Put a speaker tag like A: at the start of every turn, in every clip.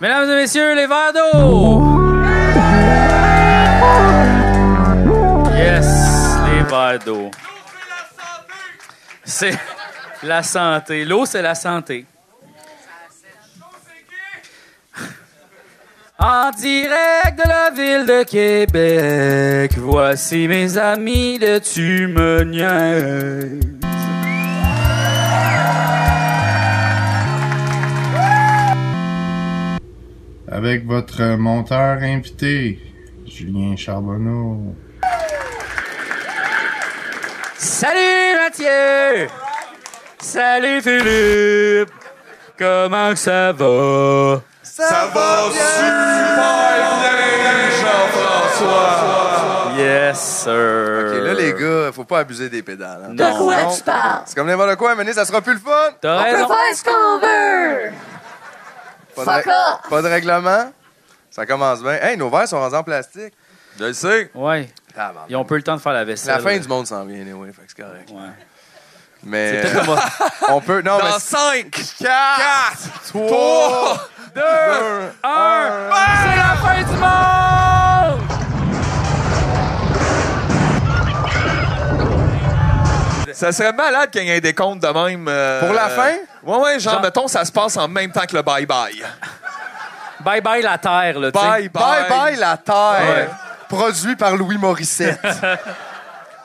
A: Mesdames et messieurs, les verres d'eau! Yes, les verres d'eau. C'est la santé. L'eau, c'est la santé. En direct de la ville de Québec, voici mes amis de Tu me niaises.
B: Avec votre euh, monteur invité, Julien Charbonneau.
A: Salut Mathieu! Salut Philippe! Comment que ça va?
C: Ça va super bien, Jean-François.
A: Yes, sir!
C: Et là, les gars, faut pas abuser des pédales. hein.
A: Non.
D: De quoi tu parles?
C: C'est comme n'importe quoi, à un moment donné, ça sera plus le fun.
A: T'as
D: On
A: raison.
D: peut faire ce qu'on veut!
C: Pas
D: Fuck off.
C: de, pas de règlement. Ça commence bien. Hey, nos verres sont rendus en plastique. Je le sais.
A: Ouais,
C: Tabarnak.
A: ils ont peu le temps de faire la vaisselle.
C: La fin du monde s'en vient, anyway, fait que c'est correct.
A: Ouais.
C: Mais
A: Peut-être qu'on va-
C: on peut. Non, mais.
E: 5,
C: 4, 3,
A: 2, 1, c'est la fin du monde!
E: Ça serait malade qu'il y ait des comptes de même. euh,
C: Pour la fin?
E: Ouais, ouais, genre,
A: Genre-
E: mettons, ça se passe en même temps que le bye-bye.
A: Bye bye la terre, là, tu sais.
E: Bye
C: Bye bye la
E: Ouais.
C: Terre. Produit par Louis Morissette.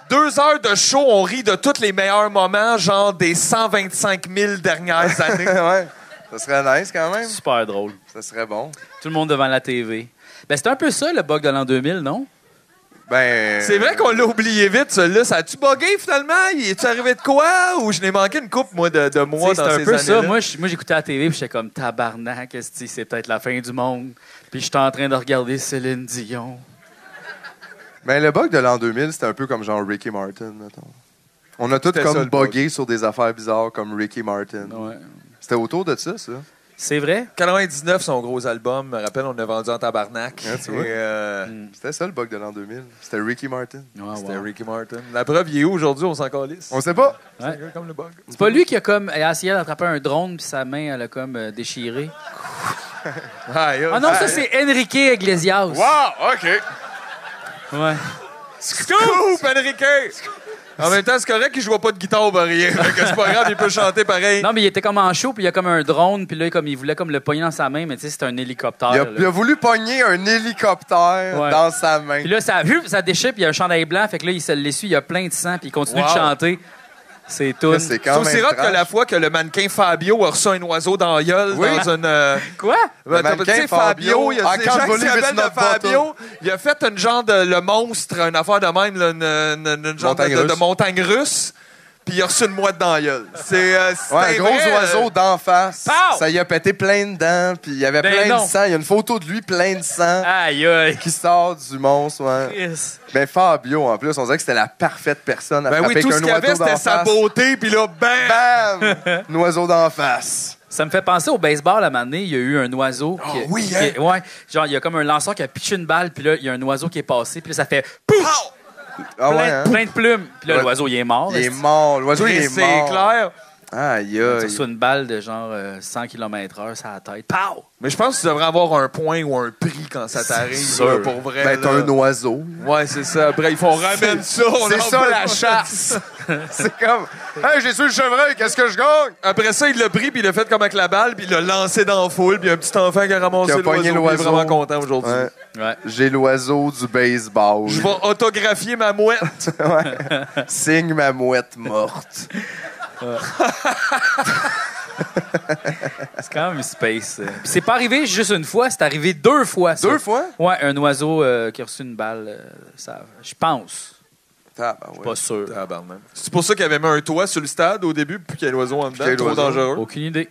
E: Deux heures de show, on rit de tous les meilleurs moments, genre des 125 000 dernières années.
C: ouais. Ça serait nice quand même.
A: Super drôle.
C: Ça serait bon.
A: Tout le monde devant la TV. Ben, c'était un peu ça, le bug de l'an 2000, non?
C: Ben.
E: C'est vrai qu'on l'a oublié vite, celui-là. Ça a-tu bugué finalement? Il est-tu arrivé de quoi? Ou je n'ai manqué une coupe, moi, de, de mois
A: Tu sais,
E: dans
A: c'était
E: ces
A: un peu ça.
E: années-là?
A: Moi, je- moi, j'écoutais la TV, puis j'étais comme tabarnak, esti, c'est peut-être la fin du monde. Puis j'étais en train de regarder Céline Dion.
C: Ben, le bug de l'an 2000, c'était un peu comme genre Ricky Martin, mettons. On a tous
E: C'était ça,
C: comme
E: le bug.
C: buggé sur des affaires bizarres comme Ricky Martin.
A: Ouais.
C: C'était autour de ça, ça.
A: C'est vrai?
E: 99, son gros album. Je me rappelle, on a vendu en tabarnak.
C: Ah, tu vois.
E: Et, euh,
C: C'était ça le bug de l'an 2000. C'était Ricky Martin.
A: Ouais,
E: C'était
A: wow.
E: Ricky Martin. La preuve, il est où aujourd'hui? On s'en calisse.
C: On sait pas.
A: Ouais.
E: C'est comme le bug.
A: C'est pas lui qui a comme a essayé d'attraper un drone, puis sa main, elle a comme euh, déchiré.
E: Ah,
A: Ah non, ça, c'est Enrique Iglesias.
C: Wow, OK.
A: Ouais.
E: Scoop, Enrique! En même temps, c'est correct qu'il joue pas de guitare au barrier. Fait que c'est pas grave, il peut chanter pareil.
A: Non, mais il était comme en show, puis il y a comme un drone, puis là, comme, il voulait comme le pogner dans sa main, mais tu sais, c'est un hélicoptère.
E: Ah,
C: Il a,
A: là.
C: il a voulu pogner un hélicoptère
A: Ouais.
C: dans sa main.
A: Puis là, ça, vu, ça déchire, puis il y a un chandail blanc, fait que là, il se l'essuie, il y a plein de sang, puis il continue de
E: Wow.
A: chanter. C'est tout.
C: Là, c'est
E: C'est
C: quand
E: aussi
C: même.
E: rare que
C: trash.
E: la fois que le mannequin Fabio a reçu un oiseau dans la gueule
C: Oui.
E: dans une... euh,
A: Quoi?
E: ben, t'as-
C: mannequin
E: tu sais, Fabio,
C: Fabio, Ah,
E: il y
C: I
E: a des
C: can't
E: gens qui
C: believe it's
E: s'appellent
C: not
E: de Fabio. Il a fait une genre de le monstre, une affaire de même, là, une, une- une genre
C: Montagne
E: de, de- de
C: russe.
E: montagne russe. Puis il a reçu une mouette dans la gueule. C'est euh, c'est
C: Ouais, un gros
E: vrai, euh,
C: oiseau d'en face.
A: Pow!
C: Ça y a pété plein de dents, puis il y avait
A: Ben
C: plein
A: non.
C: de sang. Il y a une photo de lui plein de sang
E: Ah.
A: Aïe, aïe.
C: qui sort du monstre. ouais.
A: Chris.
C: Mais Fabio, en plus, on dirait que c'était la parfaite personne à
E: Ben oui,
C: frapper
E: tout
C: avec
E: ce
C: un
E: qu'il y avait,
C: oiseau
E: c'était
C: d'en
E: sa
C: face.
E: beauté. Puis là, bam!
C: Bam! un oiseau d'en face.
A: Ça me fait penser au baseball, à un moment donné, il y a eu un oiseau. Qui,
E: Ah oui,
A: qui-
E: hein?
A: ouais, genre, il y a comme un lanceur qui a pitché une balle, puis là, il y a un oiseau qui est passé, puis là, ça fait pouf!
E: Pow!
C: Ah
A: plein,
C: ouais, hein?
A: plein de plumes. Puis là,
C: Ouais.
A: l'oiseau, il est mort.
C: Il est
A: est-ce-
C: mort, l'oiseau il
E: C'est
C: est mort.
E: clair.
C: Aïe
A: Tu
C: aïe.
A: reçois une balle de genre euh, 100 km/h sur la tête. Pow!
E: Mais je pense que tu devrais avoir un point ou un prix quand ça t'arrive,
A: sûr.
E: là, pour vrai.
C: Ben t'as
E: là.
C: un oiseau.
E: Ouais, c'est ça. Après, ils font ramène ça. on
C: C'est
E: en
C: ça
E: veut
C: la
E: pas.
C: chasse. C'est comme, hey j'ai tué le chevreuil, qu'est-ce que je gagne?
E: Après ça, il l'a pris, puis il l'a fait comme avec la balle, puis il l'a lancé dans la foule, puis un petit enfant qui a ramassé
C: Qui a pogné
E: l'oiseau. Il est
C: l'oiseau.
E: vraiment content aujourd'hui.
C: Ouais,
A: Ouais.
C: j'ai l'oiseau du baseball.
E: Je vais autographier ma mouette.
C: Signe ma mouette morte.
A: C'est quand même space. euh. Puis c'est pas arrivé juste une fois, c'est arrivé deux fois. ça.
C: Deux fois?
A: Ouais, un oiseau euh, qui a reçu une balle, euh, ça, je pense.
C: Ah, ben ouais.
A: Pas sûr.
E: Tabarnak. C'est pour ça qu'il avait mis un toit sur le stade au début, puis qu'il y a l'oiseau en dedans.
C: qu'il y a
E: Trop
C: l'oiseau.
E: dangereux.
A: Aucune idée.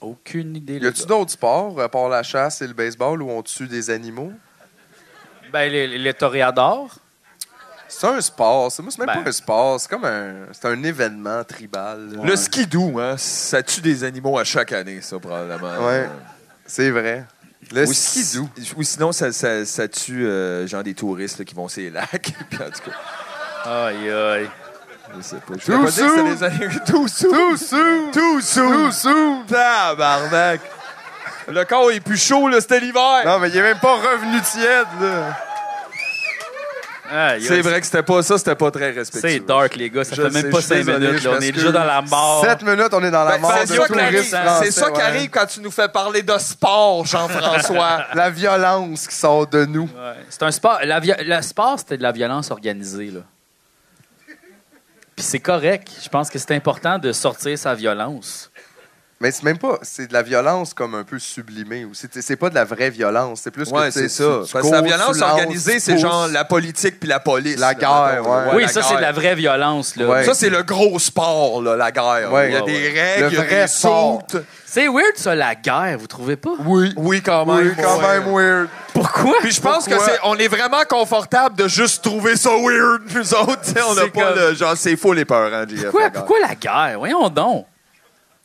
A: Aucune idée.
C: Y
A: les
C: a-tu
A: gars.
C: d'autres sports, à part la chasse et le baseball, où on tue des animaux?
A: Ben, les, les- les toréadors.
C: C'est un sport, c'est moi, c'est même
A: Ben.
C: pas un sport, c'est comme un, c'est un événement tribal. là.
E: Le skidoo, hein, ça tue des animaux à chaque année, ça, probablement. Euh,
C: Ouais. C'est vrai. Le
E: Ou
C: skidoo.
E: si- Ou sinon, ça, ça- ça tue euh, genre des touristes là, qui vont sur les lacs. Puis en tout cas,
A: Aïe, aïe.
E: je sais pas. Je
C: Too
E: voulais pas dire que
C: soon.
E: c'était des années- Too soon.
C: Too soon! Too soon!
E: Tabarnak. Le corps est plus chaud, là, c'était l'hiver.
C: Non, mais il est même pas revenu tiède, là.
A: Aïe,
E: C'est
A: aïe.
E: vrai que c'était pas ça, c'était pas très respectueux.
A: Ah, C'est dark, les gars. Ça
E: Je
A: fait même
E: sais,
A: pas
E: je suis
A: 5
E: désolé,
A: minutes.
E: je
A: là. On est déjà
E: m'excuse.
A: dans la mort.
C: 7 minutes, on est dans la
E: Ben,
C: mort
E: c'est
C: de
E: ça, qui arrive,
C: touristes français,
E: c'est ça qui
C: ouais.
E: arrive quand tu nous fais parler de sport, Jean-François.
C: La violence qui sort de nous.
A: Ouais. C'est un sport. La vi- Le sport, c'était de la violence organisée. Là. Puis c'est correct. Je pense que c'est important de sortir sa violence.
C: Mais c'est même pas. C'est de la violence comme un peu sublimée. aussi. C'est c'est pas de la vraie violence. C'est plus que
E: ouais,
C: tu sais,
E: c'est ça.
C: tu- tu
E: Parce que la
C: cours, tu
E: violence
C: lances,
E: organisée,
C: tu
E: c'est
C: pousses.
E: genre la politique puis la police.
C: La
E: là,
C: guerre,
E: mettons.
C: ouais.
A: oui,
E: la
A: ça, c'est de la
E: guerre.
A: vraie violence. Là.
C: Ouais.
E: Ça, c'est le gros sport, là, la guerre.
C: Ouais.
E: il y a
C: Ouais,
E: des
C: ouais.
E: règles,
C: Le
E: il y a
C: vrai
E: des
C: sport.
E: sautes.
A: C'est weird, ça, la guerre, vous trouvez pas?
E: Oui. Oui, quand même.
C: Oui, quand même weird.
A: Pourquoi?
E: Puis je pense que
C: Pourquoi?
E: c'est, on est vraiment confortable de juste trouver ça weird, nous autres. tu sais, on n'a
A: C'est
E: pas
A: comme-
E: le genre, c'est faux les peurs, hein, JF.
A: Pourquoi,
E: la guerre.
A: pourquoi la guerre? Voyons donc.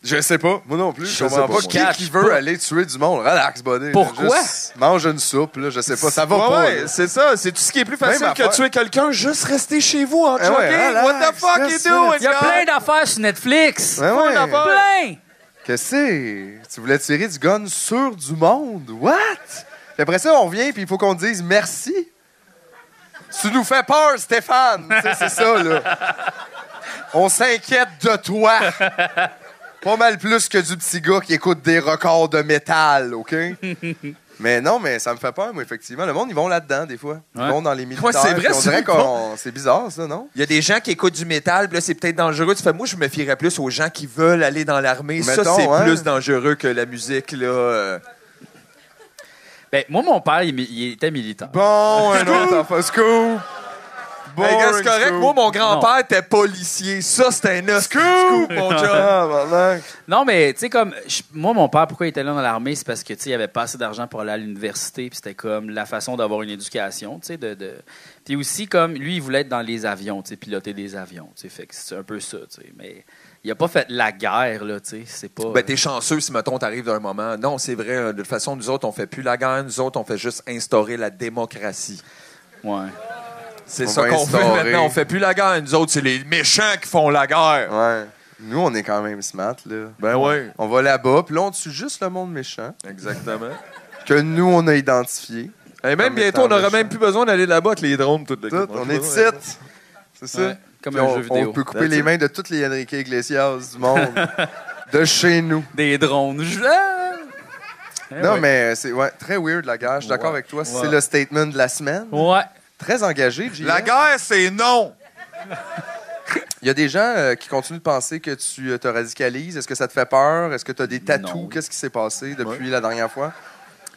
C: Je sais pas. Moi non plus. Je,
E: Je sais
C: comprends
E: pas,
C: pas.
E: je
A: catch
C: Qui, qui veut
A: pas.
C: aller tuer du monde? Relax, buddy.
A: Pourquoi?
C: Juste mange une soupe, là. Je sais pas. Ça va
E: Ouais,
C: pas.
E: ouais,
C: là.
E: c'est ça. C'est tout ce qui est plus facile
C: Même
E: que
C: affaire.
E: tuer quelqu'un. Juste rester chez vous en
C: Eh
E: jogging.
C: ouais, relax,
E: What the fuck you
C: reste,
E: doing,
C: reste.
A: Il y a
E: guys?
A: plein d'affaires sur Netflix.
C: Ouais, ouais.
A: Plein!
C: Qu'est-ce que c'est? Tu voulais tirer du gun sur du monde? What? Puis après ça, on revient puis il faut qu'on te dise merci. Tu nous fais peur, Stéphane! Tu sais, c'est ça, là. On s'inquiète de toi. Pas mal plus que du petit gars qui écoute des records de métal, OK? mais non, mais ça me fait peur, moi, effectivement. Le monde, ils vont là-dedans, des fois. Ils
A: Ouais.
C: vont dans les militaires.
E: Ouais, c'est vrai,
C: puis on
E: c'est
C: dirait
E: bon.
C: qu'on- C'est bizarre, ça, non?
E: Il y a des gens qui écoutent du métal, puis là, c'est peut-être dangereux. Tu fais, moi, je me fierais plus aux gens qui veulent aller dans l'armée. ça,
C: Mettons,
E: c'est
C: hein.
E: plus dangereux que la musique, là. euh.
A: Ben, moi, mon père, il, mi- il était militaire.
C: Bon, un autre enfant. Scoop! Bon,
E: Hey, gars, c'est correct. Moi, mon grand-père était policier. Ça, c'était un scoop, mon job.
C: Ah,
A: Non, mais tu sais, comme, je- moi, mon père, pourquoi il était là dans l'armée, c'est parce que, tu sais, il avait pas assez d'argent pour aller à l'université, puis c'était comme la façon d'avoir une éducation, tu sais, de, de- Puis aussi, comme, lui, il voulait être dans les avions, tu sais, piloter des avions, tu sais, fait que c'est un peu ça, tu sais, mais il a pas fait la guerre, là, tu sais, c'est pas...
E: Ben, t'es chanceux si, mettons, t'arrives d'un moment. Non, c'est vrai. euh, De toute façon, nous autres, on fait plus la guerre. Nous autres, on fait juste instaurer la démocratie.
A: Ouais.
E: C'est
C: On
E: ça
C: va
E: qu'on fait
C: instaurer.
E: maintenant. On fait plus la guerre. Nous autres, c'est les méchants qui font la guerre.
C: Ouais. Nous, on est quand même smart, là.
E: Ben oui.
C: On va là-bas, puis là, on tue juste le monde méchant
E: Exactement.
C: que nous, on a identifié.
E: Et même
C: Comme
E: bientôt, on
C: étant
E: n'aura
C: méchant.
E: même plus besoin d'aller là-bas avec les drones. Tout le
C: Tout, on est ici. C'est ça?
A: Ouais, Comme
C: Puis
A: un
C: on,
A: jeu vidéo.
C: on peut couper
E: That's
C: les
E: it.
C: mains de toutes les Enrique Iglesias du monde. de chez nous.
A: Des drones. Je- Ah! Eh
C: non,
A: ouais.
C: mais euh, c'est ouais, très weird, la guerre. Je suis d'accord
E: Ouais.
C: avec toi.
A: Ouais.
C: C'est le statement de la semaine.
A: Ouais.
C: Très engagé, JF.
E: La guerre, c'est non.
C: Il y a des gens euh, qui continuent de penser que tu euh, te radicalises. Est-ce que ça te fait peur? Est-ce que tu as des
A: Non.
C: tatous? Qu'est-ce qui s'est passé depuis la dernière fois?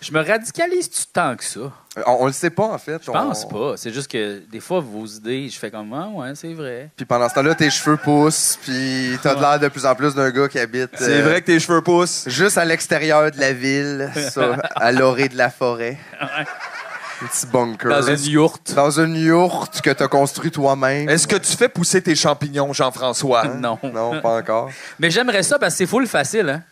A: Je me radicalise-tu tant que ça?
C: Euh, On, on le sait pas, en fait.
A: Je pense pas. C'est juste que des fois, vos idées, je fais comme, ah, ouais, c'est vrai.
C: Puis pendant ce temps-là, tes cheveux poussent, puis t'as de l'air de plus en plus d'un gars qui habite
E: C'est
C: euh,
E: vrai que tes cheveux poussent.
C: juste à l'extérieur de la ville, ça, à l'orée de la forêt. Un petit bunker.
A: Dans une yourte.
C: Dans une yourte que t'as construit toi-même.
E: Est-ce que tu fais pousser tes champignons, Jean-François?
C: Hein?
A: Non.
C: Non, pas encore.
A: Mais j'aimerais ça parce que c'est full facile, hein?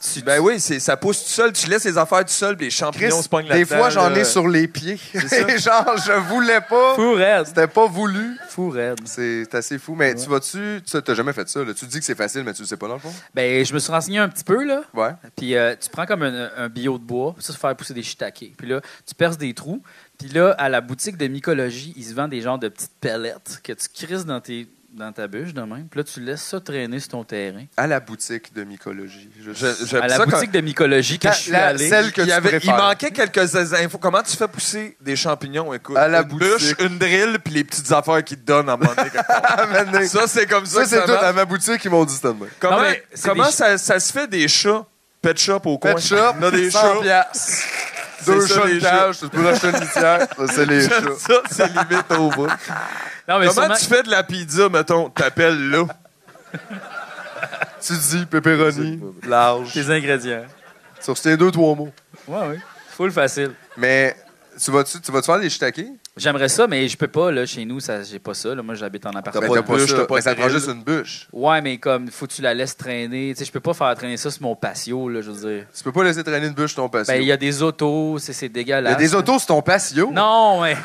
A: Tu-
E: Ben oui, c'est- ça pousse tout seul. Tu laisses les affaires tout seul, puis les
C: Chris,
E: champignons se pognent
C: des
E: là-dedans,
C: fois, j'en
E: là.
C: ai sur les pieds.
E: ça.
C: Genre, je voulais pas.
A: Fou raide.
C: C'était pas voulu.
A: Fou raide.
C: C'est assez fou. Mais tu vas-tu... Tu t'as jamais fait ça, là. Tu dis que c'est facile, mais tu le sais pas, dans le fond?
A: Ben, je me suis renseigné un petit peu, là.
C: Ouais.
A: Puis euh, tu prends comme un, un bio de bois, ça, se faire pousser des shiitakes. Puis là, tu perces des trous. Puis là, à la boutique de mycologie, ils se vendent des genres de petites pellettes que tu crisses dans, tes, dans ta bûche de même. Puis là, tu laisses ça traîner sur ton terrain.
C: À la boutique de mycologie. Je-
E: Je- je-
A: À la
E: ça quand-
A: boutique de mycologie que
C: La-
A: je suis
C: la-
A: allé.
C: celle que
E: il,
C: tu
E: y avait- il
C: préfères.
E: manquait quelques infos. Comment tu fais pousser des champignons? Écoute,
C: À la
E: une bûche,
C: boutique.
E: une drill, puis les petites affaires qu'ils te donnent en moment donné.
C: Ah, mané.
E: Ça, c'est comme ça,
C: Ça,
E: que
C: c'est
E: ça
C: tout.
E: marche.
C: À ma boutique, ils m'ont dit ça de même.
E: Comment,
A: Non, mais c'est
E: comment
A: des-
E: ça, ça se fait des chats? Pet shop au coin.
C: Pet shop,
E: On a des
C: 100
E: chats.
C: piastres. Deux
E: ça,
C: chats de
E: les
C: cage, tu peux acheter une litière. Ça, c'est les chats.
E: J'aime Ça, c'est limite au bout.
A: Non, mais
E: Comment
A: sûrement-
E: tu fais de la pizza, mettons? T'appelles là.
C: Tu dis pepperoni, large.
A: tes ingrédients.
C: Sur ces deux, trois mots.
A: Ouais, oui. Full facile.
C: Mais tu vas-tu tu vas faire les shiitakes?
A: J'aimerais ça, mais je peux pas, là, chez nous, ça, j'ai pas ça. Là. Moi, j'habite en
C: Ben,
A: appartement.
E: pas
C: t'as
E: de bûche, t'as
C: ça.
E: pas
C: Mais ça
E: de
C: te prend
E: grill.
C: juste une bûche.
A: Ouais, mais comme, faut que tu la laisses traîner. Tu sais, je peux pas faire traîner ça sur mon patio, là, je veux dire.
C: Tu peux pas laisser traîner une bûche sur ton patio.
A: Ben, il
C: Il
A: y a des autos, c'est, c'est
C: y a
A: dégueulasse.
C: des autos sur ton patio?
A: Non, mais. tu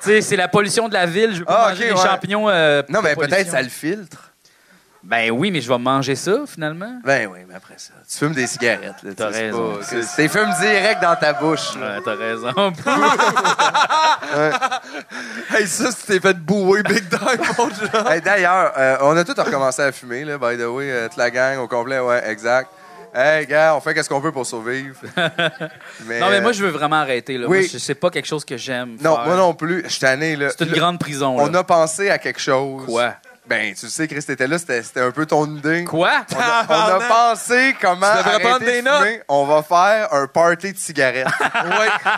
A: sais, c'est la pollution de la ville. Je veux pas
C: Ah,
A: manger
C: ok,
A: des
C: ouais.
A: champignons. euh,
C: Non, mais
A: pour
C: peut-être
A: pollution.
C: ça le filtre.
A: Ben oui, mais je vais manger ça, finalement.
C: Ben oui, mais après ça. Tu fumes des cigarettes, là. tu
A: T'as
C: sais, c'est
A: raison.
C: pas- c'est- C'est fume direct dans ta bouche, là.
A: Ouais, t'as raison.
E: Hey, ça, tu t'es fait bouer big time, mon John.
C: Hey, D'ailleurs, euh, on a tout recommencé à fumer, là, by the way, euh, toute la gang au complet, ouais, exact. Hey, gars, on fait qu'est-ce qu'on peut pour survivre.
A: non, mais moi,
C: euh,
A: je veux vraiment arrêter. Là.
C: oui.
A: Moi, je- c'est pas quelque chose que j'aime.
C: Non,
A: faire.
C: moi non plus. Je suis tanné, là.
A: C'est une
C: Là,
A: grande prison.
C: On
A: là.
C: a pensé à quelque chose.
A: Quoi?
C: Ben, tu le sais, Chris, t'étais là, c'était c'était un peu ton idée.
A: Quoi?
C: On a, on a
E: Tabarnak.
C: pensé comment
E: Tu devrais
C: arrêter
E: prendre
C: de
E: des
C: fumer. On va faire un party de cigarettes.
E: Ouais.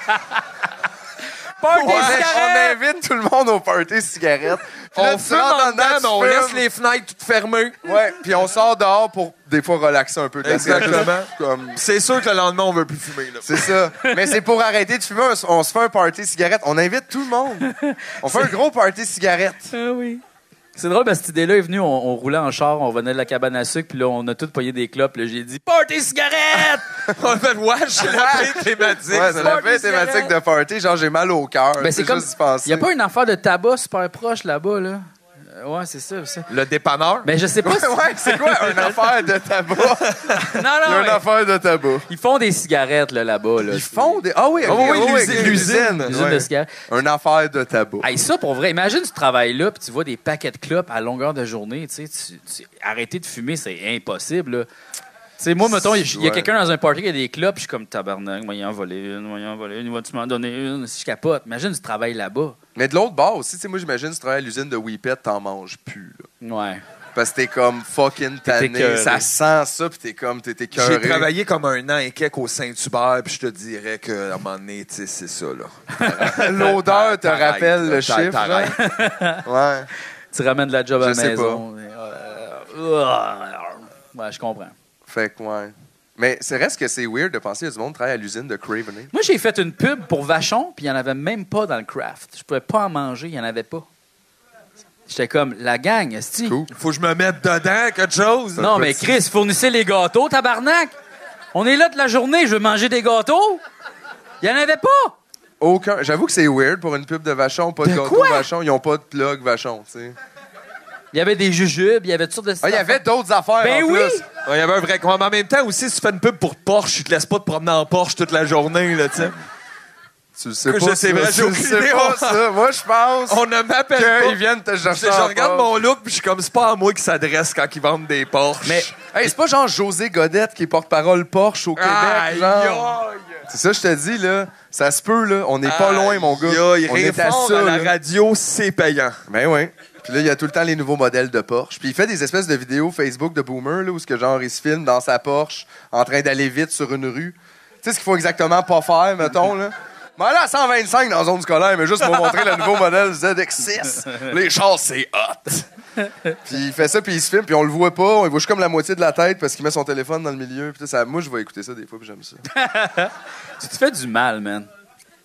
C: on, on invite tout le monde au party de cigarettes. Puis là,
E: On
C: tu
E: fume
C: rentres
E: en dedans,
C: tu
E: mais on
C: fumes.
E: laisse les fenêtres toutes fermées.
C: Ouais, puis on sort dehors pour des fois relaxer un peu. de la cigarette.
E: Exactement.
C: Comme-
E: C'est sûr que le lendemain, on veut plus fumer. Là.
C: C'est ça. Mais c'est pour arrêter de fumer. on- On se fait un party cigarette. On invite tout le monde. On fait un gros party cigarette.
A: Ah oui. C'est drôle parce que cette idée-là est venue, on, on roulait en char, on venait de la cabane à sucre, puis là, on a tous poigné des clopes. Là, j'ai dit Party cigarette!
E: On fait wesh, c'est la paix thématique.
C: Ouais, c'est la
A: party
C: vraie thématique de party. Genre, j'ai mal au cœur.
A: Ben, c'est comme.
C: juste d'y penser.
A: Il n'y a pas une affaire de tabac super proche là-bas, là. Euh, ouais, c'est ça, ça.
E: Le dépanneur.
A: Mais je sais pas si.
C: Ouais, ouais, c'est quoi une affaire de tabac?
A: Non,
C: Il y a
A: non,
C: une
A: mais
C: affaire de tabac.
A: ils font des cigarettes là, là-bas. Là,
C: Ils font des. Ah oui,
E: Ah
C: ok,
E: oui,
C: oh
E: l'usine,
C: ok,
E: l'usine.
A: L'usine
C: ouais.
A: de cigarettes.
C: Une affaire de tabac.
A: Hey, ça, pour vrai, imagine tu travailles là puis tu vois des paquets de clopes à longueur de journée. Tu sais, tu- tu- arrêter de fumer, c'est impossible. là. Tu sais, moi, mettons, il y a
C: Ouais.
A: quelqu'un dans un party qui a des clopes, je suis comme tabarnak, moi, il en voler une, moi, il en voler une, tu m'en donner une, si je capote. Imagine tu travailles là-bas.
C: Mais de l'autre bord aussi, tu sais, moi j'imagine, si tu travailles à l'usine de Whippet, t'en manges plus. là.
A: Ouais.
C: Parce que t'es comme fucking tanné.
A: écoeuré.
C: Ça sent ça, puis t'es comme, t'es écœuré.
E: J'ai travaillé comme un an et quelques au Saint-Hubert, puis je te dirais qu'à un moment donné, tu sais, c'est ça, là.
C: L'odeur te
E: T'arrêtes,
C: rappelle
E: là,
C: le chiffre. là.
E: t'arrêtes. hein?
C: Ouais.
A: Tu ramènes de la job à
C: Je
A: la
C: sais
A: maison. Euh, euh, ouais, je comprends.
C: Fait que, ouais. Mais c'est reste que c'est weird de penser que du monde travaille à l'usine de Craven.
A: Moi, j'ai fait une pub pour Vachon, puis il n'y en avait même pas dans le craft. Je pouvais pas en manger, il n'y en avait pas. J'étais comme, la gang, esti.
C: Cool.
E: Faut que je me mette dedans, quelque chose.
A: Non, mais Chris, fournissez les gâteaux, tabarnak! On est là de la journée, je veux manger des gâteaux! Il n'y en avait pas!
C: Aucun. J'avoue que c'est weird pour une pub de Vachon, pas de,
A: De
C: gâteau
A: quoi?
C: Vachon. Ils ont pas de plug Vachon, tu sais.
A: Il y avait des jujubes, il y avait toutes sortes de
C: Ah, il y avait d'autres affaires
A: Ben
C: en
A: oui!
C: plus.
E: Il y avait un vrai con. Mais en même temps, aussi, si tu fais une pub pour Porsche, tu te laisses pas te promener en Porsche toute la journée, là, tu sais.
C: Tu le sais
E: Que
C: pas.
E: je sais
C: ça.
E: vrai, j'ai
C: Tu le
E: aucune
C: sais
E: idée.
C: pas ça. Moi, je pense
E: On ne m'appelle pas.
C: qu'ils viennent te
E: Je,
C: chercher.
E: je
C: en
E: regarde
C: bas.
E: mon look, puis je suis comme, c'est pas à moi qui s'adresse quand ils vendent des Porsches.
A: Mais-
C: Hey, c'est pas genre José Godette qui est porte-parole Porsche au Québec,
E: Aïe,
C: genre.
E: aïe.
C: C'est ça, je te dis, là. Ça se peut, là. On n'est pas
E: Aïe,
C: loin, mon gars.
E: aïe,
C: on
E: rien
C: est à
E: fort
C: ça,
E: à
C: là.
E: la radio, c'est payant.
C: Ben oui. Puis là, il y a tout le temps les nouveaux modèles de Porsche. Puis il fait des espèces de vidéos Facebook de boomer, là, où ce que genre, il se filme dans sa Porsche en train d'aller vite sur une rue. Tu sais ce qu'il faut exactement pas faire, mettons, là? Ben là, à 125 dans la zone scolaire, mais juste pour montrer le nouveau modèle ZX6. Les chars, c'est hot! puis il fait ça, puis il se filme, puis on le voit pas. On le voit juste comme la moitié de la tête parce qu'il met son téléphone dans le milieu. Puis là, ça, moi, je vais écouter ça des fois, puis j'aime ça.
A: Tu te fais du mal, man.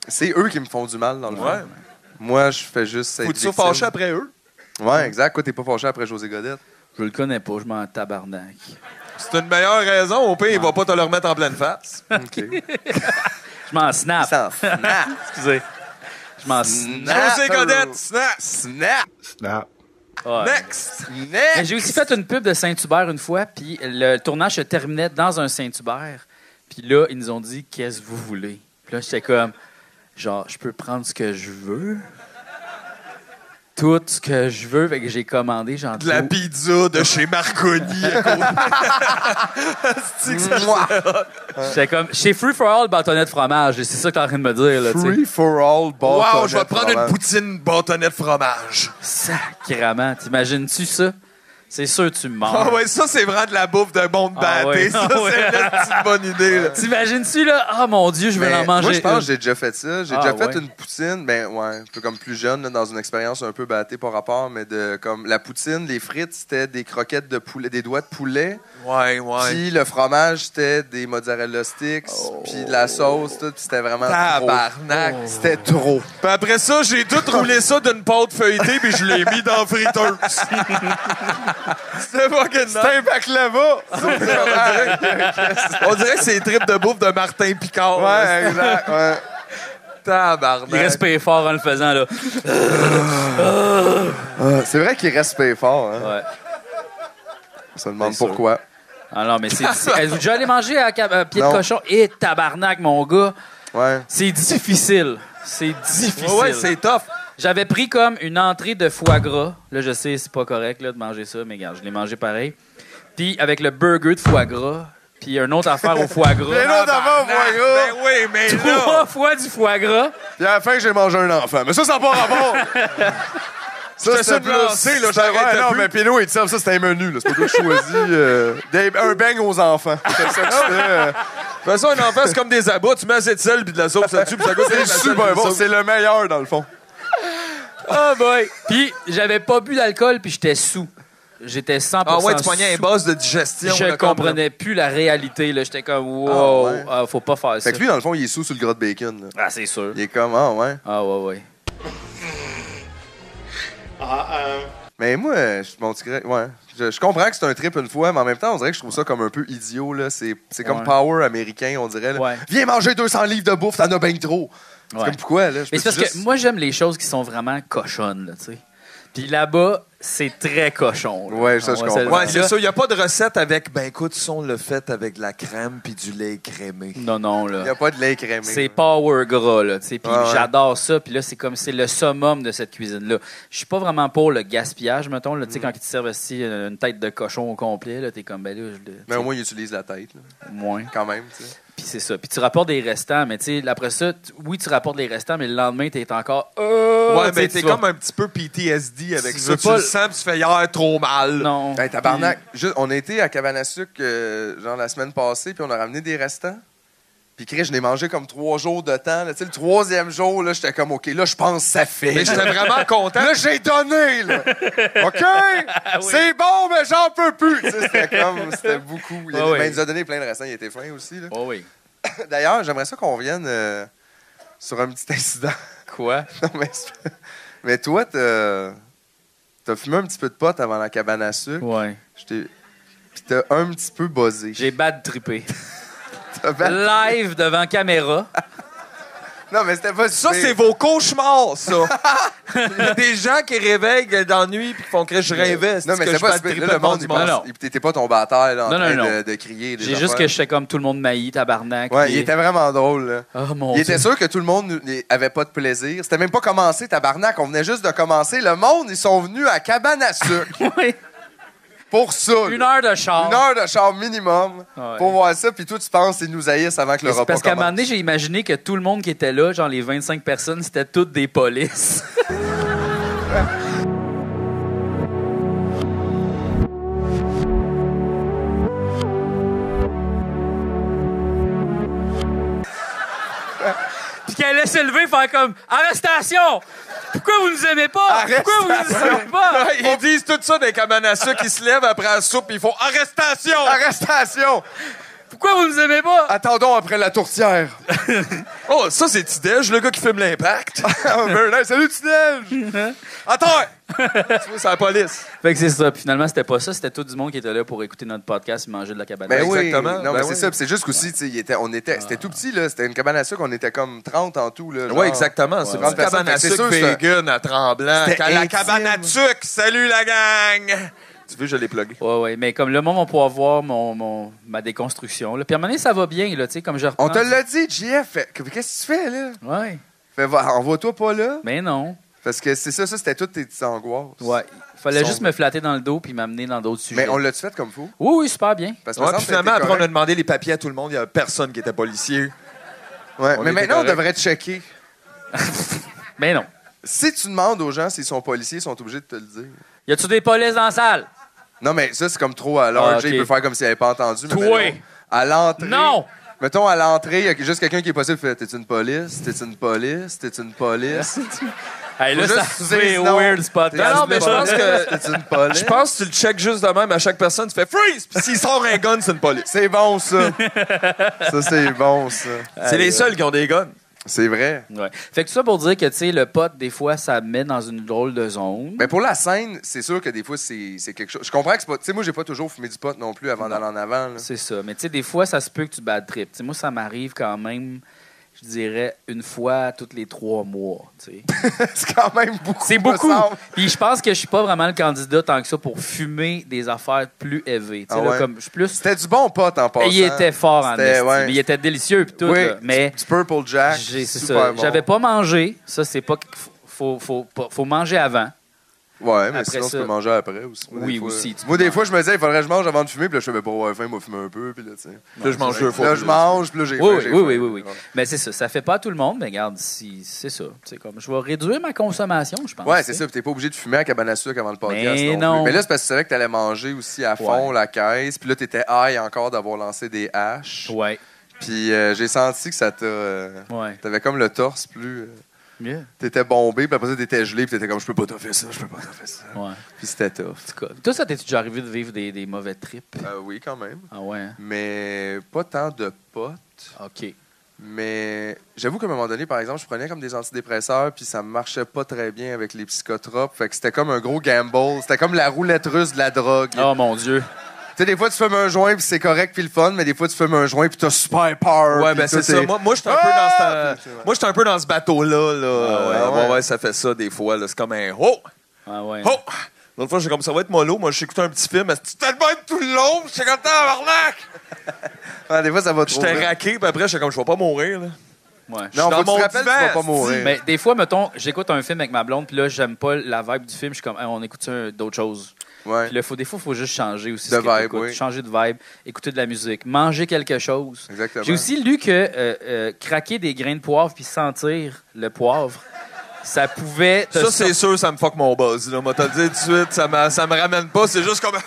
C: C'est eux qui me font du mal, dans le fond. Moi, je fais juste être
E: Faut-tu se
C: victime.
E: fâcher après eux?
C: Ouais, exact. Quoi, t'es pas fâché après José Godette?
A: Je le connais pas, je m'en tabarnak.
E: C'est une meilleure raison. Au pire, il
C: Ah.
E: va pas te le remettre en pleine face.
C: OK.
A: Je m'en snap.
C: Ça, snap.
A: Excusez. Je
C: Mm.
A: m'en snap.
E: José Godette, snap.
C: Snap.
B: Snap.
A: Ouais.
E: Next!
A: Mais
C: Next.
A: J'ai aussi fait une pub de Saint-Hubert une fois, puis le tournage se terminait dans un Saint-Hubert. Puis là, ils nous ont dit Qu'est-ce que vous voulez Puis là, j'étais comme Genre, je peux prendre ce que je veux. Tout ce que je veux. Fait que j'ai commandé, genre.
E: De la
A: tout.
E: pizza de chez Marconi à côté. C'est-tu que ça-
C: Mouah.
A: J'étais comme Chez Free for All, bâtonnet de fromage. Et C'est ça que t'es en train de me dire, là, tu sais.
C: Free for all ball.
E: Wow, je vais prendre une poutine bâtonnette fromage.
A: Sacrement. T'imagines-tu ça C'est sûr, tu meurs.
E: Ah ouais, ça c'est vraiment de la bouffe d'un monde
A: Ah
E: batté.
A: ouais,
E: Ça
A: ah ouais.
E: c'est une petite bonne idée. là.
A: T'imagines-tu, là Ah mon Dieu, je vais en manger.
C: moi, je pense
A: une.
C: que j'ai déjà fait ça. J'ai
A: Ah,
C: déjà fait
A: ouais.
C: une poutine, ben ouais, un peu comme plus jeune, là, dans une expérience un peu battée par rapport, mais de comme la poutine, les frites, c'était des croquettes de poulet, des doigts de poulet,
E: Ouais, ouais. Oh.
C: puis le fromage, c'était des mozzarella sticks, puis de la sauce, tout, puis c'était vraiment trop.
E: Tabarnak.
C: C'était trop.
E: Puis après ça, j'ai tout roulé ça d'une pâte feuilletée puis je l'ai mis dans la friteuse. C'était fucking nice.
C: baklava!
E: On dirait que c'est les tripes de bouffe de Martin Picard. là.
C: ouais, exact, ouais.
E: Tabarnak.
A: Il respire fort en le faisant, là.
C: Ah, C'est vrai qu'il respecte fort, hein.
A: Ouais.
C: On se demande
A: C'est sûr.
C: pourquoi.
A: Ah non, mais c'est. c'est- Êtes-vous déjà allé manger à, ca- à pied
C: Non.
A: de cochon? Et tabarnak, mon gars.
C: Ouais.
A: C'est difficile. C'est difficile.
E: Ouais, ouais, c'est tough.
A: J'avais pris comme une entrée de foie gras. Là, je sais, c'est pas correct là, de manger ça, mais regarde, je l'ai mangé pareil. Puis avec le burger de foie gras, puis un autre affaire au foie gras. Ah, bah,
C: Mais non, d'abord, au foie gras.
E: Ben oui, mais
A: Trois
E: là.
A: fois du foie gras.
C: Puis à la fin, j'ai mangé un enfant. Mais ça, ça n'a pas rapport.
E: Je
C: ça,
E: te
C: c'est
E: suis
C: plus...
E: lancé, là,
C: c'est-
E: j'arrêtais
C: ouais, non,
E: plus.
C: mais Pino, il te servent ça, c'était un menu. là. C'est pas toi qui choisis. euh, des- un bang aux enfants. C'est ça que tu fais, euh,
E: De toute façon, un enfant, c'est comme des abats. Tu mets assez de sel puis de la sauce là-dessus, puis ça goûte
C: C'est super bon. C'est le meilleur, dans le fond.
A: Oh boy. Puis j'avais pas bu d'alcool, puis j'étais sous. J'étais 100%
E: Ah ouais, tu pognais un
A: sous.
E: boss de digestion.
A: Je
E: là, comme-
A: comprenais plus la réalité. là. J'étais comme, wow,
C: Ah ouais.
A: ah, faut pas faire ça.
C: Fait que lui, dans le fond, il est sous sur le gras de bacon. là.
A: Ah, c'est sûr.
C: Il est comme, ah ouais.
A: Ah ouais, ouais.
C: Mais moi, euh, je, bon, tu dirais- ouais. je, je comprends que c'est un trip une fois, mais en même temps, on dirait que je trouve ça comme un peu idiot. là. C'est c'est comme
A: Ouais.
C: power américain, on dirait. là.
A: Ouais.
C: Viens manger 200 livres de bouffe, t'en as bien trop. C'est
A: Ouais.
C: comme pourquoi, là? Je
A: Mais
C: peux
A: c'est parce
C: juste-
A: que moi, j'aime les choses qui sont vraiment cochonnes, là, tu sais. Puis là-bas, c'est très cochon. là.
C: Ouais, ça,
A: On
C: je
A: va
C: comprends.
A: se le
E: Ouais,
A: dire.
E: c'est ça. Il n'y a pas de recette avec. Ben écoute, ça, on le fait avec de la crème puis du lait crémé.
A: Non, non,
C: Il n'y
A: là.
C: a pas de lait crémé.
A: C'est power gras, là, tu sais. Puis
C: Ouais, ouais.
A: j'adore ça. Puis là, c'est comme, c'est le summum de cette cuisine-là. Je suis pas vraiment pour le gaspillage, mettons,
C: Mm.
A: là, tu sais, quand ils te servent aussi euh, une tête de cochon au complet, là, t'es comme, ben là, je le-
C: Mais au moins, il utilise la tête, là.
A: moins.
C: quand même. tu sais.
A: Puis c'est ça. Puis tu rapportes des restants, mais tu sais, après ça, tu- oui, tu rapportes les restants, mais le lendemain, t'es encore. Oh,
E: ouais,
A: tu sais,
E: mais
A: tu
E: t'es
A: vas-
E: comme un petit peu PTSD avec
A: Tu
E: ça.
A: veux
E: Tu
A: pas
E: le
A: le-
E: sens, puis tu fais hier trop mal.
A: Non.
C: Hey, Ben, tabarnak. Juste, on a été à Cabane à sucre, euh, genre la semaine passée, puis on a ramené des restants. Puis Chris, je n'ai mangé comme trois jours de temps. là. Tu sais, le troisième jour, là, j'étais comme, OK, là, je pense que ça fait.
E: Mais
C: là.
E: j'étais vraiment content.
C: Là, j'ai donné, là. OK? C'est bon, mais j'en peux plus. Tu sais, C'était comme, c'était beaucoup. Il, y avait-
A: Ah oui.
C: ben, il nous a donné plein de restants. Il était fin aussi, là.
A: Puis- Oh oui.
C: D'ailleurs, j'aimerais ça qu'on revienne euh, sur un petit incident.
A: Quoi?
C: Non, mais, c'est- mais toi, t'as t'as fumé un petit peu de pot avant la cabane à sucre.
A: Ouais.
C: Je t'ai- Puis t'as un petit peu buzzé.
A: J'ai Euh, bad trippé.
C: T'as fait-
A: Live devant caméra.
C: Non, mais c'était pas
E: Ça, c'est vos cauchemars, ça. Il y a des gens qui réveillent dans la nuit puis qui font que je rêvais.
C: Non, mais
E: que
C: c'est
E: je
C: pas
E: bats
C: super.
E: triple
C: Là, le monde, il
E: du
A: Non,
C: pense.
A: non.
C: il- T'étais pas tombé à terre, là, en
A: Non, non,
C: train
A: non.
C: de, de crier. des
A: J'ai juste que
C: affaires.
A: je sais comme tout le monde maillit, tabarnak.
C: Ouais,
A: puis-
C: il était vraiment drôle, là.
A: Oh mon
C: Il
A: dieu.
C: était sûr que tout le monde n'avait pas de plaisir. C'était même pas commencé, tabarnak. On venait juste de commencer. Le monde, ils sont venus à cabane à sucre
A: Ouais.
C: pour ça. là.
A: Une heure de char.
C: Une heure de char minimum
A: Ouais.
C: pour voir ça. Puis toi, tu penses qu'ils nous haïssent avant que le
A: Mais c'est
C: repas
A: parce qu'à un moment
C: commence.
A: donné, j'ai imaginé que tout le monde qui était là, genre les 25 personnes, c'était toutes des polices. Puis qu'elle allait se lever faire comme Arrestation! Pourquoi vous nous aimez pas? Pourquoi vous nous aimez pas?
E: Ouais, Ils disent tout ça des cabanes à sucre. Ils se lèvent après la soupe ils font arrestation.
C: Arrestation!
A: Pourquoi vous nous aimez pas?
C: Attendons après la tourtière.
E: Oh, ça, c'est Tidej, le gars qui filme l'impact.
C: Burner, salut, Tinel!
E: Attends! tu vois, c'est la police.
A: Fait que c'est ça. Puis finalement, c'était pas ça. C'était tout du monde qui était là pour écouter notre podcast et manger de la cabane.
C: Ben oui,
E: Exactement.
C: Non,
E: Ben
C: mais
E: oui.
C: c'est ça. Puis c'est juste qu'aussi, tu sais, il était, on était,
A: Ah.
C: c'était tout petit, là. C'était une cabane à sucre. On était comme 30 en tout, là. genre.
E: Oui, exactement. C'est
C: Ouais,
E: une
C: ouais.
E: cabane à
C: Fait que c'est
E: sucre
C: sûr, c'est-
E: vegan à Tremblant.
C: C'était
E: Qu'à La
C: intime.
E: cabane à sucre. Salut la gang! Tu veux, je l'ai plugué.
A: Ouais, ouais, mais comme le monde va pouvoir voir mon, mon- ma déconstruction. Là. Puis à un moment donné, ça va bien, là, tu sais, comme je reprends.
C: On te l'a dit, JF. fait- Qu'est-ce que tu fais, là?
A: Ouais.
C: Fait, va- envoie-toi pas là.
A: Mais non.
C: Parce que c'est ça, ça, c'était toutes tes petites angoisses.
A: Ouais. Il fallait
C: Son-
A: juste me flatter dans le dos puis m'amener dans d'autres sujets.
C: Mais on l'a-tu fait comme fou?
A: Oui, oui, super bien.
C: Parce que
E: Ouais,
C: me semble
E: puis
C: que t'étais
E: finalement, après, on a
C: correct.
E: demandé les papiers à tout le monde. Il n'y a personne qui était policier.
C: Ouais,
E: on
C: Mais
E: était
C: maintenant, on
E: correct.
C: devrait te checker.
A: Mais non.
C: Si tu demandes aux gens s'ils sont policiers, ils sont obligés de te le dire.
A: Y a-tu des polices dans la salle?
C: Non, mais ça, c'est comme trop à
A: Ah,
C: l'heure.
A: ok.
C: Il peut faire comme s'il n'avait pas entendu. mais
A: Toi.
C: mettons, À l'entrée.
A: Non!
C: Mettons, à l'entrée, il y a juste quelqu'un qui est possible fait T'es une police, t'es une police, t'es une police.
A: Hey, là,
C: Faut
A: ça
C: juste dire
A: fait
C: sinon,
A: weird ce podcast.
E: Non, non, mais je pense que-
C: T'es une police.
E: Je pense que tu le checkes juste de même à chaque personne. Tu fais freeze! Puis s'il sort un gun, c'est une police.
C: C'est bon, ça. ça, c'est bon, ça.
E: C'est les seuls qui ont des guns.
C: C'est vrai.
A: Ouais. Fait que tout ça pour dire que, tu sais, le pote, des fois, ça me met dans une drôle de zone.
C: Mais pour la scène, c'est sûr que des fois, c'est c'est quelque chose. Je comprends que c'est pas. Tu sais, moi, j'ai pas toujours fumé du pot non plus avant d'aller en avant. là.
A: C'est ça. Mais tu sais, des fois, ça se peut que tu bad trip. Tu sais, moi, ça m'arrive quand même je dirais une fois tous les trois mois. tu sais.
C: c'est quand même beaucoup.
A: C'est
C: me
A: beaucoup.
C: semble.
A: Puis je pense que je suis pas vraiment le candidat tant que ça pour fumer des affaires plus élevées. Tu sais,
C: Ah
A: là,
C: ouais?
A: comme je suis plus. Eh,
C: C'était du bon pot en passant.
A: Il était fort en
C: C'était-
A: esti,
C: ouais.
A: mais il était délicieux puis tout.
C: Oui,
A: là. mais
C: du Purple Jack.
A: j'ai- c'est
C: super
A: ça.
C: bon.
A: J'avais pas mangé. Ça c'est pas qu'il faut, faut, faut, pas- faut manger avant.
C: Ouais, mais
A: Après
C: sinon,
A: ça.
C: tu peux manger après aussi. Moi, des
A: Oui,
C: fois-
A: aussi, tu
C: Moi,
A: peux
C: des fois, je me disais, il faudrait que je mange avant de fumer, puis là, je fais, ben, pour avoir faim, moi, fumer un peu, puis là, tu sais.
E: Là, je mange deux fois.
C: Là, je mange, puis là,
A: Oui,
C: j'ai faim,
A: oui,
C: j'ai
A: oui,
C: faim.
A: oui, oui, oui. Mais c'est ça. Ça fait pas à tout le monde, mais regarde, si, c'est ça. C'est comme, je vais réduire ma consommation, je pense.
C: Ouais,
A: tu
C: c'est
A: sais.
C: ça. Puis t'es pas obligé de fumer à cabane à sucre avant le podcast.
A: Mais
C: non plus.
A: non.
C: Mais là, c'est parce que c'est vrai que t'allais manger aussi à fond la caisse. Puis là, t'étais high encore d'avoir lancé des haches.
A: Ouais,
C: Puis euh, j'ai senti que ça t'a. euh,
A: ouais.
C: T'avais comme le torse plus. euh,
A: Mieux.
C: T'étais bombé, puis après ça, t'étais gelé, puis t'étais comme, je peux pas t'offrir ça, je peux pas t'offrir ça.
A: Ouais.
C: Puis c'était tough.
A: En tout cas, toi, ça t'es déjà arrivé de vivre des, des mauvais trips?
C: Euh, oui, quand même.
A: Ah ouais, hein?
C: Mais pas tant de potes.
A: OK.
C: Mais j'avoue qu'à un moment donné, par exemple, je prenais comme des antidépresseurs, puis ça marchait pas très bien avec les psychotropes. Fait que c'était comme un gros gamble. C'était comme la roulette russe de la drogue.
E: Ah.
A: Oh mon Dieu.
C: Tu sais, des fois, tu fumes un joint, puis c'est correct, puis le fun, mais des fois, tu fumes un joint, puis t'as super peur.
E: Ouais,
C: puis
E: ben
C: tout
E: c'est ça.
C: est-
E: Moi, moi je suis un,
C: Ah!
E: peu dans ce- moi, j'étais un peu dans ce bateau-là. Là.
C: Ah ouais,
E: ouais,
C: ouais.
E: ouais, ça fait ça des fois. là. C'est comme un oh!
A: Ah ouais.
E: Oh! L'autre fois, j'ai comme ça va être mollo. Moi, j'écoutais un petit film. Tu t'es tout le long. J'étais comme tabarnak!
C: Ouais, Ah, des fois, ça va trop.
E: J'étais
C: vite.
E: raqué. Puis après, j'étais comme, je vais pas mourir. Là.
A: Ouais.
C: Non,
E: dans
C: faut que
E: mon Ben,
C: tu te rappelles, tu vas
E: divan,
C: pas mourir.
A: Mais ben, des fois, mettons, j'écoute un film avec ma blonde, puis là, j'aime pas la vibe du film. Je suis comme, Hey, on écoute ça, d'autres choses.
C: Ouais.
A: Puis là, faut, des fois, il faut juste changer aussi.
C: De
A: ce que
C: vibe,
A: t'écoutes.
C: oui.
A: Changer de vibe, écouter de la musique, manger quelque chose.
C: Exactement.
A: J'ai aussi lu que euh, euh, craquer des grains de poivre puis sentir le poivre, ça pouvait. te
E: Ça, c'est sûr, ça me fuck mon buzz. Là. Moi, t'as dit tout de suite, ça me, ça me ramène pas. C'est juste comme.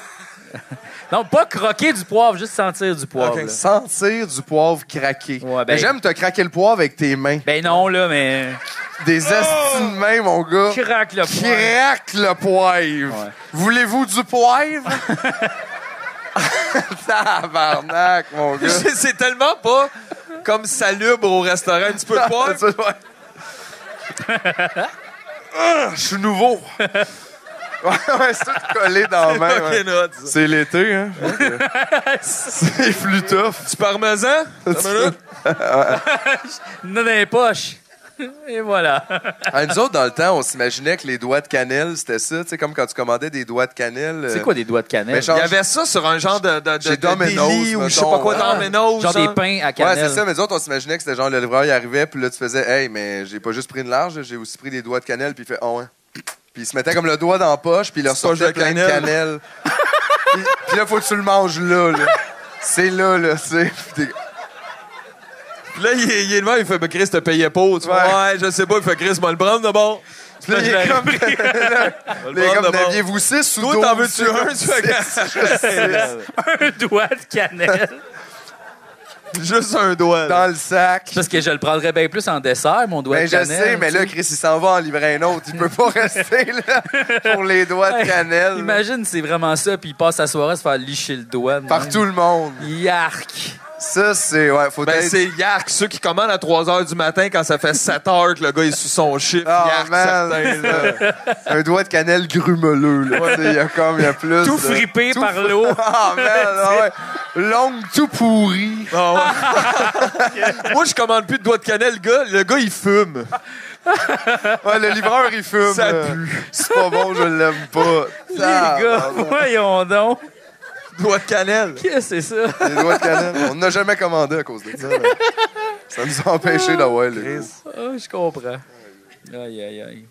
A: Non, pas croquer du poivre, juste sentir du poivre.
E: Ok.
A: là.
C: Sentir du poivre craquer.
A: Ouais, ben-
C: Mais j'aime te craquer le poivre avec tes mains.
A: Ben non, là, mais.
C: Des estis de mains, mon gars.
A: Craque le poivre.
C: Craque le poivre.
A: Ouais.
C: Voulez-vous du poivre? Tabarnak, mon gars.
E: C'est c'est tellement pas comme salubre au restaurant. Un petit peu de poivre.
C: Tu vois. Ah, Je suis nouveau. ouais, ouais, c'est tout collé dans la main. ouais.
E: Fucking hot, ça.
C: C'est l'été, hein? c'est plus tough.
E: Du parmesan? Attends une minute.
A: Non, dans les poches. Et voilà.
C: Ah, nous autres, dans le temps, on s'imaginait que les doigts de cannelle, c'était ça. Tu sais, comme quand tu commandais des doigts de cannelle. euh,
A: C'est quoi des doigts de cannelle?
C: mais
A: Genre,
C: genre-
E: Il y avait ça sur un genre de, de, de,
C: Chez
E: de
C: Domino's,
E: délit ou je sais pas
C: mettons,
E: quoi,
C: hein.
E: Domino's.
A: des pains à
C: Ouais,
A: cannelle.
C: c'est ça, mais nous autres, on s'imaginait que c'était genre le livreur, il arrivait, puis là, tu faisais, hey, mais j'ai pas juste pris une large, j'ai aussi pris des doigts de cannelle, puis il fait, oh, hein. Puis il se mettait comme le doigt dans la poche, puis il leur
E: Petite poche
C: sortait
E: de
C: plein de
E: cannelle.
C: cannelle. puis, puis là, faut que tu le manges là, là. C'est là, là, tu sais. Puis t'es-
E: Puis là, il est, il est le même, il fait, ben Chris, te payais pas. Tu
C: Ouais.
E: vois, ouais, je sais pas, il fait, Chris, moi le prendre d'abord.
C: Puis là, il est comme, il est comme, n'aviez-vous six ou
E: Toi,
C: douze?
E: t'en veux-tu un? Tu fais,
A: Un doigt de cannelle.
E: juste un doigt. là.
C: Dans le sac.
A: Parce que je le prendrais bien plus en dessert, mon doigt
C: Ben,
A: de
C: je
A: cannelle.
C: sais, mais
A: tu sais.
C: là, Chris, il s'en va en livrer un autre. Il peut pas rester, là, pour les doigts de
A: Hey,
C: cannelle. là.
A: Imagine, c'est vraiment ça, puis il passe sa soirée à se faire licher le doigt. de
C: Par
A: même.
C: tout le monde.
A: Yark!
C: Ça, c'est, ouais, faut
E: Ben,
C: être-
E: c'est Yark, ceux qui commandent à 3 h du matin quand ça fait 7 h que le gars est sous son chiffre.
C: Ah,
E: Yark,
C: man,
E: certain, là.
C: c'est un doigt de cannelle grumeleux. là. Tu sais, Il y a comme, il y a plus.
A: Tout
C: de-
A: fripé
C: tout
A: par
C: fri-
A: l'eau.
C: Ah, man, ah ouais. Longue, tout pourri.
E: Ah, ouais. Moi, je commande plus de doigts de cannelle, le gars. Le gars, il fume.
C: Ouais, le livreur, il fume.
E: Ça
C: là. C'est pas bon, je l'aime pas.
A: Les gars, voyons donc!
E: Doigts de cannelle.
A: Qu'est-ce que c'est ça?
C: Les doigts de cannelle. On n'a jamais commandé à cause de ça. là. Ça nous a empêché d'avoir le goût.
A: Ah, je comprends. Aïe, aïe, aïe.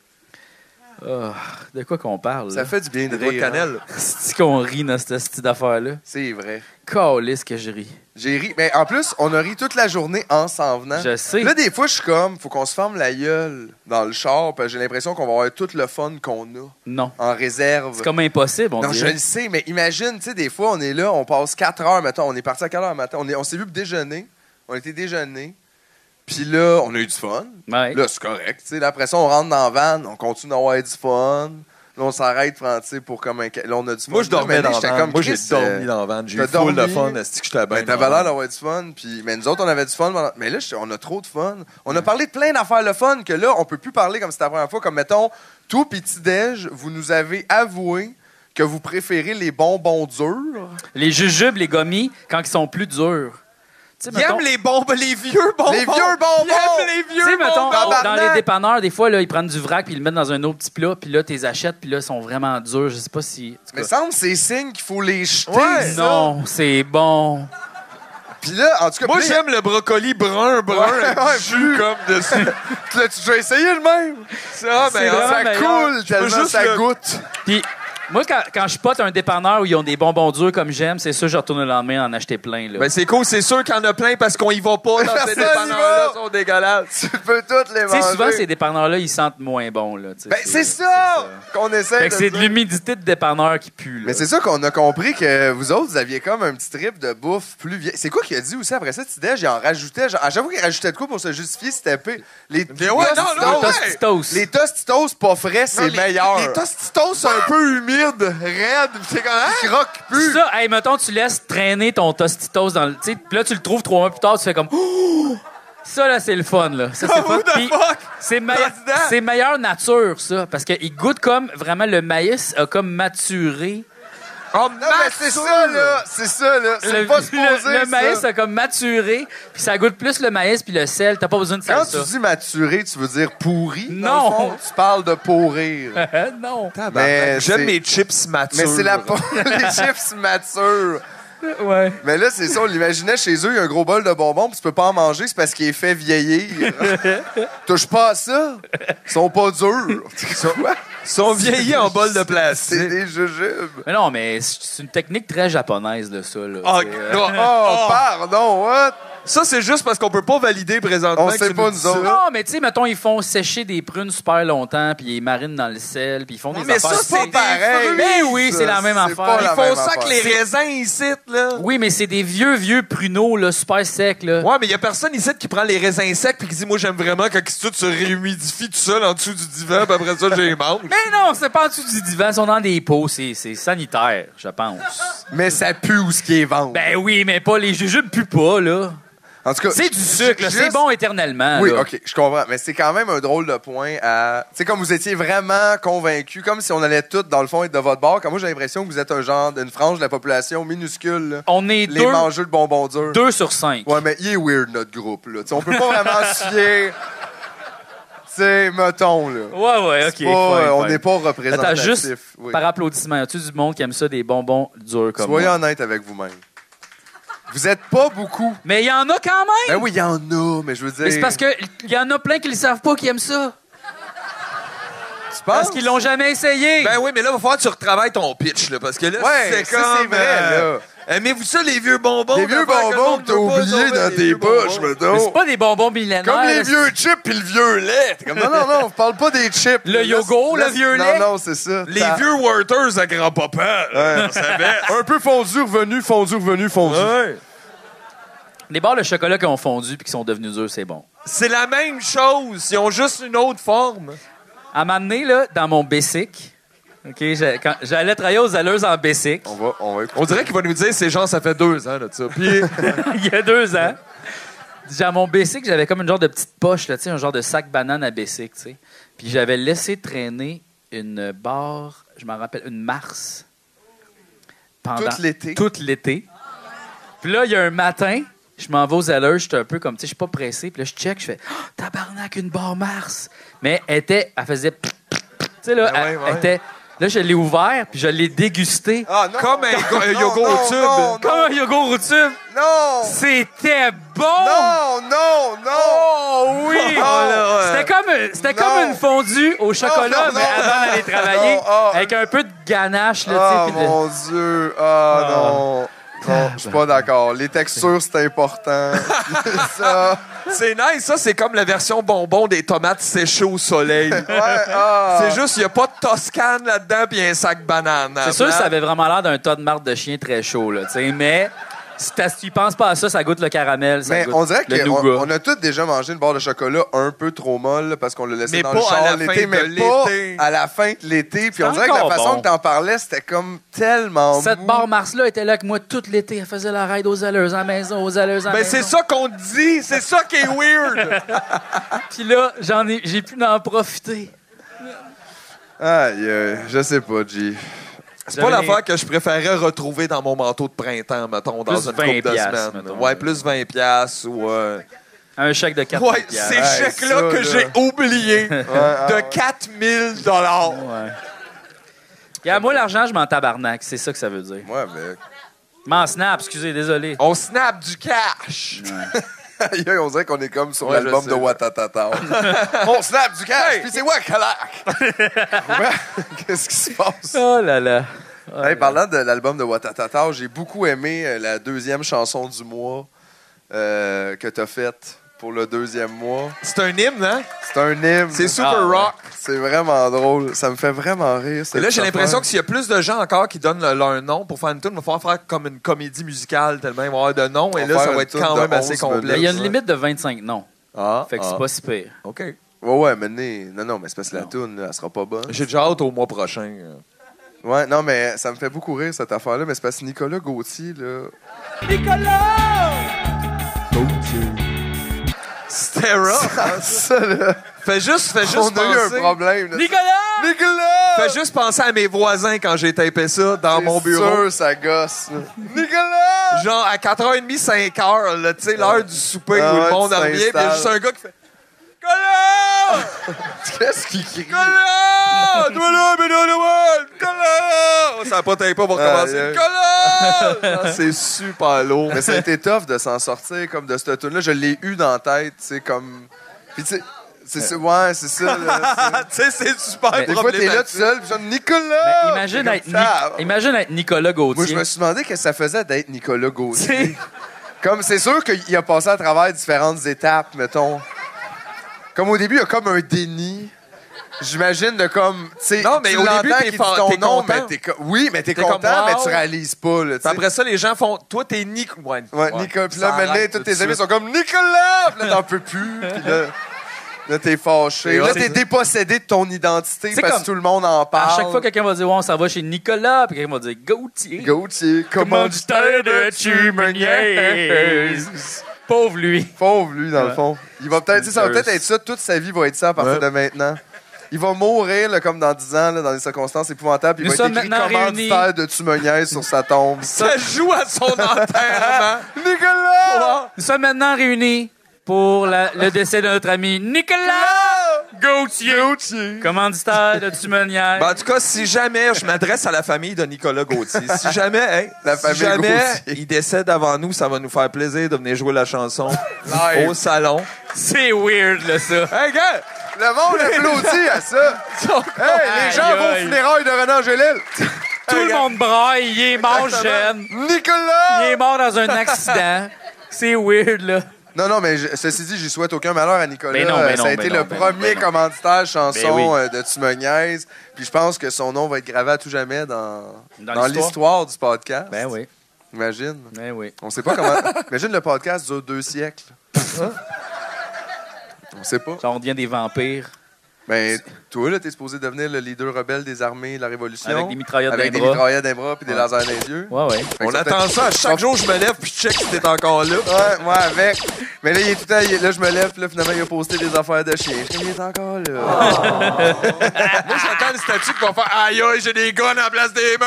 A: Ah, de quoi qu'on parle?
C: Ça
A: là?
C: fait du bien de
E: Doigts de
C: rire. hein.
E: cannelle.
A: C'est qu'on rit dans cette style d'affaire-là.
C: C'est vrai.
A: Calisse que je ris.
C: J'ai ri. Mais en plus, on a ri toute la journée en s'en venant.
A: Je sais.
C: Hein? Là, des fois, je suis comme, faut qu'on se ferme la gueule dans le char, parce que j'ai l'impression qu'on va avoir tout le fun qu'on a
A: Non.
C: en réserve.
A: C'est comme impossible, on
C: Non, je
A: dirait.
C: le sais, mais imagine, tu sais, des fois, on est là, on passe 4 heures, mettons, on est parti à 4 heures le matin, on, est- on s'est vu pour déjeuner, on était déjeuner, puis là, on a eu du fun.
A: Ouais.
C: Là, c'est correct, tu sais. Là, Après ça, on rentre dans la van, on continue d'avoir du fun. Là, on s'arrête, prends, tu sais, pour comme un. ca- Là, on a du fun.
E: Moi, je
C: Là,
E: dormais
C: maintenant,
E: dans
C: j'étais
E: la van.
C: comme,
E: Moi, j'ai
C: Chris, euh,
E: dormi dans la van. J'ai eu
C: t'as
E: full de
C: dormi?
E: fun. Est-ce que j'étais bien?
C: Ben, t'avais l'air d'avoir du fun, puis mais nous autres, on avait du fun. mais on- Mais là, je- on a trop de fun. On a parlé de plein d'affaires le fun que là, on peut plus parler comme c'était la première fois. Comme mettons, tout petit déj, vous nous avez avoué que vous préférez les bonbons durs.
A: Les jujubes, les gommis, quand ils sont plus durs. sais,
E: Ils aiment
A: mettons-
E: les bons, les vieux bonbons.
C: Les vieux bonbons!
E: Ils aiment les
A: Tu sais,
E: vieux
A: mettons,
E: bonbons.
A: dans les
C: tabarnak!
A: dépanneurs, des fois, là, ils prennent du vrac puis ils le mettent dans un autre petit plat, puis là, tu les achètes, puis là, ils sont vraiment durs. Je sais pas si. en tout
C: Mais
A: cas.
C: semble que c'est signe qu'il faut les jeter.
E: Ouais.
C: ça.
A: non, c'est bon.
C: Puis là, en tout cas,
E: Moi,
C: puis là,
E: j'aime le brocoli brun, brun,
C: Ouais,
E: avec
C: ouais,
E: du jus comme dessus.
C: Tu l'as-tu déjà essayé le même?
E: Ça,
A: C'est
E: ben,
A: vraiment
E: ça
A: meilleur.
C: Cool,
E: Je peux
C: tellement
E: juste
C: ça
E: le-
C: goûte.
A: Puis moi, quand, quand je pote un dépanneur où ils ont des bonbons durs comme j'aime, c'est sûr, je retourne le lendemain en acheter plein. Là.
E: Ben, c'est cool, c'est sûr qu'il y en a plein parce qu'on y va pas dans
C: Personne y
E: ces dépanneurs-là,
C: va.
E: sont dégueulasses.
C: Tu peux toutes les
A: tu sais,
C: manger.
A: souvent, ces dépanneurs-là, ils sentent moins bon. Là, tu sais,
C: Ben, c'est ça qu'on essaie
A: Fait que c'est de
C: dire.
A: l'humidité de dépanneur qui pue. là.
C: Mais c'est ça qu'on a compris que vous autres, vous aviez comme un petit trip de bouffe plus vieille. C'est quoi qu'il a dit aussi après ça, Tidej? Il en rajoutait. Genre, à chaque fois qu'il rajoutait de quoi pour se justifier, c'était pé. Les,
E: Mais ouais, non,
A: Les
E: non, ouais.
A: Tostitos.
C: les tostitos pas frais,
E: Non,
C: c'est
E: les-
C: meilleur.
E: les
C: tostitos un peu humides, raides, c'est quand même. Qui croquent plus.
A: ça, hey, mettons, tu laisses traîner ton tostitos dans le. tu sais, Puis là, tu le trouves trois mois plus tard, tu fais comme. Ouh! Ça, là, c'est le fun, là. Ça, c'est le fun.
E: Who the
A: Puis
E: fuck?
A: C'est meilleur,
E: Dans dedans.
A: c'est meilleure nature, ça. Parce qu'il goûte comme. Vraiment, le maïs a comme maturé.
E: Oh,
C: Non, mais c'est ça, là. C'est ça, là. C'est pas supposé,
A: le
C: ça.
A: maïs a comme maturé, puis ça goûte plus le maïs puis le sel. T'as pas besoin de
C: Quand
A: ça.
C: tu dis maturé, tu veux dire pourri. dans
A: Non. Euh,
C: le fond, tu parles de pourrir.
A: non.
C: Mais c'est-
E: J'aime mes chips matures.
C: Mais c'est la les chips matures.
A: Ouais.
C: Mais là, c'est ça, on l'imaginait chez eux, il y a un gros bol de bonbons, puis tu peux pas en manger, c'est parce qu'il est fait vieillir. Touche pas à ça. Ils sont pas durs. Quoi?
E: Ils sont vieillis en bol de
C: c'est
E: plastique.
C: des jujubes.
A: Mais non, mais c'est c'est une technique très japonaise de ça. Là.
E: Oh,
A: C'est, euh,
E: non,
C: Oh,
E: oh,
C: pardon, what?
E: Ça, c'est juste parce qu'on peut pas valider présentement.
C: On
E: que
C: sait
E: tu
C: pas,
E: dis
C: nous
E: ça.
C: autres.
A: Non, mais tu sais, mettons, ils font sécher des prunes super longtemps, puis ils les marinent dans le sel, puis ils font des
E: mais
A: affaires
E: ça,
A: super-
E: c'est
C: pas pareil.
A: Mais oui,
C: ça.
A: c'est la même
C: C'est
A: affaire.
C: pas
E: Ils
C: la
E: font
C: même
E: ça avec
C: affaire.
E: les raisins ici, là.
A: Oui, mais c'est des vieux, vieux pruneaux, là, super secs, là.
E: Ouais, mais il y a personne ici qui prend les raisins secs puis qui dit Moi, j'aime vraiment quand tout se réhumidifie tout seul en dessous du divan, puis après ça, j'ai mange.
A: Mais non, c'est pas en dessous du divan, ils sont dans des pots, c'est c'est sanitaire, je pense.
C: Mais ça pue où ce qui est vendu.
A: ben oui, mais pas les jujubes puent pas, là.
C: en tout cas,
A: C'est du sucre, là, c'est
C: juste-
A: bon éternellement.
C: Oui,
A: là.
C: OK, je comprends. Mais c'est quand même un drôle de point à. Tu sais, comme vous étiez vraiment convaincu, comme si on allait tous, dans le fond, être de votre bord, comme moi, j'ai l'impression que vous êtes un genre d'une frange de la population minuscule, là.
A: On est
C: les
A: deux,
C: mangeurs de bonbons durs.
A: deux sur cinq.
C: Ouais, mais il est weird, notre groupe, là. Tu sais, on peut pas vraiment se fier. Tu sais, mettons, là.
A: ouais, ouais, ok.
C: C'est pas- euh,
A: fine,
C: on
A: fine.
C: n'est pas
A: Attends,
C: représentatif.
A: juste
C: oui.
A: par applaudissement, y a-tu du monde qui aime ça, des bonbons durs comme
C: Soyez
A: moi?
C: honnête avec vous-même. Vous êtes pas beaucoup.
A: Mais il y en a quand même!
C: Ben oui, il y en a, mais je veux dire.
A: Mais c'est parce qu'il y en a plein qui le savent pas, qui aiment ça.
C: tu
A: Parce
C: penses?
A: qu'ils l'ont jamais essayé.
E: Ben oui, mais là, il va falloir que tu retravailles ton pitch, là, parce que là,
C: Ouais,
E: c'est
C: ça,
E: comme.
C: c'est vrai,
E: euh, Aimez-vous ça, les vieux bonbons?
C: Les vieux
E: d'affaires que le
C: bonbons
E: monde
C: que t'as
E: veut pas,
C: oubliés
E: ça, ben,
C: dans
E: les
C: tes
E: vieux
C: poches,
E: bonbons.
A: Mais
C: mettons.
A: c'est pas des bonbons millénaires.
C: Comme les
A: là,
C: vieux chips puis le vieux lait. T'es Comme, non, non, non, on parle pas des chips.
A: Le yogourt, le vieux
C: non,
A: lait.
C: Non, non, c'est ça.
E: Les
C: Ta-
E: vieux Werthers à grand-papa, là, on savait.
C: Un peu fondu, revenu, fondu, revenu, fondu.
E: Ouais.
A: Les barres de chocolat qui ont fondu puis qui sont devenus durs, c'est bon.
E: C'est la même chose, ils ont juste une autre forme.
A: À un moment donné, là, dans mon basic, OK, j'ai- quand- j'allais travailler aux alleuses en basic,
C: On va, on va écouter.
E: On dirait qu'ils vont nous dire, ces gens, ça fait deux ans, là, de ça. Puis,
A: il y a deux ans, à mon basic, j'avais comme une genre de petite poche, là, tu sais, un genre de sac banane à basic, tu sais. Puis j'avais laissé traîner une barre, je m'en rappelle, une Mars. Pendant
C: Tout l'été.
A: Tout l'été. Puis là, il y a un matin, je m'en vais aux allures, j'étais un peu comme, tu sais, je suis pas pressé. Puis là, je check, je fais, Oh, tabarnak, une barre Mars. Mais elle était, elle faisait, tu sais, là,
E: Ben ouais,
A: elle-
E: ouais.
A: elle était, là, je l'ai ouvert, puis je l'ai dégusté.
C: Ah, non,
E: comme un
C: non,
E: go- un
C: non,
E: yogourt
C: non,
E: au tube.
C: non,
A: Comme un yogourt au tube.
C: Non!
A: C'était bon!
C: Non, non, non!
A: Oh oui!
C: Oh, là,
E: ouais.
A: C'était comme, c'était
C: Non.
A: comme une fondue au chocolat,
C: Non, non,
A: mais
C: non,
A: avant
C: non.
A: d'aller travailler,
C: Non, oh.
A: avec un peu de ganache. Là,
C: Ah,
A: tu sais, puis de-
C: mon Dieu! Ah,
A: Ah.
C: non! Non, je suis pas d'accord. Les textures, c'est important. ça.
E: c'est nice, ça, c'est comme la version bonbon des tomates séchées au soleil.
C: Ouais, ah.
E: C'est juste, il n'y a pas de Toscane là-dedans, puis un sac banane.
A: C'est sûr que ça avait vraiment l'air d'un tas de marde de chien très chaud, là, tu sais, mais si t'as- si tu penses pas à ça, ça goûte le caramel, ça
C: Mais
A: goûte
C: on dirait
A: le
C: qu'on
A: nougat.
C: on a tous déjà mangé une barre de chocolat un peu trop molle parce qu'on l'a laissé
E: Mais
C: dans
E: pas
C: le
E: à la
C: char
E: fin
C: l'été,
E: de
C: mais
E: l'été.
C: pas à la fin de l'été. Puis on dirait que la
A: encore
C: façon
A: bon.
C: que t'en parlais, c'était comme tellement
A: Cette
C: mou.
A: barre Mars-là était là avec moi tout l'été. Elle faisait la raid aux alleuses en maison, aux alleuses en
E: Ben,
A: maison.
E: c'est ça qu'on dit, c'est ça qui est weird.
A: Puis là, j'en ai, j'ai pu en profiter.
C: Aïe, euh, je sais pas, G.
E: C'est pas
A: J'avais-
E: l'affaire que je préférais retrouver dans mon manteau de printemps, mettons, dans
A: Plus
E: une
A: 20
E: coupe de
A: piastres,
E: semaine.
A: mettons.
E: ouais, plus 20 piastres ou... euh,
A: Un chèque de 4
E: Ouais, ces
C: Ouais,
E: chèques-là
C: ça,
E: que
C: là.
E: j'ai oubliés
C: ah,
E: de 4000 dollars.
A: Ouais. Regarde, moi, l'argent, je m'en tabarnak. C'est ça que ça veut dire.
C: Moi, avec.
A: M'en snap, excusez, désolé.
E: On snap du cash.
C: Aïe, aïe, on dirait qu'on est comme sur
E: Ouais,
C: l'album
E: je
C: de
E: sais.
C: Watatata. on snap du cash, puis c'est Wakalak. Qu'est-ce qui se passe?
A: Oh là là. Oh là
C: Hey, parlant de l'album de Watatata, j'ai beaucoup aimé euh, la deuxième chanson du mois euh, que t'as faite pour le deuxième mois.
E: C'est un hymne, hein?
C: C'est un hymne.
E: C'est super
A: Ah, ouais.
E: rock.
C: C'est vraiment drôle. Ça me fait vraiment rire.
E: Et
C: cette
E: là, j'ai
C: affaire.
E: l'impression que s'il y a plus de gens encore qui donnent le- leur nom pour faire une tune, il va falloir faire comme une comédie musicale tellement ils vont avoir de noms. Et
C: On va
E: là, ça
C: faire
E: va
C: une
E: être
C: tune
E: quand
C: de
E: même assez
C: 11
A: là.
E: complexe.
A: Il y a une
C: ouais.
A: limite de 25 noms.
E: Ah,
A: Fait que
E: ah.
A: c'est pas si pire.
E: OK.
C: Ouais, ouais, mais né- non, non, mais c'est parce que la
A: Non.
C: toune, là, elle sera pas bonne.
E: J'ai déjà hâte au mois prochain.
C: Ouais, non, mais ça me fait beaucoup rire, cette affaire-là, mais c'est parce que Nicolas Gauthier, là...
E: C'était rock.
C: Ça, là,
E: Fais juste, fais
C: on
E: juste
C: a eu un
E: penser...
C: problème, là.
A: Nicolas!
C: Nicolas!
E: Fais juste penser à mes voisins quand j'ai tapé ça dans
C: C'est
E: mon bureau.
C: sûr, ça gosse, là. Nicolas!
E: Genre à 4h30, 5h, là, tu sais, l'heure du souper
C: Ah
E: où
C: ouais,
E: le monde
C: tu
E: revient, puis il y a
C: t'installes.
E: juste un gars qui fait Nicolas!
C: Qu'est-ce qu'il crie?
E: Nicolas! Toi là, mais là, là, ouais, Nicolas! Ça n'a pas tapé
C: Ah,
E: pour
C: Aïe,
E: recommencer.
C: aïe.
E: Nicolas! Ah, C'est super lourd.
C: Mais ça a été tough de s'en sortir, comme de cette tune là Je l'ai eu dans la tête, tu sais, comme... Puis tu sais,
E: Euh.
C: c'est ça, ouais, c'est ça, là.
E: Ah, tu sais, c'est super
A: Mais
C: Des fois, t'es là tout
E: problématique.
C: seul, puis genre, Nicolas!
A: Ben, imagine,
C: Ah, Comme
A: être Ni-
C: ça.
A: imagine être Nicolas
C: Moi, je
A: Gauthier.
C: me suis demandé qu'est-ce que ça faisait d'être Nicolas Gauthier.
A: T'sais,
C: Comme c'est sûr qu'il a passé à travers différentes étapes, mettons. Comme au début, il y a comme un déni. J'imagine de comme, tu sais,
E: Non, mais
C: tu
E: au
C: l'entends
E: début, t'es
C: qu'il dit
E: fa-
C: ton
E: t'es
C: nom,
E: content.
C: mais t'es co- oui, mais t'es
E: T'es
C: content,
E: comme,
C: mais
E: wow.
C: tu réalises pas là. tu
E: Puis
C: sais.
E: après ça, les gens font Toi, t'es Nicolas. Ouais,
C: Ouais, Nicolas. Puis là, maintenant, tous tes amis sont comme Nicolas. Puis là, t'en peux plus. Puis là, là, t'es fâché.
E: Et ouais,
C: Là,
E: c'est
C: t'es
E: ça.
C: dépossédé de ton identité
A: C'est
C: parce
A: comme-
C: que tout le monde en
A: à
C: parle.
A: chaque fois, quelqu'un va dire, ouais, on s'en va chez Nicolas, puis quelqu'un va dire, Gauthier.
C: Gauthier,
A: Commanditaire
C: commanditaire
A: de
C: de
A: Chumeniers.
C: Chumeniers.
A: Pauvre lui.
C: Pauvre, lui, dans
A: Ouais.
C: le fond. Il va peut-être, tu sais, ça va
A: Sneakers.
C: peut-être être ça. Toute sa vie va être ça à partir
E: Ouais.
C: de maintenant. Il va mourir, là, comme dans 10 ans, là, dans des circonstances épouvantables. puis
A: Nous
C: Il va
A: sommes
C: être écrit
A: maintenant
C: commanditaire
A: réunis.
C: de Tumonière sur sa tombe.
E: Ça joue à son enterrement.
C: Nicolas!
A: Nous sommes maintenant réunis pour la- le décès de notre ami Nicolas Gauthier. Bah, Commanditaire de Tumonière.
E: Ben, en tout cas, si jamais je m'adresse à la famille de Nicolas Gauthier, si jamais, hein,
C: La
E: si
C: famille
E: jamais
C: Gauthier.
E: il décède avant nous, ça va nous faire plaisir de venir jouer la chanson
C: Live.
E: au salon.
A: C'est weird, là, ça.
E: Hey, gars!
C: Le monde applaudit à ça. Hey, les gens
A: Aïe,
C: vont
A: aïe.
C: aux funérailles de Renan Gélil.
A: Tout le monde braille. Il est mort jeune.
E: Exactement.
A: Il est
C: Nicolas!
A: mort dans un accident. C'est weird, là.
C: Non, non, mais je- ceci dit, j'y souhaite aucun malheur à Nicolas. Euh,
A: Mais non, mais non,
C: ça
A: mais
C: a été
A: non, mais
C: le
A: non, mais
C: premier
A: non.
C: commanditaire chanson
A: Ben oui.
C: euh, de Tumonière. Puis je pense que son nom va être gravé à tout jamais dans,
A: Dans
C: dans
A: l'histoire.
C: l'histoire du podcast.
A: Ben oui,
C: Imagine.
A: ben oui.
C: On sait pas comment. Imagine le podcast dure deux siècles.
A: Hein?
C: On sait pas.
A: Genre, on devient des vampires
C: Ben, toi, là, t'es supposé devenir le leader rebelle des armées de la Révolution.
A: avec des mitraillettes dans les
C: Avec des
A: bras.
C: mitraillettes d'un bras puis des
A: Ouais.
C: lasers dans les yeux.
A: Ouais, ouais.
C: Fait que
E: On
C: ça,
E: attend ça à chaque jour, je me lève puis je check si t'es encore là.
C: peut-être- Ouais, moi avec. Mais là, il est tout le temps. il est- Là, je me lève, puis là, finalement, il a posté des affaires de chien. Il est encore là.
E: Ah. Moi, j'attends le statut qui va faire Aïe, aïe, j'ai des guns en place des mains.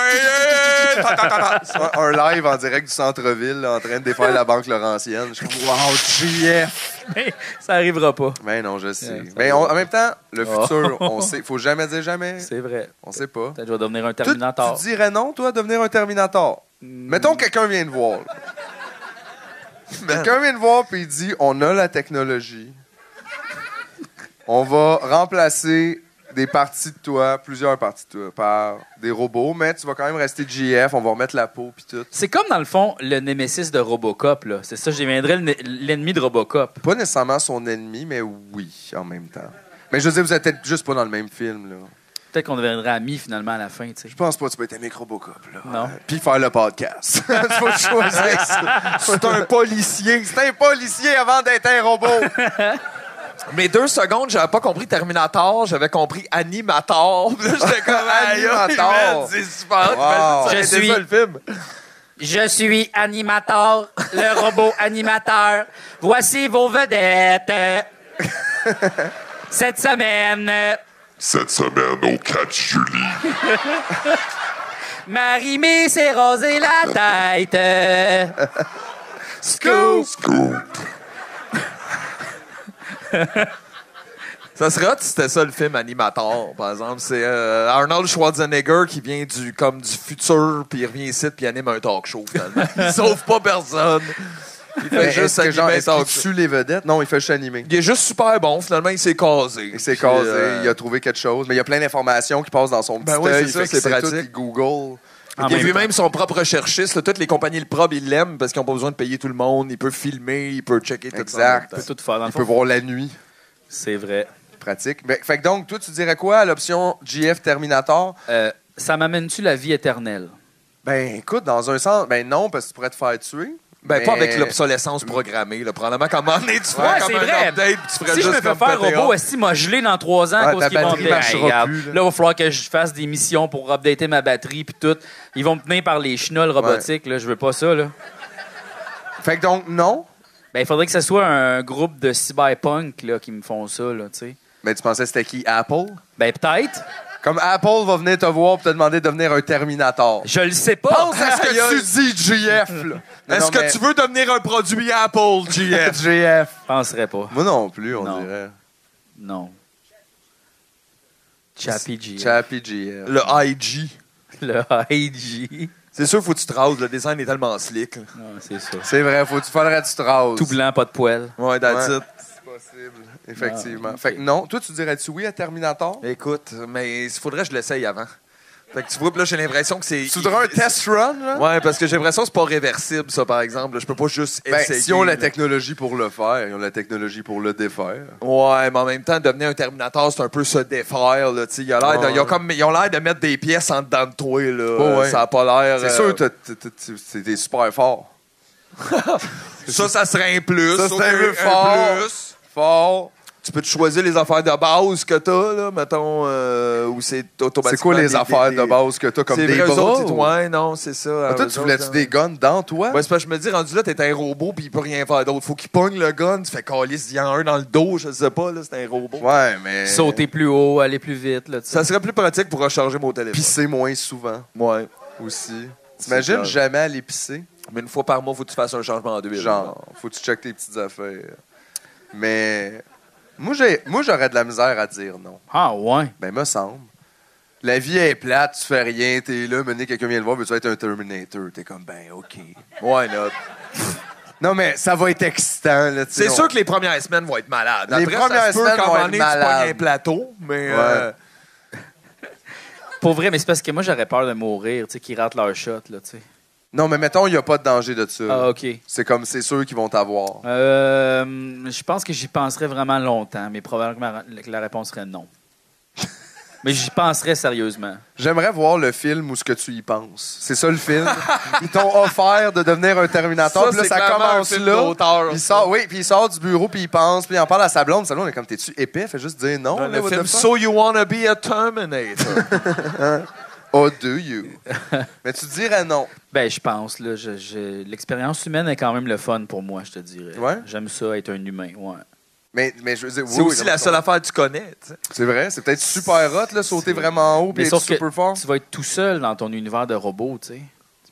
E: Yeah! Ta, ta, ta,
C: Un-
E: ta.
C: Un live en direct du centre-ville, là, en train de défaire la banque Laurentienne. Je suis comme, wow, GF!
A: Ça arrivera pas.
C: Ben non, je sais.
A: Ouais, ça
C: Mais on- en même temps, le
A: Oh.
C: futur, on sait. Faut jamais dire jamais.
A: C'est vrai.
C: On sait pas.
A: Peut-être que je vais devenir un
C: Toi,
A: Terminator.
C: tu dirais non, toi, à devenir un Terminator. Mettons que quelqu'un vient te voir. là. quelqu'un vient te voir puis il dit on a la technologie. On va remplacer des parties de toi, plusieurs parties de toi, par des robots, mais tu vas quand même rester GF, on va remettre la peau puis tout.
A: C'est comme, dans le fond, le Némésis de Robocop, là. C'est ça, je deviendrais le né- l'ennemi de Robocop.
C: Pas nécessairement son ennemi, mais oui, en même temps. Mais je veux dire, vous êtes peut-être juste pas dans le même film, là.
A: Peut-être qu'on deviendrait amis, finalement, à la fin, tu sais.
C: Je pense pas que tu peux être un micro-bocop, là.
A: Non.
C: Puis faire le podcast. tu vas choisir ça.
E: C'est un policier.
C: C'est un policier avant d'être un robot.
E: Mes deux secondes, j'avais pas compris Terminator, j'avais compris Animator. Là, j'étais comme Aïe, aïe,
C: Animator.
E: man, c'est super.
C: Wow.
A: Je
E: T'imagines, ça aurait été
A: suis-
E: Ah, ça, le film.
A: Je suis animateur, le robot animateur. Voici vos vedettes. Cette semaine,
F: Cette semaine au 4 juillet.
A: Marie-Mé s'est rasé la tête.
C: Scoop!
E: Ça serait hot si c'était ça le film Animator, par exemple. C'est euh, Arnold Schwarzenegger qui vient du comme du futur, puis il revient ici, puis il anime un talk show, finalement. Il sauve pas personne. Il
C: Mais
E: fait juste
C: est-ce que
E: animer
C: genre,
E: un
C: est-ce
E: talk
C: qu'il
E: show.
C: tue les vedettes? Non, il fait juste animer.
E: Il est juste super bon, finalement, il s'est casé.
C: Il s'est
E: Puis,
C: casé,
E: euh,
C: il a trouvé quelque chose, mais il y a plein d'informations qui passent dans son petit
E: Ben oui, c'est
C: œil,
E: ça,
C: fait que
E: c'est
C: tout,
E: pratique.
C: il Google.
A: En
E: Il est
A: même
E: lui-même son propre recherchiste. là. Toutes les compagnies le prob, ils l'aiment parce qu'ils n'ont pas besoin de payer tout le monde. Il peut filmer, il peut checker tout ça. en
C: Exact.
E: même
A: temps,
E: temps.
A: peut tout faire dans le
C: Il peut
A: fond.
C: voir la nuit.
A: C'est vrai.
C: Pratique. Mais- fait que donc, toi, tu dirais quoi à l'option GF Terminator?
A: Euh, ça m'amène-tu la vie éternelle?
C: Ben, écoute, dans un sens, ben non, parce que tu pourrais te faire tuer.
E: Ben,
C: mais-
E: pas avec l'obsolescence programmée. Là. Probablement, comme en est, tu ferais
A: Ouais,
E: comme
A: c'est
E: un
A: vrai.
E: update, puis tu ferais
A: Si je
E: juste
A: me fais
E: comme
A: faire
E: péter
A: robot,
E: off.
A: est-ce qu'il m'a gelé dans trois ans
C: Ouais,
A: à cause
C: ta
A: qu'ils vont
C: batterie
A: me dire,
C: marchera
A: Hey, regarde,
C: plus, là.
A: Là, il va falloir que je fasse des missions pour updater ma batterie puis tout. Ils vont me tenir par les chenolles robotiques. Là, je veux pas ça. Là.
C: Fait que donc, non.
A: Ben, il faudrait que ce soit un groupe de cyberpunk là, qui me font ça. Là, tu sais.
C: Mais tu pensais que c'était qui? Apple?
A: ben, peut-être.
C: Comme Apple va venir te voir pour te demander de devenir un Terminator.
A: Je le sais pas.
C: Pense à ce que tu dis, GF, là. Non,
E: Est-ce
C: non,
E: que
C: mais-
E: tu veux devenir un produit Apple, JF?
C: GF.
A: Je penserais pas.
C: Moi non plus, on
A: Non.
C: dirait.
A: Non. Chappy G.
C: Chappy GF.
E: le IG.
A: Le IG.
E: C'est sûr, faut que tu te rases. Le design est tellement slick. là.
A: Non, c'est ça.
C: C'est vrai, faut, tu faudrait que tu te rases.
A: Tout blanc, pas de poêle.
E: Ouais, that's
C: Ouais.
E: it.
C: C'est possible, effectivement.
A: Ah, ok.
C: Fait que non, toi, tu dirais-tu oui à Terminator?
E: Écoute, mais il faudrait que je l'essaye avant. Fait que tu vois, puis là, j'ai l'impression que c'est.
C: Tu voudrais un test run, là?
E: Ouais, parce que j'ai l'impression que c'est pas réversible, ça, par exemple. là. Je peux pas juste
C: Ben,
E: essayer.
C: si on la
E: là.
C: technologie pour le faire, ils ont la technologie pour le défaire.
E: Ouais, mais en même temps, devenir un Terminator, c'est un peu se défaire, là, tu sais. Il a l'air de-
C: Ouais.
E: ils ont comme- Ils ont l'air de mettre des pièces en dedans de toi, là.
C: Ouais, ouais.
E: Ça a pas l'air...
C: C'est
E: euh,
C: sûr, t'as- t'as- t'as- t'es t'es super fort.
E: Ça, ça serait un plus.
C: Ça, c'est un peu
E: plus.
C: fort.
E: plus.
C: Fort.
E: Tu peux te choisir les affaires de base que t'as, là, mettons, euh, où c'est automatiquement...
C: C'est quoi les
E: des-
C: affaires
E: des-
C: de base que t'as comme
E: C'est
C: des
E: vrai, eux
C: bras?
E: autres, ils-
C: ou-
E: ouais, non, c'est ça.
C: Mais Toi,
E: eux
C: tu
E: autres,
C: voulais-tu
E: hein.
C: des guns dans toi?
E: Ouais, c'est parce que je me dis, rendu là, t'es un robot, puis il peut rien faire d'autre. Faut qu'il pogne le gun, tu fais calice, il y en a un dans le dos, je sais pas, là, c'est un robot.
C: Ouais, mais...
A: Sauter plus haut, aller plus vite. Là, tu sais.
E: Ça serait plus pratique pour recharger mon téléphone.
C: Pisser moins souvent,
E: Ouais.
C: aussi.
E: C'est
C: T'imagines
E: clair.
C: jamais aller pisser?
E: Mais une fois par mois, faut que tu fasses un changement d'huile.
C: Genre, faut que tu checkes tes petites affaires. Mais... Moi, j'ai- moi, j'aurais de la misère à dire non.
A: Ah, ouais.
C: Ben, me semble. La vie est plate, tu fais rien, t'es là, mené, quelqu'un vient le voir, veux-tu être un Terminator? T'es comme, ben, OK.
E: Ouais, là.
C: Non, mais ça va être excitant, là, tu sais,
E: C'est
C: on-
E: sûr que les premières semaines vont être malades.
C: Les
E: Après, ça
C: premières
E: se peut
C: semaines
E: qu'à un
C: vont
E: moment
C: être
E: donné, tu
C: malades.
E: pognes un plateau, mais. euh,
A: Pour vrai, mais c'est parce que moi, j'aurais peur de mourir, tu sais, qu'ils ratent leur shot, là, tu sais.
C: Non, mais mettons, il n'y a pas de danger de ça.
A: Ah, OK.
C: C'est comme, c'est sûr qu'ils vont t'avoir.
A: Euh, je pense que j'y penserais vraiment longtemps, mais probablement que ma- que la réponse serait non. mais j'y penserais sérieusement.
C: J'aimerais voir le film où ce que tu y penses. C'est ça, le film. Ils t'ont offert de devenir un Terminator, puis là,
E: c'est
C: ça
E: clairement un
C: commence
E: film
C: là.
E: d'auteur,
C: Puis Il
E: ça.
C: sort, oui, puis il sort du bureau, puis il pense, puis il en parle à sa blonde. Sa blonde est comme, t'es-tu épais? Fait juste dire non. là,
E: dans le
C: what the
E: film
C: fuck?
E: So You Wanna Be a Terminator.
C: Oh, do you? mais tu dirais non.
A: Ben, je pense, là, je- je- l'expérience humaine est quand même le fun pour moi, je te dirais.
C: Ouais?
A: J'aime ça, être un humain, ouais.
C: Mais, mais je veux dire, oui,
E: c'est
C: oui,
E: aussi
C: non,
E: la
C: mais-
E: seule affaire que tu connais. tu sais.
C: C'est vrai, c'est peut-être super hot, là, sauter vraiment haut puis
A: Mais
C: être
A: sauf que
C: super fort.
A: tu vas être tout seul dans ton univers de robot, tu sais.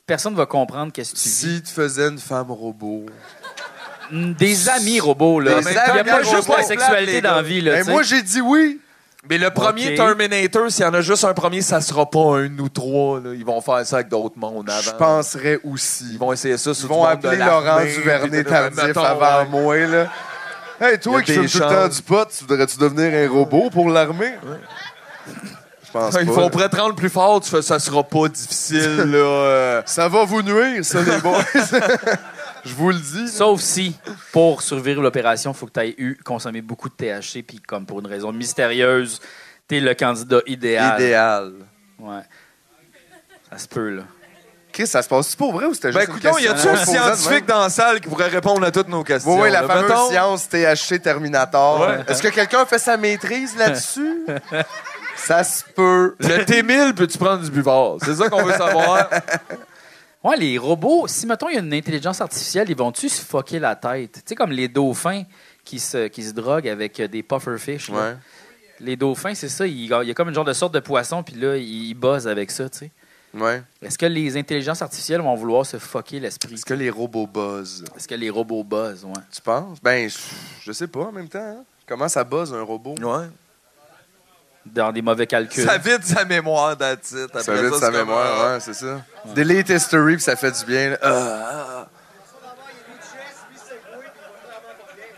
A: Personne va comprendre qu'est-ce que tu vis.
C: Si tu faisais une femme robot.
A: Mm, Des amis robots, là.
C: Des
A: Il n'y a
C: amis
A: pas
C: robots.
A: juste la sexualité
E: Les gars.
A: dans la vie, là,
C: Ben,
A: tu sais.
C: moi, j'ai dit oui.
E: Mais le premier
A: Ok.
E: Terminator, s'il y en a juste un premier, ça sera pas un ou trois. là. Ils vont faire ça avec d'autres mondes avant.
C: Je penserais aussi.
E: Ben, Ils vont essayer ça sur
C: Ils
E: du
C: vont
E: monde
C: appeler
E: de
C: Laurent
E: l'armée, puis
C: Duvernet
E: de-
C: Tardif
E: mettons,
C: avant
E: ouais.
C: moi, là. Hey,
E: Il y
C: toi
E: a
C: qui
E: des
C: fumes tout le temps
E: chances.
C: du pot, tu voudrais-tu devenir un robot pour l'armée? Je pense pas.
E: Ils vont prêt te rendre plus fort, tu fais ça sera pas difficile. là. euh.
C: Ça va vous nuire, ça, les boys. Je vous le dis.
A: Sauf si, pour survivre l'opération, il faut que tu aies eu consommé beaucoup de THC, puis comme pour une raison mystérieuse, tu es le candidat idéal.
C: Idéal.
A: Ouais. Ça se peut, là.
C: Chris, ça se passe-tu pour vrai ou c'était
E: Ben
C: juste
E: écoutons,
C: une
E: y a-tu
C: question?
E: un
C: On se posait de même.
E: scientifique dans la salle qui pourrait répondre à toutes nos questions?
C: Oui, oui, la
E: là?
C: fameuse
E: Mettons-
C: science THC Terminator.
E: Ouais.
C: Est-ce que quelqu'un fait sa maîtrise là-dessus? ça se peut.
E: Le T1000, peux-tu prendre du buvard? C'est ça qu'on veut savoir.
A: Ouais, les robots, si mettons il y a une intelligence artificielle, ils vont-tu se fucker la tête? Tu sais, comme les dauphins qui se, qui se droguent avec euh, des pufferfish. là. Les dauphins, c'est ça, il y a comme une genre de sorte de poisson, puis là, ils, ils buzzent avec ça, tu sais.
C: Ouais.
A: Est-ce que les intelligences artificielles vont vouloir se fucker l'esprit?
C: Est-ce que les robots buzzent?
A: Est-ce que les robots buzzent? Ouais.
C: Tu penses? Ben, je- je sais pas en même temps. hein. Comment ça buzz un robot?
E: Ouais.
A: Dans des mauvais calculs.
E: Ça vide sa mémoire, that's it. Après
C: Ça vide
E: c'est
C: sa
E: comme,
C: mémoire,
E: euh,
C: ouais, c'est ça. Delete history, puis ça fait du bien. là. Ah, ah,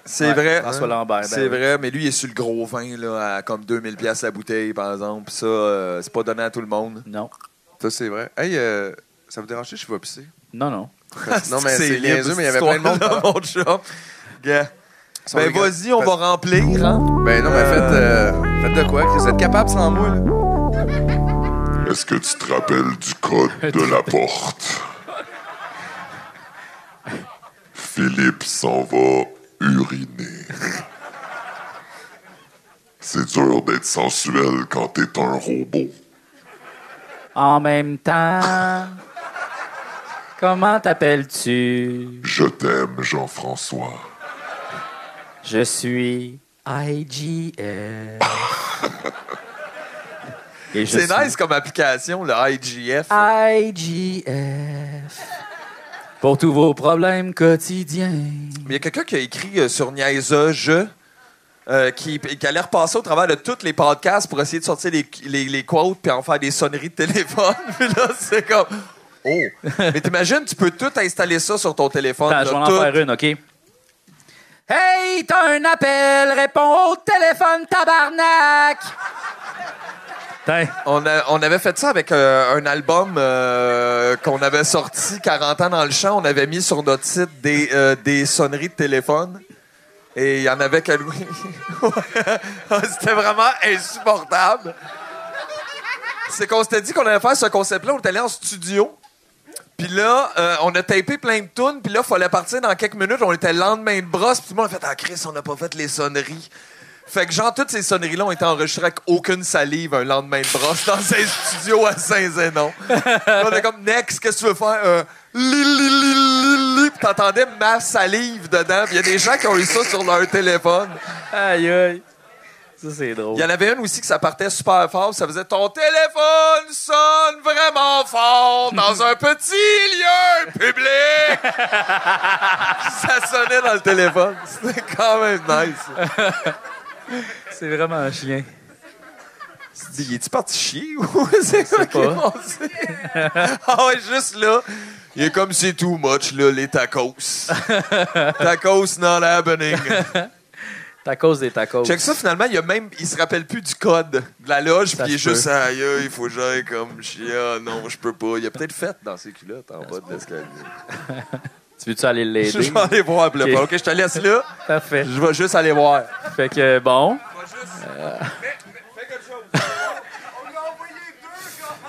E: C'est
A: Ouais,
E: vrai.
A: François Lambert, ben
E: c'est
A: oui.
E: vrai, mais lui, il est sur le gros vin, là, à comme 2000 pièces la bouteille, par exemple. Puis ça, euh, c'est pas donné à tout le monde.
A: Non.
C: ah. Ça, c'est vrai. Hey, euh, ça vous dérange si je vais pisser?
A: Non, non.
C: Non, mais Ah, c'est
E: libre,
C: niaiseux, mais il y
E: cette
C: avait plein de monde.
E: histoire-là, mon chum. Gars.
C: Sont
E: Ben
C: les gars-
E: vas-y, on va remplir. Hein?
C: Ben non, mais faites, euh, faites de quoi? Chris? Vous êtes capable sans moi, là?
F: Est-ce que tu te rappelles du code de la porte? Philippe s'en va uriner. C'est dur d'être sensuel quand t'es un robot.
A: En même temps, comment t'appelles-tu?
F: Je t'aime, Jean-François.
A: Je suis IGF. Et je
E: C'est
A: suis
E: nice comme application, le IGF.
A: Ah. IGF. Pour tous vos problèmes quotidiens.
E: Mais il y a quelqu'un qui a écrit euh, sur Niaiseux, je, euh, qui, qui allait repasser au travers de tous les podcasts pour essayer de sortir les, les, les quotes puis en faire des sonneries de téléphone. Puis là, c'est comme. Oh! Mais t'imagines, tu peux tout installer ça sur ton téléphone.
A: Attends, Ben,
E: là,
A: je vais en
E: Ah, tout.
A: faire une, OK? Hey, t'as un appel, réponds au téléphone, tabarnak! Tiens,
E: On, a- on avait fait ça avec euh, un album euh, qu'on avait sorti 40 ans dans le champ. On avait mis sur notre site des, euh, des sonneries de téléphone. Et il y en avait que Louis. C'était vraiment insupportable. C'est qu'on s'était dit qu'on allait faire ce concept-là. On est allé en studio. Puis là, euh, on a tapé plein de tunes. Puis là, il fallait partir dans quelques minutes. On était le lendemain de brosse. Puis tout le monde a fait Ah, Chris, on n'a pas fait les sonneries. Fait que, genre, toutes ces sonneries-là ont été enregistrées avec aucune salive un lendemain de brosse dans un studio à Saint-Zénon. Là, on est comme, Next, qu'est-ce que tu veux faire? Euh, li, li, li, li, li. Puis t'entendais ma salive dedans. Puis il y a des gens qui ont eu ça sur leur téléphone.
A: aïe, aïe. Ça, c'est drôle.
E: Il y en avait une aussi que ça partait super fort. Ça faisait ton téléphone sonne vraiment fort dans un petit lieu public. ça sonnait dans le téléphone. C'était quand même nice.
A: C'est vraiment un chien.
E: Tu dis, est tu parti chier ou c'est ça qui est
A: pas.
E: passé? ah ouais, juste là. Il est comme c'est too much, là, les tacos. tacos not happening.
A: Tacos des tacos.
E: Check ça, finalement, il, y a même, il se rappelle plus du code de la loge,
A: Ça
E: puis il est
A: se peut.
E: juste aïe, aïe, il faut que j'aille comme chien, non, je peux pas. Il a peut-être fait dans ses culottes en bas de l'escalier.
A: Tu veux-tu aller
E: Je
A: l'aider?
E: vais aller voir, puis là,
A: Ok.
E: ok, je te laisse là,
A: Parfait.
E: je vais juste aller voir.
A: Fait que bon. Euh,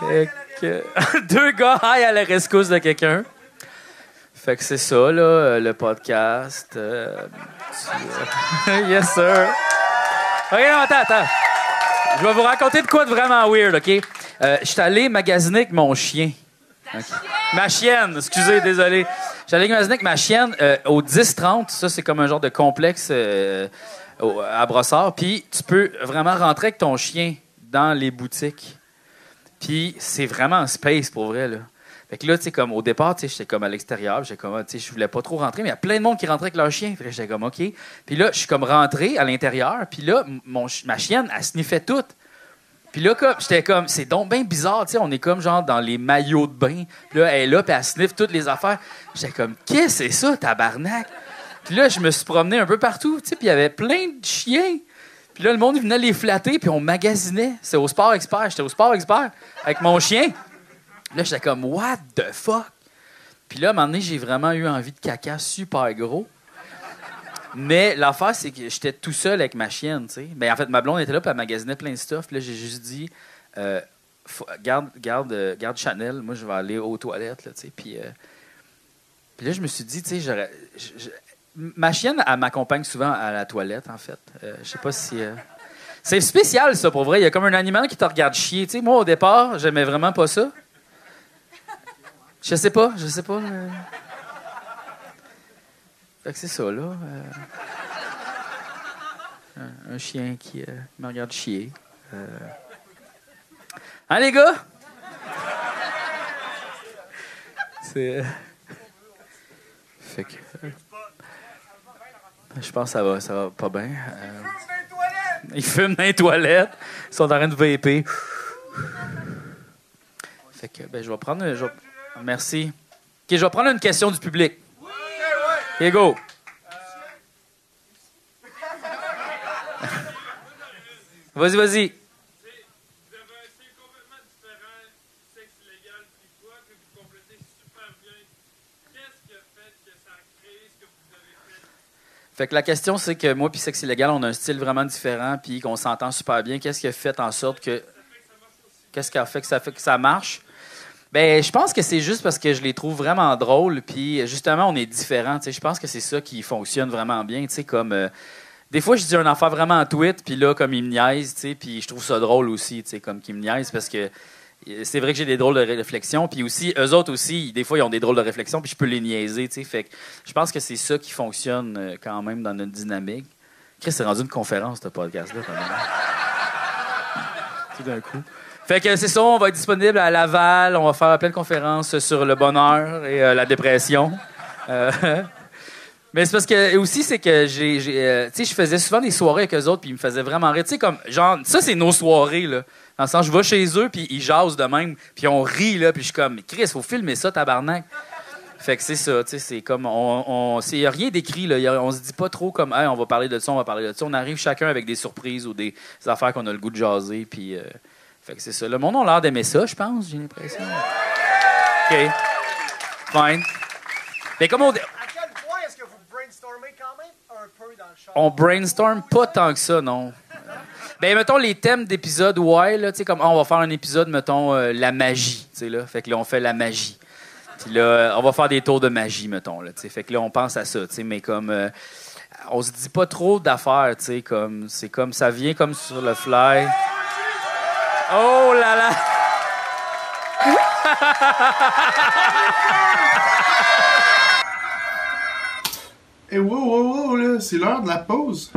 A: Fait que- deux gars high à la rescousse de quelqu'un. Fait que c'est ça, là, euh, le podcast. euh, tu- yes, sir. OK, non, attends, attends. Je vais vous raconter de quoi de vraiment weird, OK? Euh, je suis allé magasiner avec mon chien. Ok. Ma chienne, excusez, désolé. Je suis allé magasiner avec ma chienne euh, au 10-30. Ça, c'est comme un genre de complexe euh, au- à brossard. Puis tu peux vraiment rentrer avec ton chien dans les boutiques. Puis c'est vraiment un space pour vrai, là. Fait que là, tu sais, comme au départ, tu sais, j'étais comme à l'extérieur, puis j'étais comme, ah, tu sais, je voulais pas trop rentrer, mais il y a plein de monde qui rentrait avec leur chien. Fait que j'étais comme, OK. Puis là, je suis comme rentré à l'intérieur, puis là, m- mon, ch- ma chienne, elle sniffait toute. Puis là, comme, j'étais comme, c'est donc bien bizarre, tu sais, on est comme genre dans les maillots de bain. Puis là, elle est là, puis elle sniffe toutes les affaires. J'étais comme, qu'est-ce que c'est ça, tabarnak? Puis là, je me suis promené un peu partout, tu sais, puis il y avait plein de chiens. Puis là, le monde il venait les flatter, puis on magasinait. C'était au Sport Expert. J'étais au Sport Expert avec mon chien. Là, j'étais comme, what the fuck? Puis là, à un moment donné, j'ai vraiment eu envie de caca super gros. Mais l'affaire, c'est que j'étais tout seul avec ma chienne, tu sais. Mais en fait, ma blonde était là, puis elle magasinait plein de stuff. Puis là, j'ai juste dit, euh, faut- garde, garde, euh, garde Chanel, moi, je vais aller aux toilettes, là, tu sais. Puis, euh, puis là, je me suis dit, tu sais, j'aurais- je- je- Ma chienne, elle m'accompagne souvent à la toilette, en fait. Euh, je sais pas si... euh, C'est spécial, ça, pour vrai. Il y a comme un animal qui te regarde chier. Tu sais, moi, au départ, j'aimais vraiment pas ça. Je sais pas, je sais pas. euh. Fait que c'est ça, là. euh. Un, un chien qui euh, me regarde chier. Euh. Hein, les gars? C'est. euh, Fait que. euh, Je pense que ça va, ça va pas bien. Euh, Ils fument dans les toilettes. Ils sont en train de vaper. Fait que, ben, je vais prendre. un- je vais- Merci. OK, je vais prendre une question du public. Oui! go! Vas-y, vas-y.
G: Vous avez un style complètement différent, sexe illégal puis quoi, que vous complétez super bien. Qu'est-ce qui a fait que ça a créé ce que vous avez fait?
A: Fait que la question, c'est que moi puis Sexe Illégal, on a un style vraiment différent puis qu'on s'entend super bien. Qu'est-ce qui a fait en sorte que... Qu'est-ce qui a fait que ça, fait que ça marche? Ben, je pense que c'est juste parce que je les trouve vraiment drôles puis justement, on est différents. tu sais. Je pense que c'est ça qui fonctionne vraiment bien, tu sais, comme... euh, des fois, je dis un affaire vraiment en tweet, puis là, comme il me niaise, tu sais, puis je trouve ça drôle aussi, tu sais, comme qu'il me niaise, parce que euh, c'est vrai que j'ai des drôles de réflexions, puis aussi, eux autres aussi, ils- des fois, ils ont des drôles de réflexions, puis je peux les niaiser, tu sais, fait que je pense que c'est ça qui fonctionne euh, quand même dans notre dynamique. Chris, c'est rendu une conférence, ce podcast-là, quand même. Tout d'un coup. Fait que c'est ça, on va être disponible à Laval, on va faire plein de conférences sur le bonheur et euh, la dépression. Euh, Mais c'est parce que et aussi c'est que j'ai j'ai, euh, tu sais je faisais souvent des soirées avec eux autres puis ils me faisaient vraiment rire, tu sais comme genre ça c'est nos soirées là. Dans le sens je vais chez eux puis ils jasent de même puis on rit là puis je suis comme Mais Chris, faut filmer ça tabarnak. Fait que c'est ça, tu sais c'est comme on on c'est y a rien d'écrit là, Y a- on se dit pas trop comme hey, on va parler de ça, on va parler de ça, on arrive chacun avec des surprises ou des, des affaires qu'on a le goût de jaser puis euh, fait que c'est ça. Le monde a l'air d'aimer ça, je pense, j'ai l'impression. OK. Fine. Mais comme on
H: À quel point est-ce que vous brainstormez quand même un peu dans le chat?
I: Oh,
A: on brainstorm pas tant que ça, non. Ben, mettons, les thèmes d'épisodes, ouais, là, tu sais, comme, ah, on va faire un épisode, mettons, euh, la magie, tu sais, là. Fait que là, on fait la magie. Puis là, euh, on va faire des tours de magie, mettons, là, tu sais. Fait que là, on pense à ça, tu sais, mais comme, euh, on se dit pas trop d'affaires, tu sais, comme, c'est comme, ça vient comme sur le fly. Oh là là!
B: Eh wow, wow, wow, là, c'est l'heure de la pause.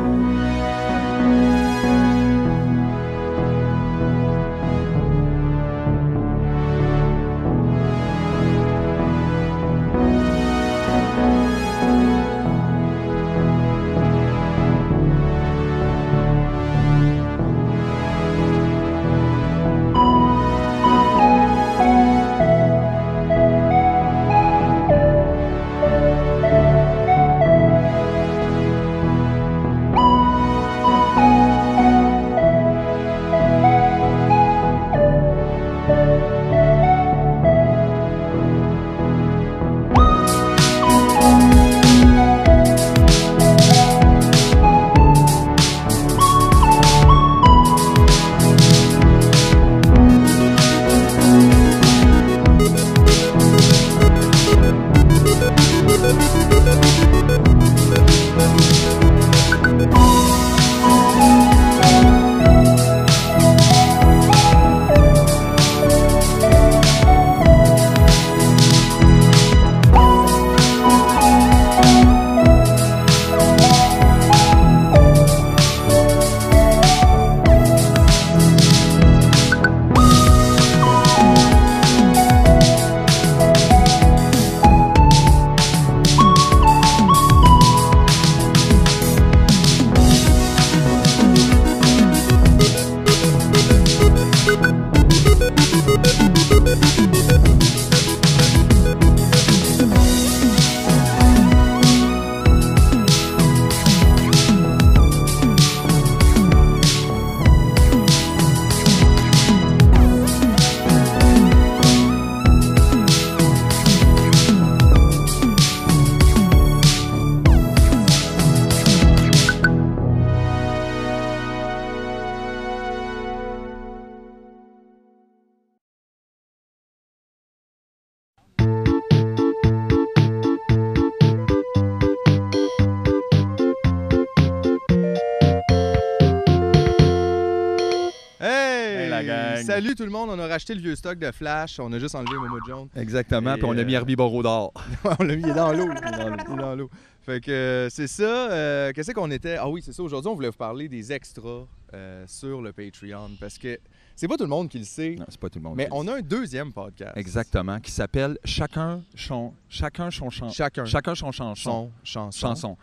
E: gang.
C: Salut tout le monde, on a racheté le vieux stock de Flash, on a juste enlevé Momo Jones.
E: Exactement,
C: Et,
E: puis on a mis
C: euh,
E: Herbie Borodor.
C: on l'a mis il est dans l'eau, il est dans l'eau, il est dans l'eau. Fait que euh, c'est ça, euh, qu'est-ce qu'on était Ah oui, c'est ça, aujourd'hui on voulait vous parler des extras euh, sur le Patreon parce que c'est pas tout le monde qui le sait,
E: Non, c'est pas tout le monde.
C: mais
E: qui le
C: on
E: sait.
C: a un deuxième podcast.
E: Exactement, qui s'appelle Chacun son chacun son chan-
C: Chacun.
E: chacun son chanson
C: Son, chanson.
E: chanson.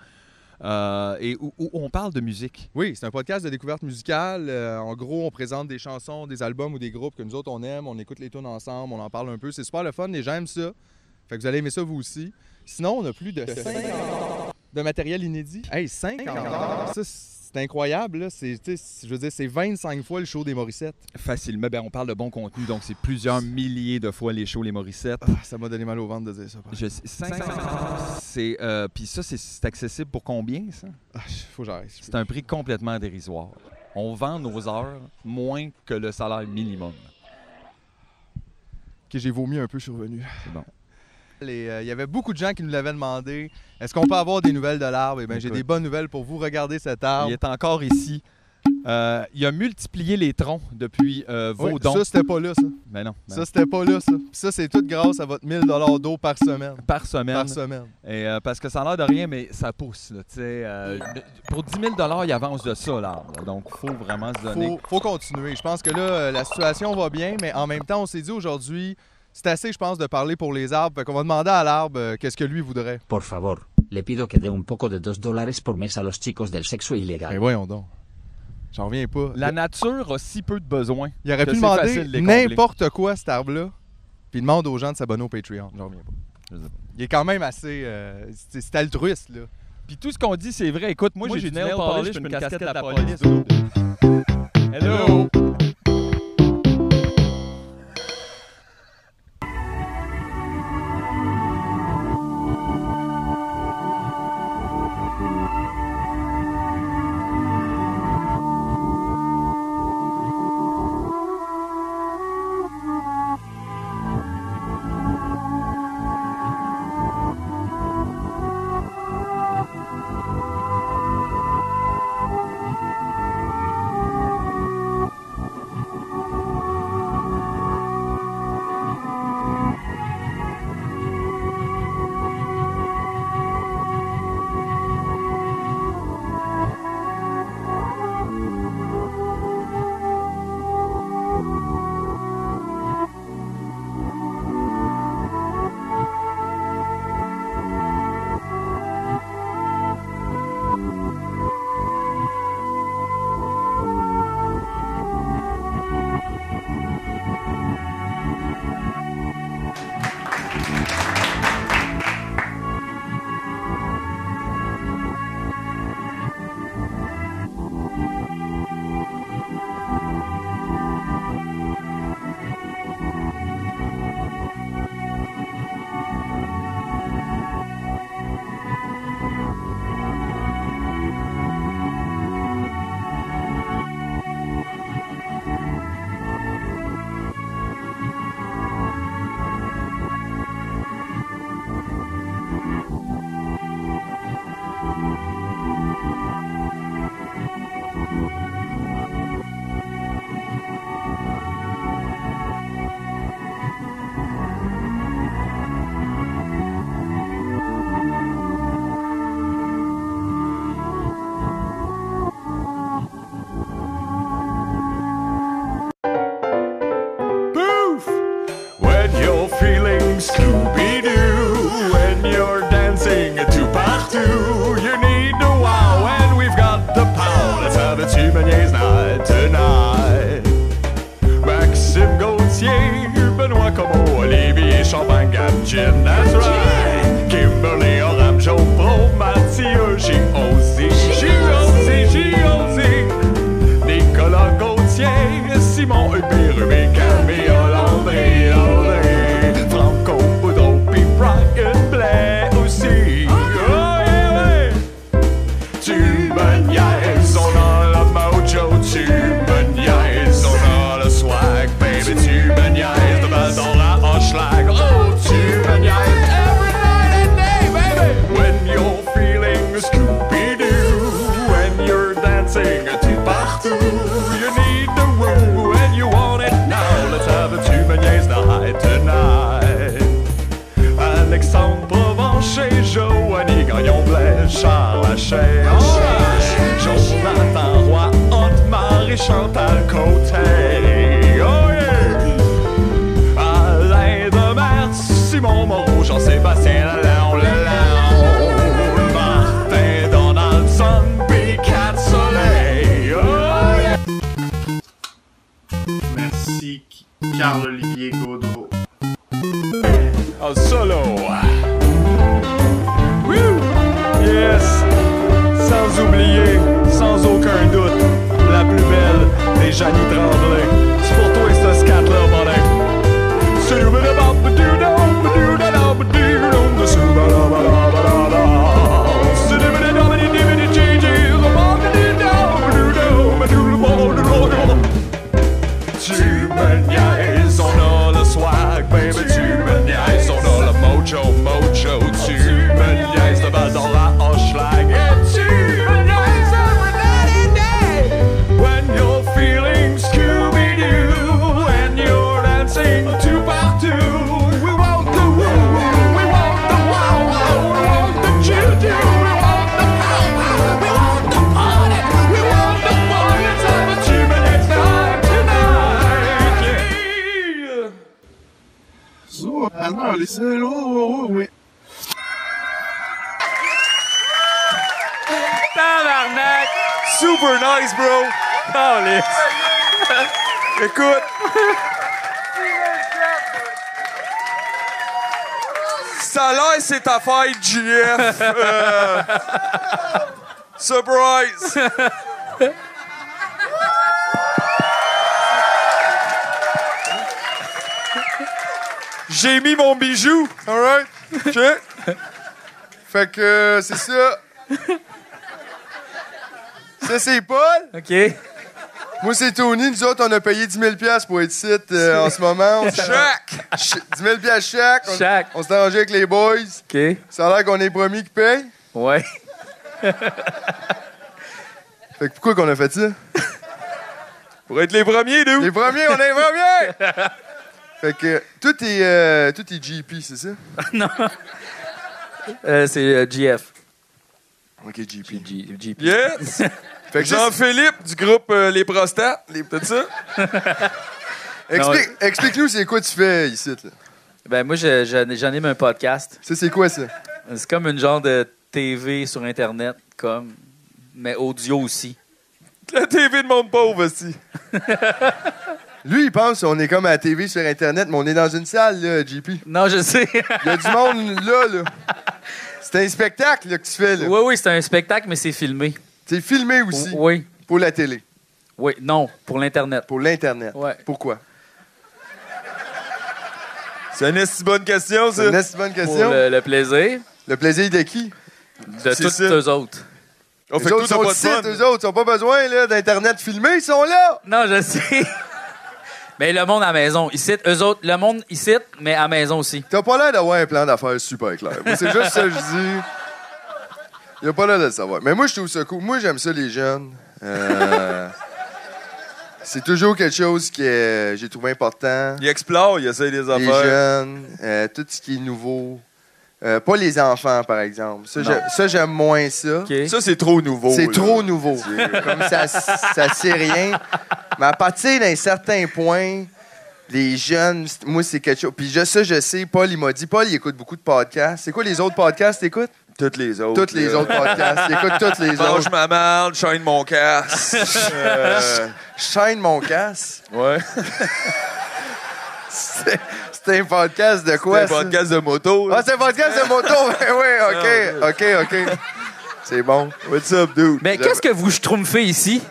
E: Euh, et où, où on parle de musique.
C: Oui, c'est un podcast de découverte musicale. Euh, en gros, on présente des chansons, des albums ou des groupes que nous autres on aime, on écoute les tunes ensemble, on en parle un peu. C'est super le fun, les gens aiment ça. Fait que vous allez aimer ça vous aussi. Sinon, on a plus de 50 de matériel inédit. Hey, 50 Ça, c'est incroyable. là. C'est, tu sais, je veux dire, c'est 25 fois le show des Morissettes.
E: Facilement, ben, on parle de bon contenu, donc c'est plusieurs milliers de fois les shows, les Morissettes.
C: Ah, ça m'a donné mal au ventre de dire ça. par
E: Je sais- 500. C'est euh, puis ça c'est- c'est accessible pour combien ça
C: Ah, faut que j'arrête.
E: C'est un prix complètement dérisoire. On vend nos heures moins que le salaire minimum.
C: que j'ai vomi un peu, je suis revenu.
E: C'est bon.
C: Les, euh, Il y avait beaucoup de gens qui nous l'avaient demandé. Est-ce qu'on peut avoir des nouvelles de l'arbre? Eh bien, j'ai
E: Écoute.
C: des bonnes nouvelles pour vous. Regardez cet arbre.
E: Il est encore ici. Euh, il a multiplié les troncs depuis euh, vos
C: Oui,
E: dons.
C: Ça, c'était pas là, ça.
E: Mais non, mais non.
C: Ça, c'était pas là, ça. Puis ça, c'est tout grâce à votre 1000 d'eau par semaine.
E: par semaine.
C: Par semaine.
E: Et, euh, parce que ça a l'air de rien, mais ça pousse. là, tu sais, euh, pour 10 000 il avance de ça, l'arbre. là. Donc, il faut vraiment se donner.
C: Faut, faut continuer. Je pense que là, euh, la situation va bien, mais en même temps, on s'est dit aujourd'hui, c'est assez, je pense, de parler pour les arbres. Fait qu'on va demander à l'arbre euh, qu'est-ce que lui voudrait.
I: Por favor, le pido que dé un poco de 2 dólares por mes a los chicos del sexo
C: Ben
I: ilegal.
C: voyons donc. J'en reviens pas.
E: La nature a si peu de besoins.
C: Il aurait
E: que
C: pu
E: c'est
C: demander
E: facile de les combler.
C: n'importe quoi, cet arbre-là, puis il demande aux gens de s'abonner au Patreon. J'en reviens pas.
E: Je sais pas.
C: Il est quand même assez. euh, c'est c'est altruiste, là.
E: Puis tout ce qu'on dit, c'est vrai. Écoute, moi, j'ai du nail polish, puis une casquette de la police. Hello!
G: When you're feeling Scooby Doo, when you're dancing to partout, you need the wow, and we've got the power. Let's have a Tumanier's night tonight. Maxime Gauthier, Benoît Como, Olivier Champagne, Gab Gin, that's right. Kimberly Oram, Jean-Paul, Mathieu, J.O.Z., J.O.Z., J.O.Z., Nicolas Gauthier, Simon Hubert, Rubé, Camille Hollandry, Hollandry, Franco Boudreau, puis Brian Blais aussi. Oh, yeah, ouais. Tu me niaises, on a la mojo, tu me niaises, on a le swag, baby, tu me niaises, demain dans la Hochelag, oh, tu me niaises, every night and day, baby. When you're feeling Scooby-Doo, when you're dancing to partout, you need the woo, and you want it now. Chantal Côté. Oh yeah! Alain Demers, Simon Moreau, Jean-Sébastien Lalonde, Lalonde, Martin Donaldson, Picat Soleil. Oh yeah!
B: Merci, Carl-Olivier Gaudreau.
G: En solo. Woo! Yes! Sans oublier, sans aucun doute, la plus belle des Janie Tremblay. C'est pour toi ce scat-là, mon mec. Tu me niaises, on a le swag, baby, tu me niaises, on a le mojo, mojo, tu me niaises, le bas dans la hochelag, et tu me niaises every night and day. When you're feeling Scooby-Doo, when you're dancing to partout, we want the woo, we want the wow, wow, we want the choo-choo, we want the pow-wow, we want the party, we want the fun, it's time, it's human, it's time tonight, yeah.
B: So, alors, les seuls, oh, oh, oh, oui.
A: Tabarnak!
E: Super nice, bro! Écoute! Ça a l'air, c'est ta fête, GF! Euh, Surprise! J'ai mis mon bijou!
C: Alright. OK. Fait que euh, c'est ça. Ça, c'est Paul.
A: OK.
C: Moi, c'est Tony. Nous autres, on a payé 10 000 pour être ici euh, en ce moment. On s'est-
E: Chaque!
C: Ch- 10 000 chaque. On,
A: Chaque.
C: on s'est arrangé avec les boys.
A: OK.
C: Ça a l'air qu'on est promis qui paye.
A: Ouais.
C: Fait que pourquoi qu'on a fait ça?
E: Pour être les premiers, nous!
C: Les premiers, on est les premiers! Fait que euh, tout est, euh, tout est GP, c'est ça?
A: non. Euh, c'est euh, GF.
C: OK, GP.
A: G- GP.
E: Yes!
C: Fait que juste-
E: Jean-Philippe du groupe euh, Les Prostates, les... t'as dit ça?
C: explique- explique-nous c'est quoi tu fais ici. Là.
A: Ben, moi, je- je- j'anime un podcast.
C: Ça, c'est quoi ça?
A: C'est comme une genre de TV sur Internet, comme, mais audio aussi.
E: La TV de mon pauvre aussi.
C: Lui, il pense qu'on est comme à la TV sur Internet, mais on est dans une salle, là, JP.
A: Non, je sais.
C: Il y a du monde là, là. C'est un spectacle là, que tu fais, là.
A: oui, oui, c'est un spectacle, mais c'est filmé.
C: C'est filmé aussi
A: Oui,
C: pour la télé,
A: oui, non, pour l'Internet.
C: pour l'Internet.
A: Ouais.
C: Pourquoi?
E: C'est une si bonne question, ça.
C: C'est une assez bonne
A: Pour
C: question. Le...
A: le, le plaisir
C: plaisir de qui?
A: de
E: C'est
A: toutes
E: ça.
A: eux autres.
E: On
C: Les
E: Ah, fait que
C: autres
E: tout, t'as
C: sont
E: pas de
C: ici,
E: fun.
C: eux autres. Ils n'ont pas besoin là, d'Internet filmé, ils sont là!
A: Non, je sais. mais le monde à la maison, ici, eux autres, le monde ici, mais à la maison aussi.
C: T'as pas l'air d'avoir un plan d'affaires super clair. Moi, C'est juste ça que je dis. Il a pas l'air de le savoir. Mais moi, je trouve ça cool. Moi, j'aime ça, les jeunes. Euh, C'est toujours quelque chose que j'ai trouvé important.
E: Il explore, il essaye des
C: les
E: affaires.
C: jeunes, euh, tout ce qui est nouveau. Euh, pas les enfants, par exemple. Ça,
A: Non.
C: j'ai- ça, j'aime moins ça.
A: OK?
E: Ça, c'est trop nouveau.
C: C'est
E: Oh, là.
C: trop nouveau. Comme ça, ça sait rien. Mais à partir d'un certain point, les jeunes, c'est- moi, c'est quelque chose. Puis je, ça, je sais, Paul, il m'a dit, Paul, il écoute beaucoup de podcasts. C'est quoi les autres podcasts, t'écoutes?
E: Toutes les autres.
C: Toutes les
E: là.
C: autres podcasts. Il écoute toutes les
E: Mange
C: autres.
E: ma marde, chaîne mon casse. Euh,
C: Chaîne mon casse.
E: ouais.
C: C'est c'est un podcast de
E: Ouais,
C: quoi,
E: un
C: ça?
E: podcast de moto.
C: Ah, c'est un podcast de moto. Ben oui, OK, OK, OK. C'est bon.
E: Ah, What's up, dude?
A: Mais Ben, qu'est-ce que vous schtroumpfez ici?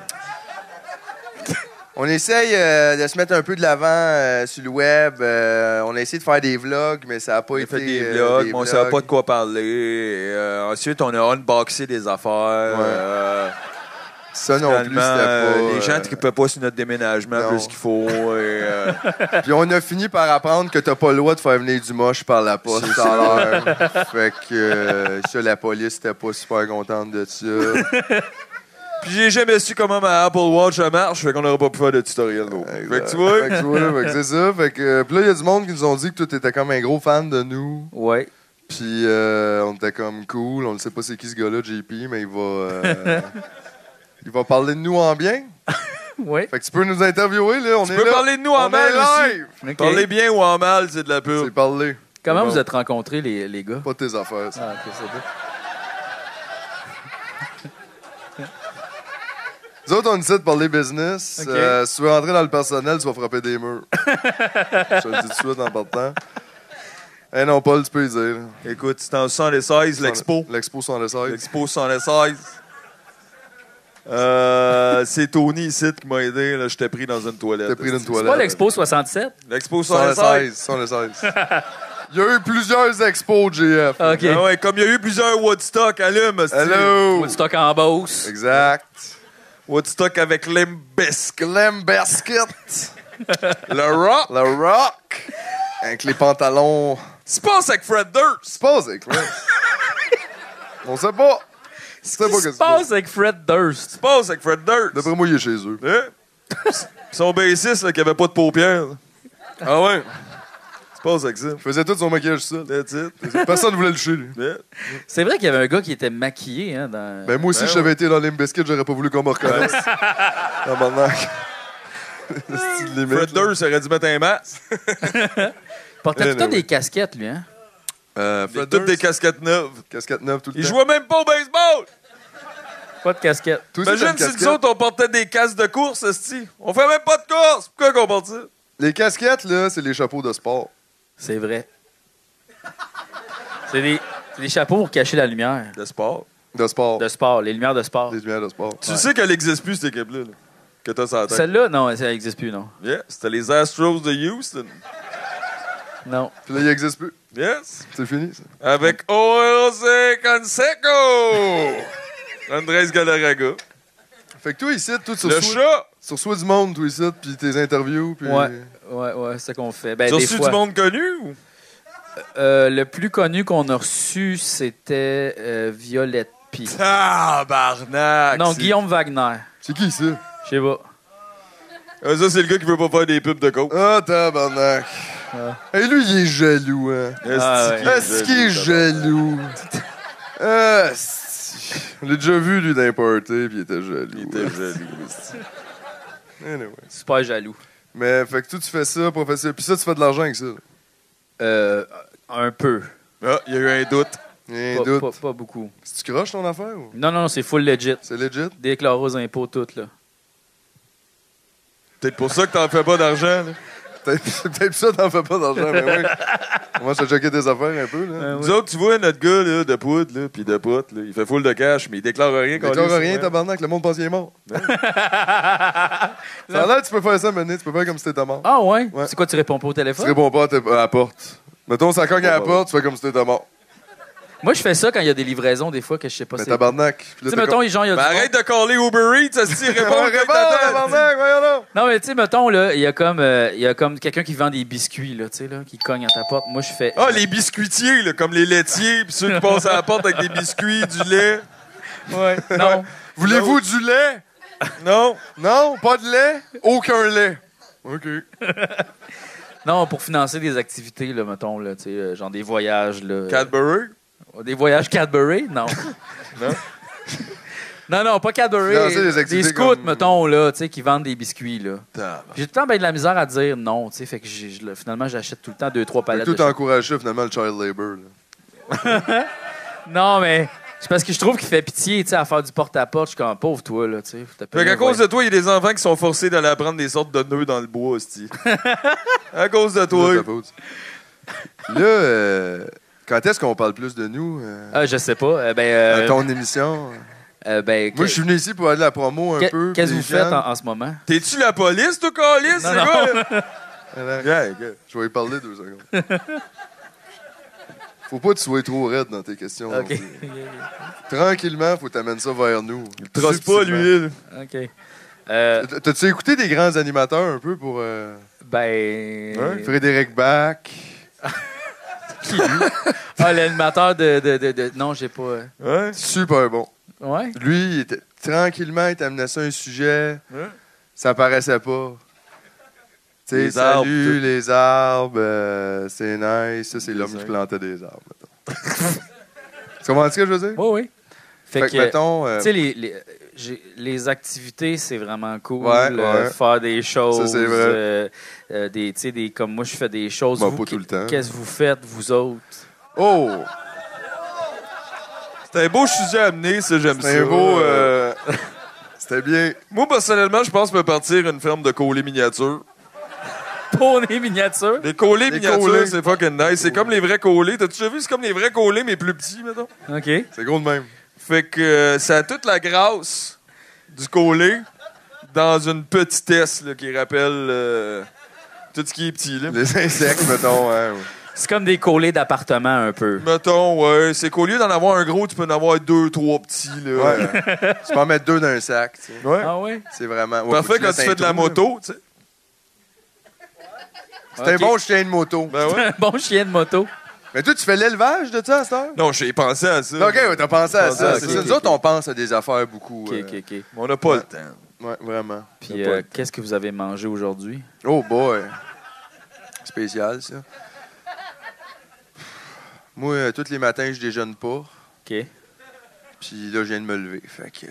C: On essaye euh, de se mettre un peu de l'avant euh, sur le web. Euh, on a essayé de faire des vlogs, mais ça n'a pas
E: On a
C: été.
E: fait des
C: euh,
E: vlogs, mais on savait pas
C: vlogs.
E: de quoi parler. Et, euh, ensuite, on a unboxé des affaires. euh,
C: Ça non plus, c'était
E: finalement,
C: pas.
E: euh, les gens
C: euh,
E: qui peuvent pas sur notre déménagement
C: non.
E: plus qu'il faut. et, euh,
C: Puis on a fini par apprendre que t'as pas le droit de faire venir du moche par la poste tout à l'heure. Fait que euh, ça, la police était pas super contente de ça.
E: Puis j'ai jamais su comment ma Apple Watch marche, fait qu'on n'aurait pas pu faire de tutoriel. non. Fait que tu vois,
C: Fait que tu vois, fait que c'est ça. Fait que euh, puis là, il y a du monde qui nous ont dit que toi, t'étais comme un gros fan de nous.
A: Ouais.
C: Puis euh, on était comme cool. On ne sait pas c'est qui ce gars-là, JP, mais il va. euh, il va parler de nous en bien.
A: Oui.
C: Fait que tu peux nous interviewer, là. On
E: Tu
C: est
E: peux
C: là.
E: parler de nous en
C: On
E: mal
C: est
E: aussi.
C: live.
A: Ok.
E: Parlez bien ou en mal, c'est de la pub.
C: C'est parler.
A: Comment
E: Bon.
A: vous êtes rencontrés, les, les gars?
C: Pas tes affaires, ça.
A: Ah, ok, c'est bon.
C: Nous autres, on essaie de parler business.
A: Ok.
C: Euh, si tu veux entrer dans le personnel, tu vas frapper des murs. Je te le dis tout de suite en partant. Eh non, Paul, tu peux y dire.
E: Écoute, c'est en 116, l'expo.
C: L'expo 116.
E: L'expo 116. Euh, c'est Tony ici qui m'a aidé. Là, j'étais pris dans une toilette.
C: T'es pris d'une
A: C'est pas
C: toilette.
A: l'Expo 67?
E: L'expo 116.
C: 116. 116. Il y a eu plusieurs expos de GF.
A: OK.
E: Ah ouais, comme il y a eu plusieurs Woodstock, allume. hostie.
C: Hello!
A: Ou du stock en Beauce.
C: Exact.
E: Woodstock avec l'imbisque.
C: Glam Basket. Le rock. Le rock. Avec les pantalons.
E: Tu passes avec Fred Durst.
C: C'est pas avec là. On sait pas. C'est pas
A: Qu'est-ce
C: que
A: qui se
C: c'est pas.
A: passe avec Fred Durst?
E: Tu passes avec Fred Durst.
C: D'après moi, il est chez eux.
E: Hein? Pis Son bassiste, là, qui avait pas de paupières. là. Ah ouais? Tu passes avec ça.
C: Il faisait tout son maquillage seul.
E: That's it.
C: Personne voulait le chez, lui.
E: Yeah.
A: C'est vrai qu'il y avait un gars qui était maquillé. Hein, dans...
C: Ben moi aussi,
E: Ben
C: si j'avais été dans Limp Bizkit, j'aurais pas voulu qu'on me reconnaisse. Ah, barnac. Le style limite,
E: Fred
C: là.
E: Durst aurait dû mettre un masque.
A: Il portait
C: Ben,
A: plutôt
C: ben,
A: des
C: oui.
A: casquettes, lui. Hein?
E: Euh,
C: Fred
E: toutes des
C: Durst.
E: casquettes neuves.
C: Casquette neuve tout le
E: Il
C: temps.
E: jouait même pas au baseball.
A: Pas de casquette.
C: Toi aussi, t'as
E: Imagine
C: une
E: si
C: casquette.
E: nous autres, on portait des casques de course, esti. On fait même pas de course. Pourquoi qu'on porte ça?
C: Les casquettes, là, c'est les chapeaux de sport.
A: C'est vrai. C'est des, c'est des chapeaux pour cacher la lumière.
E: De sport.
C: De sport.
A: De sport, les lumières de sport.
C: Des lumières de sport.
E: Tu sais qu'elle n'existe plus, cette équipe-là. là, Que t'as sur la tête.
A: Celle-là, non, ça n'existe plus, non.
E: Yeah, C'était les Astros de Houston.
A: Non.
C: Puis là, il existe plus.
E: Yes.
C: C'est fini, ça.
E: Avec Jose Canseco. Andrés Galarraga.
C: Fait que toi, ici, tout sur
E: Le
C: Soi,
E: chat.
C: sur Soi du Monde, toi, ici, puis tes interviews, puis...
A: Ouais, ouais, ouais, c'est ce qu'on fait. Ben,
E: Tu as
A: des
E: reçu
A: fois,
E: du monde connu? Ou?
A: Euh, le plus connu qu'on a reçu, c'était euh, Violette P.
E: Ah, barnac.
A: Non,
E: c'est-
A: Guillaume Wagner.
C: C'est qui, ça?
A: Je sais pas.
E: Ah, ça, c'est le gars qui veut pas faire des pubs de coke.
C: Ah, tabarnak.
A: Ah.
C: Et lui, il est jaloux, hein.
E: Esti
A: Ah, ouais.
E: qu'il est
C: Est-ce qu'il est jaloux? Esti. On l'a déjà vu, lui, d'importer, puis il était jaloux. hein.
E: Il était jaloux. esti.
C: Anyway.
A: Super jaloux.
C: Mais fait que toi, tu fais ça professionnel. Puis ça, tu fais de l'argent avec ça.
A: Euh, un peu.
E: Ah, il y a eu un doute.
C: Rien
A: Pas,
C: doute.
A: pas- pas beaucoup.
C: Si tu croches ton affaire ou.
A: Non, non, non, c'est full legit.
C: C'est legit?
A: Déclarer aux impôts toutes, là.
E: Peut-être pour ça que t'en fais pas d'argent.
C: Ah
E: là.
C: Peut-être peut-être ça, t'en fais pas d'argent, mais oui. On va se checker tes affaires un peu, là.
A: Euh,
E: Nous autres, tu vois, notre gars là, de poudre, là, pis de poudre, là, il fait full de cash, mais il déclare rien. Ben,
C: Il déclare rien, tabarnak, le monde pense qu'il est mort. Ça a l'air que tu peux faire ça, mené, tu peux faire comme si t'étais mort.
A: Ah ouais?
C: Ouais.
A: C'est quoi, tu réponds pas au
C: Tu
A: téléphone?
C: réponds pas à, ta- à la porte. Mettons, ça
A: Ah,
C: cogne à la
A: bah
E: Bon,
C: porte, tu fais comme si t'étais mort.
A: Moi, je fais ça quand il y a des livraisons, des fois, que je sais pas
C: Mais
A: c'est...
C: tabarnak. Puis
A: Tu
C: là,
A: sais,
C: t'as
A: mettons, les gens, il y a
E: Ben,
A: du monde-
E: arrête de caller Uber Eats, ça se
C: comme-
E: répond
C: Réponds, tabarnak, voyons donc.
A: Non, mais tu sais, mettons, là, il y a comme, euh, il y a comme quelqu'un qui vend des biscuits, là, tu sais, là, qui cogne à ta porte. Moi, je fais...
C: Oh,
E: Ah, les biscuitiers, là, comme les laitiers, pis ceux qui passent à la porte avec des biscuits, du lait.
A: Ouais. Non.
C: Voulez-vous du lait?
E: Non?
C: Non, pas de lait? Aucun lait. OK.
A: non, pour financer des activités, là, mettons, là, tu sais, euh, genre des voyages, là.
E: Cadbury?
A: Des voyages Cadbury? Non.
E: Non?
A: non, non, pas Cadbury.
C: Financer des
A: des
C: activités
A: scouts,
C: comme-
A: mettons, là, tu sais, qui vendent des biscuits, là.
E: Tabarnak.
A: J'ai tout le temps ben de la misère à dire non, tu sais, fait que j'ai- je le- finalement, j'achète tout le temps deux, trois
C: Fait que
A: palettes
C: Tout
A: de chocolat.
C: encourage ça, finalement, le child labor. là.
A: Non, mais c'est parce que je trouve qu'il fait pitié, tu sais, à faire du porte-à-porte. Je suis comme pauvre, toi, là, tu sais. t'as
E: Fait
A: payé
E: qu'à
A: un
E: cause
A: voyage.
E: de toi, il y a des enfants qui sont forcés d'aller apprendre des sortes de nœuds dans le bois, hostie. à cause de
C: Là,
E: toi.
C: ta pause. Là, euh, quand est-ce qu'on parle plus de nous euh,
A: Ah, je sais pas. Euh, ben, euh,
C: dans ton émission?
A: euh, ben,
C: Moi,
A: que-
C: je suis venu ici pour aller la promo un
A: que-
C: peu.
A: Qu'est-ce que
C: puis
A: vous
C: les
A: faites
C: jeunes.
A: en, en ce moment?
E: T'es-tu la police, toi, Calis? C'est
A: non.
E: quoi, là?
C: Relax.
E: Yeah, yeah.
C: Je vais y parler deux secondes. Faut pas que tu sois trop raide dans tes questions. non
A: OK.
C: plus. Tranquillement, faut que t'amènes ça vers nous.
E: Il trosse pas, lui. là.
A: OK. Euh,
C: T- T'as-tu écouté des grands animateurs un peu pour... euh,
A: ben.
C: Frédéric Bach.
A: Qui, lui? ah, l'animateur de, de, de, de- Non, j'ai pas. euh,
E: Ouais.
C: Super bon.
A: Ouais?
C: Lui, il était, tranquillement, il t'amenait ça un sujet.
E: Ouais.
C: Ça paraissait pas. Tu sais,
E: Les arbres,
C: salut,
E: tout.
C: les arbres, euh, c'est nice. Ça, c'est
E: Les
C: l'homme qui
E: arbres.
C: plantait des arbres, mettons. tu comprends ce que je veux dire?
A: Oui, oui. Fait,
C: fait,
A: que.
C: que, mettons, euh,
A: Tu sais, les, les- j'ai- les activités, c'est vraiment cool.
C: Ouais,
A: Euh,
C: ouais.
A: Faire des choses.
C: Ça, c'est vrai.
A: euh, euh, des, tu sais, des, comme moi, je fais des choses.
C: Bah,
A: Vous,
C: pas tout le temps.
A: Qu'est-ce que vous faites, vous autres?
C: Oh!
E: C'était un beau sujet à amener, ça, j'aime ça.
C: C'était un beau, euh, C'était bien.
E: Moi, personnellement, je pense me partir une ferme de collets miniatures.
A: Pour les miniatures?
E: Les collets
C: Les
E: miniatures,
C: collets.
E: c'est fucking nice. C'est comme les vrais collets. T'as-tu déjà vu? C'est comme les vrais collets, mais plus petits, mettons.
A: OK.
C: C'est gros de même.
E: Fait que euh, ça a toute la grâce du collet dans une petitesse là, qui rappelle euh, tout ce qui est petit. Là.
C: Les insectes, mettons. hein, ouais.
A: C'est comme des collés d'appartement un peu.
E: Mettons, ouais, c'est qu'au lieu d'en avoir un gros, tu peux en avoir deux, trois petits. Là.
C: Ouais. tu peux en mettre deux dans un sac. tu sais.
E: Ouais.
A: Ah ouais?
C: C'est vraiment. Ouais, faut
E: Parfait
C: que
E: quand tu
C: laisses
E: fais de la
C: un tour, là.
E: moto, tu sais.
C: C'est un
A: Ok.
C: bon chien de moto.
E: Ben ouais.
A: bon chien de moto.
C: Mais toi, tu fais l'élevage de ça à cette heure?
E: Non, j'ai pensé à ça.
C: Ok, ouais, t'as pensé à
E: Ah,
C: ça.
E: ok,
C: c'est
E: ok,
C: ça. Nous
A: ok.
C: autres, on pense à des affaires beaucoup.
A: OK,
C: euh,
A: OK, OK.
E: Mais On n'a pas
C: Ouais.
E: le temps.
C: Ouais, vraiment.
A: Puis, euh, qu'est-ce que vous avez mangé aujourd'hui?
C: Oh boy. Spécial, ça. Moi, euh, tous les matins, je déjeune pas.
A: OK.
C: Puis là, je viens de me lever. Fait que. euh,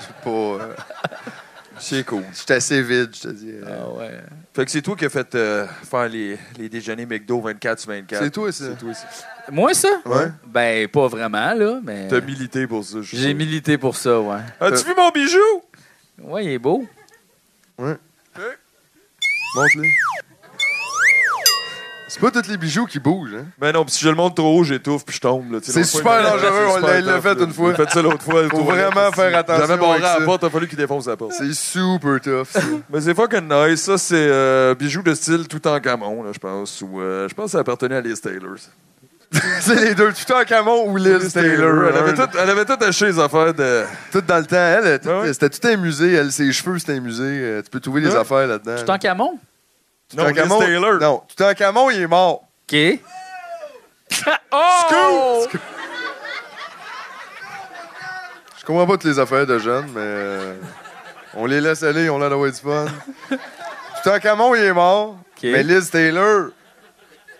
C: c'est pas. euh,
E: C'est cool.
C: J'étais assez vide, je te dis. euh.
A: Ah ouais.
E: Fait que c'est toi qui as fait euh, faire les, les déjeuners McDo 24 sur 24.
C: C'est toi, ça.
E: C'est toi, ça.
A: Moi, ça?
C: Ouais.
A: Ben, pas vraiment, là, mais...
E: T'as milité pour ça. je
A: J'ai
E: sais.
A: milité pour ça, ouais.
E: As-tu vu mon bijou?
A: Ouais, il est
C: Euh.
A: beau.
C: Montre-le. C'est pas tous les bijoux qui bougent, hein?
E: Mais Ben non, pis si je le monte trop haut, j'étouffe puis je tombe. là, tu sais,
C: C'est
E: l'autre fois,
C: super
E: il m'a-
C: dangereux,
E: c'est
C: on
E: super
C: l'a
E: tough,
C: fait
E: là.
C: une fois.
E: J'ai fait ça l'autre fois.
C: Faut vraiment faire attention
E: J'avais barré
C: avec
E: à la
C: ça.
E: porte, il a fallu qu'il défonce la porte.
C: C'est super tough, ça.
E: Mais c'est fucking nice. Ça, c'est euh, bijou de style tout en camon, là, je pense. Ou, euh, je pense que ça appartenait à Liz Taylor. ça.
C: c'est les deux, Tutankamon ou Liz Taylor.
E: Elle avait,
C: Un-
E: tout, elle avait tout acheté les affaires de.
C: Tout dans le temps, elle, elle, tout-
E: Ah ouais?
C: c'était tout un musée. Elle, ses cheveux, c'était un musée. Euh, tu peux trouver des
E: Ouais.
C: affaires là-dedans.
A: Tu t'en camon?
E: Non, Liz
C: Tutankamon-
E: Taylor. Ben
C: Non, Tutankamon, il est mort.
A: OK. oh!
C: Je comprends pas toutes les affaires de jeunes, mais euh, on les laisse aller, on l'a d'avoir du fun. Tutankamon, il est mort.
A: OK.
C: Mais Liz Taylor.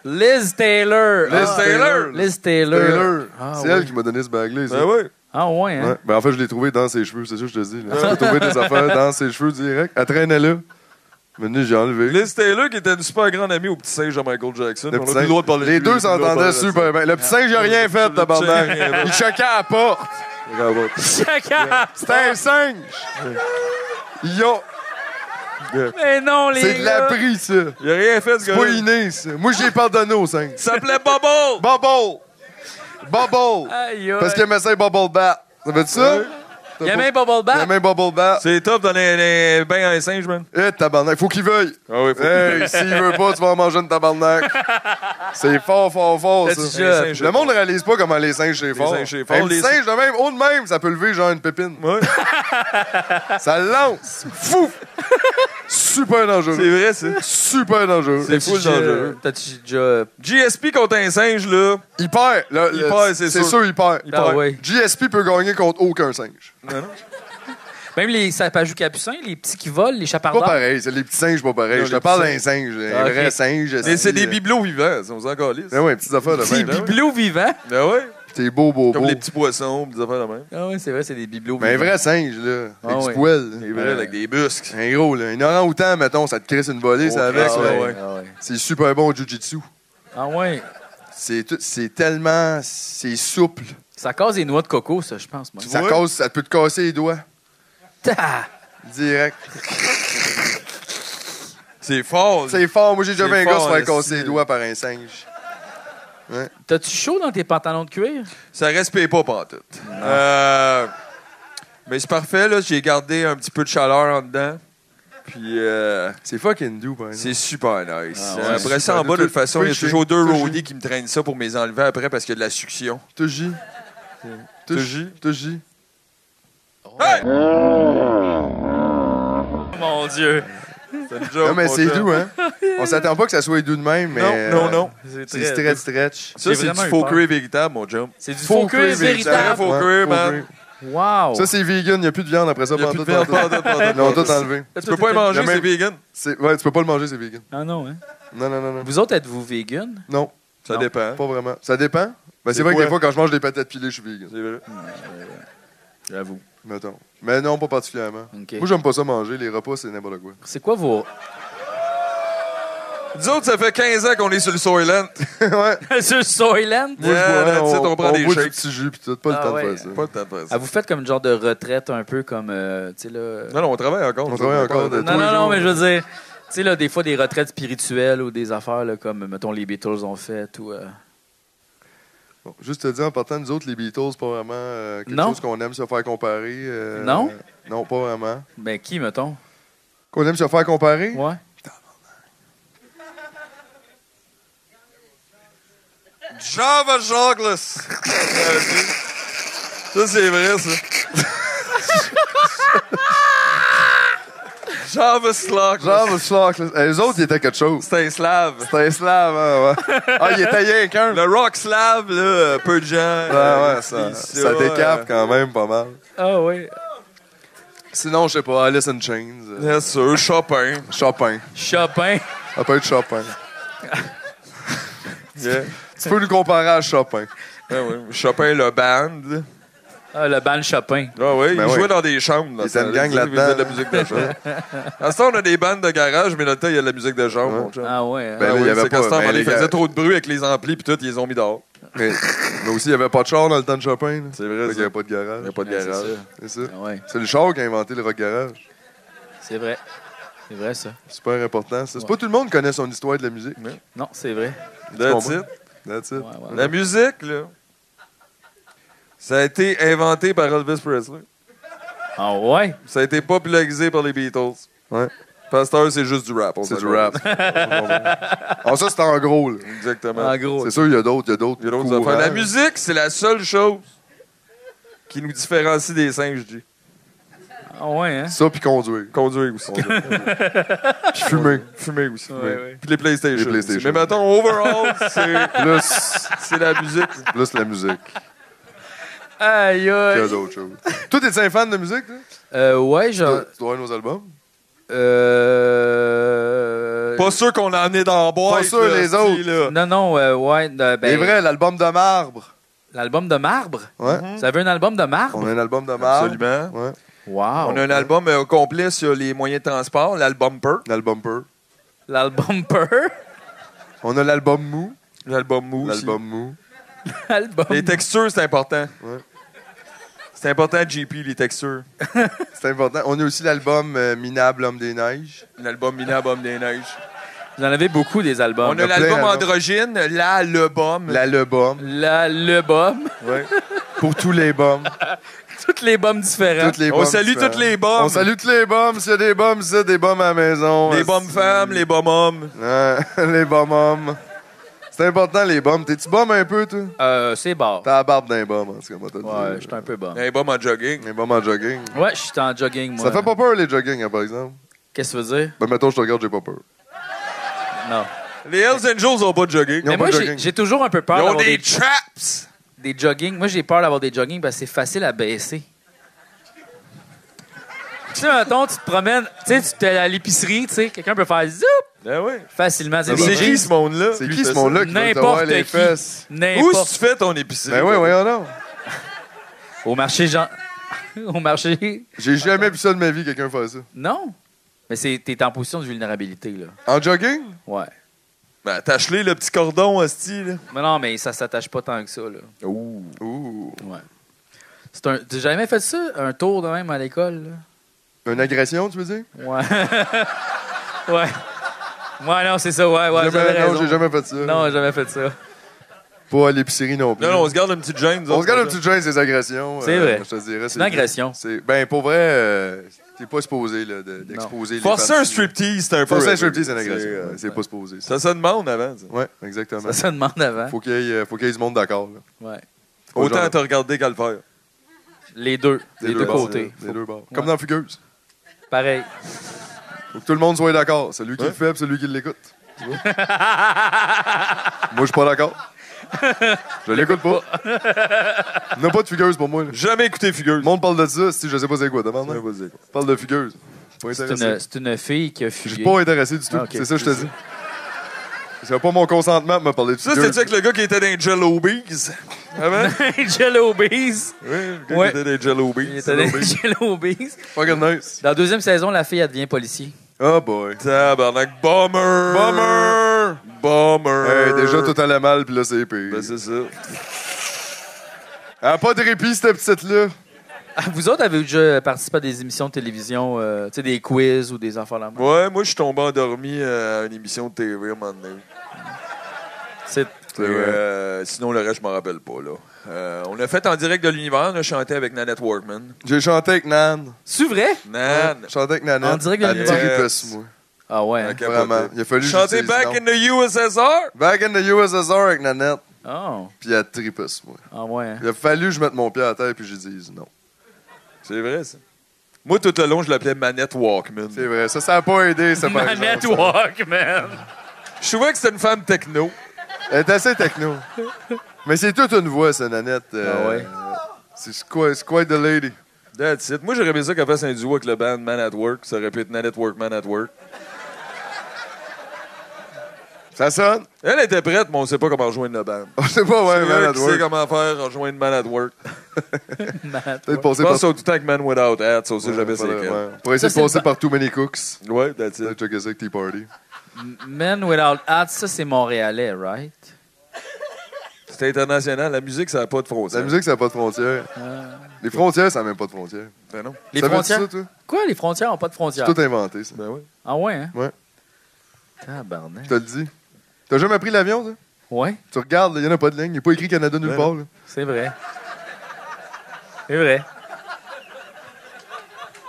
A: Liz Taylor.
C: Liz
A: Ah.
C: Taylor.
A: Liz Taylor.
C: Taylor.
A: Ah,
C: c'est
A: ouais.
C: elle qui m'a donné ce bag-là. ça.
E: Ben ouais.
A: Ah ouais, hein?
C: Ouais. Ben, en fait, je l'ai trouvé dans ses cheveux, c'est ça que je te dis. là. Tu peux trouver des affaires dans ses cheveux direct. Elle traînait là. Maintenant, j'ai enlevé.
E: Liz Taylor, qui était une super grande amie au petit singe de Michael Jackson.
C: Le
E: On
C: petit
E: a plus le
C: singe-
E: droit de parler de
C: les
E: lui,
C: deux
E: plus le droit de
C: s'entendaient
E: parler de ça.
C: super bien. Le petit singe, il a rien fait,
E: Le petit singe, il a rien
C: tabarnak.
E: fait.
C: Il choquait à la porte.
A: Chacun!
C: C'était un singe. Ils ont-
A: Mais non, les
C: C'est de
A: gars.
C: l'abri, ça.
E: Il a rien fait, ce
C: C'est pas
E: gars-là.
C: inné, ça. Moi, j'ai pardonné au singe.
E: Il s'appelait Bubble.
C: Bubble. Bubble.
A: Aïe, aïe.
C: Parce qu'il aimait ça, les Bubble Bat. Ça veut dire ça?
A: Il y a même Bubble
C: Il
A: Bat.
C: aimait Bubble Bat.
E: C'est top dans les, les bains en singe, man.
C: Eh, tabarnak, faut qu'il veuille.
E: Ah oui, faut
C: Hey, s'il veut pas, tu vas en manger une tabarnak. C'est fort, fort, fort,
A: Petit
C: ça.
A: shot.
C: Le monde ne réalise pas comment les singes, c'est fort.
E: singes, c'est fort.
C: Un petit
E: Les-
C: singe de même, haut de même, ça peut lever genre une pépine.
E: Ouais.
C: Ça lance. Fou! Super
E: C'est
C: dangereux.
E: vrai, ça.
C: Super dangereux.
E: C'est fou,
A: T'as-tu déjà-
E: dangereux.
A: T'as-tu déjà. euh,
E: GSP contre un singe, là.
C: Il perd. Le-
E: Il
C: le-
E: perd, c'est sûr.
C: il perd.
E: Il
A: Ah
E: perd.
A: ouais.
C: GSP peut gagner contre aucun singe.
A: Même les sapajou capucins, les petits qui volent, les
C: Pas
A: chapardards.
C: pareil, c'est les petits singes, pas pareil.
E: Non,
C: Je te
E: les
C: parle
E: petits
C: d'un singe,
A: Ah,
C: un
A: ok.
C: vrai singe.
E: Mais c'est des
C: euh,
E: bibelots vivants, ça, on s'en calisse.
C: Ben ouais, petites affaires de
A: Des
C: même.
A: bibelots vivants.
E: Ben ouais.
C: T'es beau, beau,
E: Comme
C: beau.
E: les petits poissons, pis des affaires de même.
A: Ah ouais, c'est vrai, c'est des bibelots
C: Mais un
A: vivants.
C: vrai singe, là.
A: Ah
C: Avec du
A: ouais.
C: poil.
E: Des vrais, avec des busques.
C: Un gros, là. Un orang-outan, mettons, ça te crisse une volée, c'est avec.
E: ah
C: là.
E: ouais.
A: Ah ouais.
C: C'est super bon au jujitsu.
A: Ah ouais.
C: C'est tout- c'est tellement. C'est souple.
A: Ça cause des noix de coco, ça, je pense, moi.
C: Ça, cause, ça peut te casser les doigts.
A: Ah!
C: Direct.
E: C'est fort.
C: C'est fort. Moi, j'ai déjà vu
E: C'est
C: un gars se
E: fort,
C: faire
E: le
C: casser
E: style.
C: les doigts par un singe.
A: T'as-tu chaud dans tes pantalons de cuir?
E: Ça respecte pas pantoute.
C: Ah.
E: Euh, mais c'est parfait, là. J'ai gardé un petit peu de chaleur en dedans. Puis euh,
C: C'est fucking doux, par exemple.
E: c'est super nice.
A: Ah ouais.
E: Euh, après ça, en
C: Super.
E: bas, de toute
C: Tout-
E: façon, il y a
C: touché,
E: toujours deux
C: touché.
E: roadies qui me traînent ça pour me les enlever après parce qu'il y a de la succion.
C: Toji. Toji. Toji.
A: Oh Mon Dieu!
C: Non, mais c'est doux, hein? On s'attend pas que ça soit doux de même, mais. euh,
E: Non, non, non.
C: C'est stretch, stretch.
E: Ça,
A: J'ai
E: c'est
A: vraiment
E: du
A: eu
E: faux
A: peur.
E: cuir véritable, mon chum.
A: C'est du
C: Faux
A: faux cuir
C: cuir,
E: Vrai
A: véritable.
E: faux
C: Ouais,
E: cuir,
C: faux
E: man.
C: cuir.
A: Wow!
C: Ça, c'est vegan, il n'y a plus de viande après ça.
E: Il y a
C: pas
E: plus de
C: tout,
E: viande,
C: pas tout.
E: pantoute, pantoute,
C: Ils l'ont tout
E: pantoute.
C: enlevé.
E: Tu peux pas y manger, c'est vegan.
C: C'est- Ouais, tu peux pas le manger, c'est vegan.
A: Ah non, hein?
C: Non, non, non, non.
A: Vous autres, êtes-vous vegan?
C: Non,
E: Ça
A: Non.
E: dépend.
C: pas vraiment. Ça dépend. Ben,
E: Hein? C'est
C: c'est vrai que
E: quoi?
C: des fois, quand je mange des patates pilées, je suis vegan.
E: C'est vrai.
A: J'avoue.
C: Mettons. Mais non, pas particulièrement.
A: OK.
C: Moi, j'aime pas ça manger. Les repas, c'est n'importe quoi.
A: C'est quoi vos.
E: Nous autres, ça fait 15 ans qu'on est sur le Soylent.
C: ouais.
A: Sur Soylent?
C: Moi,
E: Yeah,
C: je bois,
E: that's it,
C: on,
E: on prend des
C: boit du
E: shakes.
C: petit jus, pis tout. Pas
A: Ah
C: le temps
A: ouais.
C: de faire ça.
E: Pas le temps de faire ça.
A: Ah, vous faites comme une genre de retraite un peu comme. euh, tu sais, là.
E: Non, non, on travaille encore.
C: On travaille encore de
A: Non,
C: tous les
A: non, non,
C: jours.
A: mais je veux dire. Tu sais, là, des fois, des retraites spirituelles ou des affaires, là, comme, mettons, les Beatles ont fait ou. euh,
C: Bon, juste te dire, en partant, nous autres, les Beatles, pas vraiment euh, quelque
A: Non.
C: chose qu'on aime se faire comparer. euh,
A: Non?
C: Non, pas vraiment.
A: Ben, qui, mettons?
C: Qu'on aime se faire comparer?
A: Ouais.
E: Java Jogles. ça, c'est vrai, ça. Java Slog.
C: Genre, le slack, là. Eux autres, ils étaient quelque chose.
E: C'est un slave.
C: C'était un slave, hein, ouais. Ah, il était rien qu'un.
E: Le rock slave, là, peu de gens.
C: Ouais,
E: euh,
C: ouais, ça,
E: ils-
C: ça décape quand même pas mal.
A: Ah, oui.
C: Sinon, je sais pas, Alice in Chains.
E: euh,
C: euh,
E: Bien sûr, Chopin.
C: Chopin.
A: Chopin.
C: Ça peut être Chopin.
E: Yeah.
C: Tu peux nous comparer à Chopin.
E: Ouais, ouais. Ben Chopin, le band.
A: Ah, le band Chopin.
E: Ah oui,
C: Ben
E: ils
C: oui.
E: jouaient dans des chambres. dans
C: Ils étaient une
E: ce-
C: gang
E: ils faisaient
C: là-dedans,
E: de la
C: là.
E: musique de chambre. À ce temps, on a des bandes de garage, mais dans le temps, il y a de la musique de chambre.
C: Ouais.
E: mon chum.
A: Ah, ouais. hein.
C: Ben, là,
E: Ah
C: il y
E: oui,
C: avait
E: c'est qu'à
C: pas-
E: ce temps,
C: ben,
E: on
C: les
E: les
C: gars-
E: faisait trop de bruit avec les amplis, puis tout, ils les ont mis dehors.
C: Mais, mais aussi, il n'y avait pas de char dans le temps de Chopin. là.
E: C'est vrai,
C: Fait qu'il y
E: ça.
C: avait pas de
E: Il
C: garage.
E: n'y a pas de
A: Ouais, c'est
E: garage.
A: ça.
C: C'est ça.
A: Ah, ouais.
C: C'est le char qui a inventé le rock garage.
A: C'est vrai. C'est vrai, ça.
C: Super important. ça. C'est pas tout le monde connaît son histoire de la musique.
A: Non, c'est vrai.
E: That's
C: comprends?
E: it.
C: That's it.
A: Ouais, ouais.
E: La musique, là, ça a été inventé par Elvis Presley.
A: Ah, ouais.
E: Ça a été popularisé par les Beatles.
C: Ouais.
E: Pasteur, c'est juste du rap. on
C: C'est du
E: s'entend.
C: rap. ah, ça, c'était en gros. là.
E: Exactement.
C: Ah,
A: En gros.
C: C'est sûr, il y a d'autres. Il y a d'autres.
E: Il y a d'autres
C: courants.
E: affaires. La musique, c'est la seule chose qui nous différencie des singes, je dis.
A: Ah, ouais, hein.
C: Ça, puis conduire.
E: Conduire aussi.
C: Puis fumer.
E: Fumer aussi.
A: Ouais, ouais.
E: Puis les PlayStation.
C: Les PlayStation.
E: aussi. Mais mettons, overall, c'est-
C: Plus,
E: c'est la musique.
C: plus la musique.
A: Aïe,
C: Il y a
A: aïe.
C: d'autres choses. Toi, t'es un fan de musique, là?
A: Euh, ouais, genre.
C: Tu dois avoir nos albums?
A: Euh.
E: Pas sûr qu'on en est dans la boîte.
C: Pas sûr,
E: là,
C: les
E: si,
C: autres.
E: là.
A: Non, non, euh, ouais. euh, ben,
C: C'est vrai, l'album de marbre.
A: L'album de marbre.
C: Ouais.
A: Vous avez un album de marbre?
C: On a un album de marbre.
E: Absolument.
C: Ouais.
A: Wow.
E: On a un album euh, complet sur les moyens de transport, l'album Peur,
C: L'album Peur.
A: L'album Peur.
C: On a l'album Mou.
E: l'album Mou. aussi.
C: L'album Mou.
A: L'album.
E: Les textures, c'est important.
C: Ouais.
E: C'est important, JP, les textures.
C: C'est important. On a aussi l'album euh, Minable Homme des Neiges.
E: L'album Minable Homme des Neiges.
A: Vous en avez beaucoup des albums.
E: On a
C: Ah, plein
E: l'album
C: d'albums.
E: androgyne, la le bum.
C: La Le Bombe.
A: La, le bum.
C: Ouais. Pour tous les bombes.
A: Toutes les bombes différentes.
C: Toutes les
E: On
C: bombes
E: salue
C: différentes.
E: toutes les bombes.
C: On salue toutes les bombes. S'il y a des bombes, c'est des bombes à la maison.
E: Les
C: Est-ce-
E: bombes femmes, les bombes hommes.
C: Ouais, les bombes hommes. C'est important, les bombes. T'es-tu bombe un peu, toi?
A: Euh, c'est barre.
C: T'as la barbe d'un bombe, en tout cas, moi, t'as dit.
A: Ouais, je suis un peu bum.
E: Les bombes en jogging.
C: Les bombes en jogging.
A: Ouais, je suis en jogging, moi.
C: Euh. Ça fait pas peur, les jogging, hein, par exemple.
A: Qu'est-ce que ça veut dire?
C: Ben, mettons, je te regarde, j'ai pas peur.
A: Non.
E: Les Hells Angels ont pas de jogging.
C: Ils ont
A: Mais
C: pas
A: moi,
C: de
A: j'ai
C: jogging.
A: j'ai toujours un peu peur
E: Ils ont
A: d'avoir
E: des
A: des,
E: traps.
A: des jogging. Moi, j'ai peur d'avoir des jogging parce que c'est facile à baisser. Tu sais, mettons, tu te promènes, tu sais, tu es à l'épicerie, tu sais, quelqu'un peut faire zoup
E: Ben oui.
A: facilement.
E: Mais
A: des
E: C'est
A: jeans.
E: qui ce monde-là?
C: C'est
E: Lui,
C: qui
E: fait
C: ce monde-là qui veut te voir
A: N'importe
C: les
A: qui.
C: fesses?
E: ça. Où
A: N'importe
E: est-ce que tu fais ton épicerie?
C: Ben oui, voyons donc.
A: Au marché Jean. Au marché.
C: J'ai jamais vu ça de ma vie, quelqu'un faire ça.
A: Non. Mais c'est t'es en position de vulnérabilité, là.
C: En jogging?
A: Ouais.
E: Ben, attache-les le petit cordon, hostie, là.
A: Mais non, mais ça s'attache pas tant que ça, là.
E: Ouh.
C: Ouh.
A: C'est un. T'as jamais fait ça? Un tour de même à l'école,
C: Une agression, tu veux dire?
A: là? Ouais. ouais. Ouais, non, c'est ça, ouais, ouais.
C: Jamais-
A: j'avais
C: non,
A: raison.
C: j'ai jamais fait ça.
A: Non, j'ai jamais fait ça.
C: Pas à l'épicerie non plus.
E: Non, non, on se garde un petit James.
C: on se garde un petit joint des agressions. euh,
A: C'est vrai.
C: Je te dirais.
A: C'est une agression.
C: c'est- Ben, pour vrai, euh, t'es pas supposé là, de- d'exposer les
E: Forcer
C: parties.
E: un striptease, c'est un peu.
C: Forcer un striptease, c'est une
E: C'est,
C: agression.
E: euh,
C: Ouais, C'est pas supposé. ça.
E: Ça se demande avant, ça.
C: Ouais, exactement.
A: Ça se demande avant.
C: Faut qu'il y, ait, euh, faut qu'il y ait du monde d'accord. là.
A: Ouais.
C: Faut
E: Autant
C: genre-
E: te regarder qu'à le faire.
A: Les deux.
C: des
A: Les deux
C: bords,
A: côtés.
C: Des deux bords. Comme dans Fugueuse.
A: Pareil.
C: Faut que tout le monde soit d'accord. Celui qui
E: Ouais.
C: le fait et celui qui l'écoute. Tu vois? moi, je suis pas d'accord. Je l'écoute pas. Il n'y a pas de fugueuse pour moi. là.
E: Jamais écouter
C: Le
E: Fugueuse.
C: monde parle de ça, si je sais pas c'est quoi. Demande. hein. Parle de fugueuse. Pas
A: C'est
C: intéressé.
A: une, c'est une fille qui a
C: Je
A: fugué.
C: suis pas intéressé du tout.
A: Ah, ok.
C: C'est ça que je te dis. C'est pas mon consentement de me parler de
E: Ça,
C: fugueuse.
E: c'était avec le gars qui était dans les Jello Bees. Ah ben?
A: Jello Bees.
E: Oui, le gars, il
A: Ouais.
E: était des Jello Bees.
A: Il était des Jello Bees. Dans la deuxième saison, la fille, elle devient policier.
E: Oh boy. Tabarnak. Bummer. Bummer. Bummer.
C: Hey, déjà, tout allait mal, puis là, c'est pire.
E: Ben, c'est ça.
C: Elle a pas de répit, cette petite-là.
A: Ah, Vous autres avez déjà participé à des émissions de télévision, euh, tu sais, des quiz ou des enfants là
E: Ouais, moi, je suis tombé endormi à une émission de TV à un moment donné.
A: C'est
E: Et, euh, sinon, le reste, je m'en rappelle pas. Là. Euh, on a fait en direct de l'univers, on a chanté avec Nanette Workman.
C: J'ai chanté avec Nan.
A: C'est vrai?
E: Nan.
C: Ouais, Chanté avec Nanette.
A: En direct de
C: Elle
A: l'univers.
C: tripait sur moi.
A: Ah ouais. hein?
E: Ok.
C: Vraiment. Il a fallu que
E: Chanté
C: j'utilise
E: Back
C: le
E: in
C: nom.
E: the USSR.
C: Back in the USSR avec Nanette.
A: Oh.
C: Puis elle tripait sur moi.
A: Ah ouais. hein?
C: Il a fallu que je mette mon pied à terre puis j'ai dit non.
E: C'est vrai, ça. Moi, tout le long, je l'appelais Manette Walkman.
C: C'est vrai, ça, ça a pas aidé, ça, par
A: Manette
C: exemple, ça.
A: Walkman.
E: Je trouvais que c'était une femme techno.
C: Elle est assez techno. Mais c'est toute une voix, ça, Nanette. euh,
A: Ah ouais.
C: C'est c'est quoi, c'est quoi the lady?
E: That's it. Moi, j'aurais aimé ça qu'elle fasse un duo avec le band Man at Work. Ça aurait pu être Nanette Workman at Work.
C: Ça sonne?
E: Elle était prête, mais on sait pas comment rejoindre le band.
C: On sait pas, ouais,
E: C'est
C: man
E: eux
C: at
E: qui
C: work.
E: sait comment faire rejoindre Man at Work.
A: Manette
C: Peut-être
E: Je
C: passer
E: pense
C: par...
E: au tout temps que Man Without Hats, on sait jamais c'est
C: Ouais,
E: lequel.
C: ouais. Pour essayer
A: Ça, c'est
C: de passer
A: le-
C: par Too Many Cooks.
E: Ouais, that's
C: T'as
E: it.
C: checké ça avec Tea Party.
A: Men Without Hats, ça, c'est montréalais, right?
E: C'était international. La musique, ça n'a pas de hein. frontières.
C: La musique, ça n'a pas de frontières. Les frontières, ça n'a même pas de frontières.
E: Ben non.
A: Ah. Les
C: Savais-tu
A: frontières?
C: ça, toi?
A: Quoi, les frontières ont pas de frontières?
C: C'est tout inventé, ça.
E: Ben oui.
A: Ah ouais, hein?
C: Ouais.
A: Tabarnak.
C: Je te le dis. T'as jamais pris l'avion, toi?
A: Ouais,
C: Tu regardes, il n'y en a pas de ligne. Il n'y a pas écrit Canada nulle
E: Ben
C: part. là.
A: c'est vrai. C'est vrai.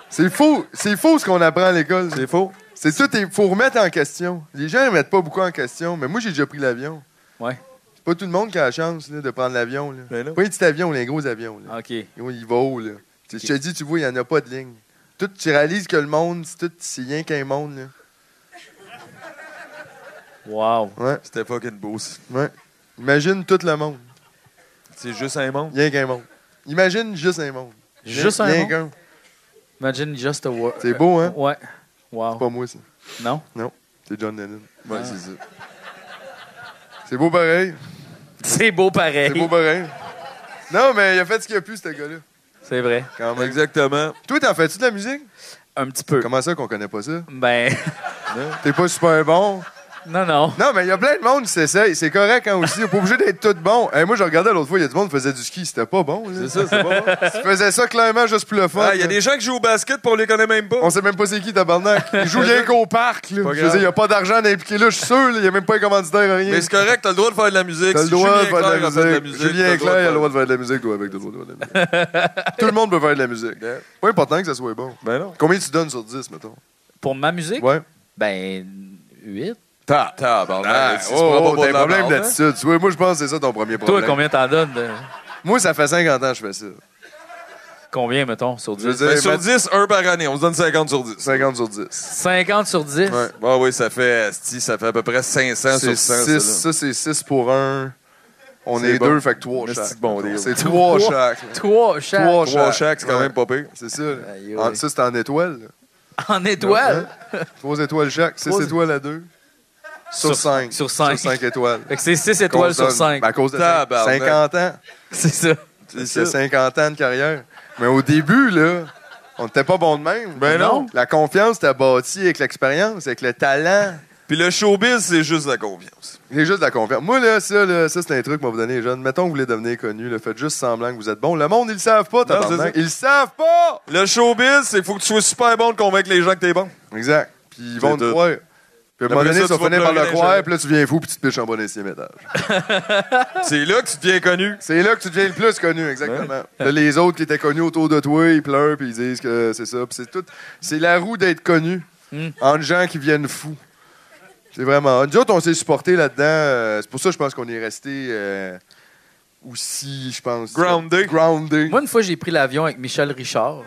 C: C'est faux. C'est faux ce qu'on apprend à l'école.
E: C'est faux.
C: C'est ça, il faut remettre en question. Les gens ne mettent pas beaucoup en question, mais moi, j'ai déjà pris l'avion.
A: Ouais.
C: C'est pas tout le monde qui a la chance là, de prendre l'avion. là.
E: Ben non.
C: Pas les petits avions, les gros avions. Là.
A: OK.
C: Gros, Il va haut. Là. Tu- Je te dis, tu vois, il n'y en a pas de ligne. Tout, tu réalises que le monde, c'est tout- c'est rien qu'un monde. Là.
A: Wow.
C: Ouais,
E: C'était fucking beau. ça.
C: ouais. Imagine tout le monde.
E: C'est juste un monde.
C: Rien qu'un monde. Imagine juste un monde.
A: Juste un
C: Rien
A: nom?
C: qu'un.
A: Imagine just a word.
C: C'est beau, hein?
A: Ouais. Wow.
C: C'est pas moi, ça.
A: Non?
C: C'est John Lennon.
E: Ouais, c'est ça.
C: C'est beau pareil.
A: C'est beau
C: C'est
A: pareil.
C: beau pareil. Non, mais il a fait ce qu'il a pu, ce gars-là.
A: C'est vrai.
C: Quand même.
E: Exactement.
C: Toi, t'en fais-tu de la musique?
A: Un petit peu.
C: Comment ça qu'on connaît pas ça?
A: Ben,
C: T'es pas super bon.
A: non, non.
C: Non, mais il y a plein de monde qui s'essaye. C'est correct hein, aussi. T'es pas obligé d'être tout bon. Hey, moi, je regardais l'autre fois, il y a du monde qui faisait du ski. C'était pas bon. Là.
E: C'est ça, c'est bon.
C: Tu faisais ça clairement juste pour le fun.
E: Ah, Il y a
C: là.
E: des gens qui jouent au basket pour on les connaît même pas.
C: On sait même pas c'est qui, tabarnak. Ils jouent rien qu'au parc. Là.
E: Pas
C: Je veux dire, il y a pas d'argent impliqué là, je suis sûr. là. Il y a même pas un commanditaire, rien.
E: Mais c'est correct, t'as le droit de faire de la musique.
C: T'as le
E: Si
C: droit de
E: Julien
C: faire de la
E: Clerc a fait
C: musique. Julien
E: t'as
C: Claire a le droit
E: de
C: de faire de la musique, toi, avec tout le monde. doit faire de la musique. Tout le monde peut faire de la musique.
E: Yeah.
C: Pas important que ça soit bon.
E: faire- Ben non.
C: Combien tu donnes sur 10, mettons?
A: Pour ma musique,
C: Ouais.
A: ben, 8.
E: Ta. Ta,
C: Ah,
E: bordel.
C: oh, oh, t'as un problème
E: hein.
C: d'attitude. Tu vois, moi, je pense que c'est ça ton premier
A: Toi,
C: problème.
A: combien t'en donnes? de-
C: Moi, ça fait 50 ans que je fais ça.
A: Combien, mettons, sur
C: Je veux
A: 10?
C: dire,
E: Ben, sur
C: ma-
E: 10, un par année. On se donne 50 sur 10.
C: 50 sur 10.
A: 50 sur 10?
C: Ouais.
E: Bah oui, ça fait, asti, ça fait à peu près 500
C: C'est
E: sur 100.
C: six-
E: ça,
C: ça,
E: là.
C: c'est 6 pour 1. On
E: C'est
C: est,
E: bon.
C: deux, fait que 3
E: Mais
C: chaque.
E: c'est bon deal.
C: c'est 3
A: Trois.
C: chaque.
A: 3 chaque.
C: Trois
E: Trois chaque, c'est quand
C: Ouais.
E: même pas pire.
C: C'est ça. là.
A: Aïe, aïe.
C: En- Ça, c'est en étoile.
A: En étoile?
C: 3 étoiles chaque. 6
A: Trois-
C: étoiles à 2. Sur 5.
A: sur cinq.
C: Sur 5 étoiles.
A: Fait que c'est 6 étoiles sur 5.
C: Ben, à cause de
E: Tabarnak.
C: 50 ans.
A: C'est ça.
E: C'est
C: C'est
E: ça.
C: 50 ans de carrière. Mais au début, là, on n'était pas bon de même.
E: Ben non.
C: La confiance, t'as bâti avec l'expérience, avec le talent.
E: Puis le showbiz, c'est juste la confiance.
C: C'est juste de la confiance. Moi, là, ça, là, ça c'est un truc qu'on va vous donner les jeunes. Mettons que vous voulez devenir connu, là, faites juste semblant que vous êtes bon. Le monde, ils le savent pas, tabarnak.
E: c'est ça.
C: Ils le savent pas!
E: Le showbiz, c'est faut que tu sois super bon de convaincre les gens que t'es bon.
C: Exact. Puis ils vont
E: C'est
C: te
E: tout.
C: croire. Puis à un moment
E: Après
C: donné,
E: ça,
C: ils vont
E: tu vas
C: finir par
E: pleurer
C: le
E: dans les
C: croire,
E: cheveux.
C: puis là, tu viens fou, puis tu te piches en bas des sixième étage.
E: C'est là que tu deviens connu.
C: C'est là que tu deviens le plus connu, exactement. Là, les autres qui étaient connus autour de toi, ils pleurent, puis ils disent que c'est ça. Puis c'est tout. C'est la roue d'être connu
E: Hmm.
A: Mm.
C: entre gens qui viennent fous. C'est vraiment. Nous autres, on s'est supportés là-dedans. euh, c'est pour ça, je pense qu'on est resté euh, aussi, je pense.
E: Grounded.
C: Grounded.
A: Moi, une fois, j'ai pris l'avion avec Michel Richard.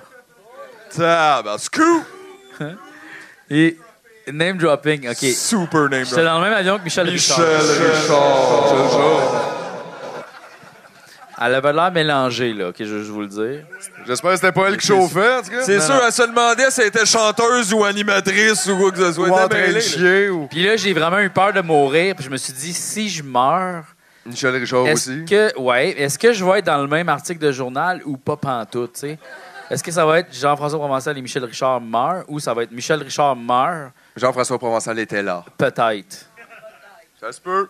E: Ah, ben, scoop!
A: Et name dropping, OK.
E: Super name
A: J'étais
E: drop.
A: dans le même avion que Michel,
E: Michel
A: Richard.
E: Richard.
A: Elle avait l'air mélangée, là, OK, je vais vous le dire.
C: J'espère que c'était pas elle qui chauffait, en tout cas.
E: C'est sûr, elle se demandait si elle était chanteuse ou animatrice ou quoi que ce soit.
C: Ou
E: Elle était
C: en train de
E: mêlée, là.
C: chier, ou.
A: Puis là, j'ai vraiment eu peur de mourir. Puis je me suis dit, si je meurs,
C: Michel Richard
A: Est-ce
C: aussi.
A: que, ouais, est-ce que je vais être dans le même article de journal ou pas pantoute, tu sais? Est-ce que ça va être Jean-François Provençal et Michel Richard meurt ou ça va être Michel Richard meurt?
C: Jean-François Provençal était là.
A: Peut-être.
C: Ça se peut.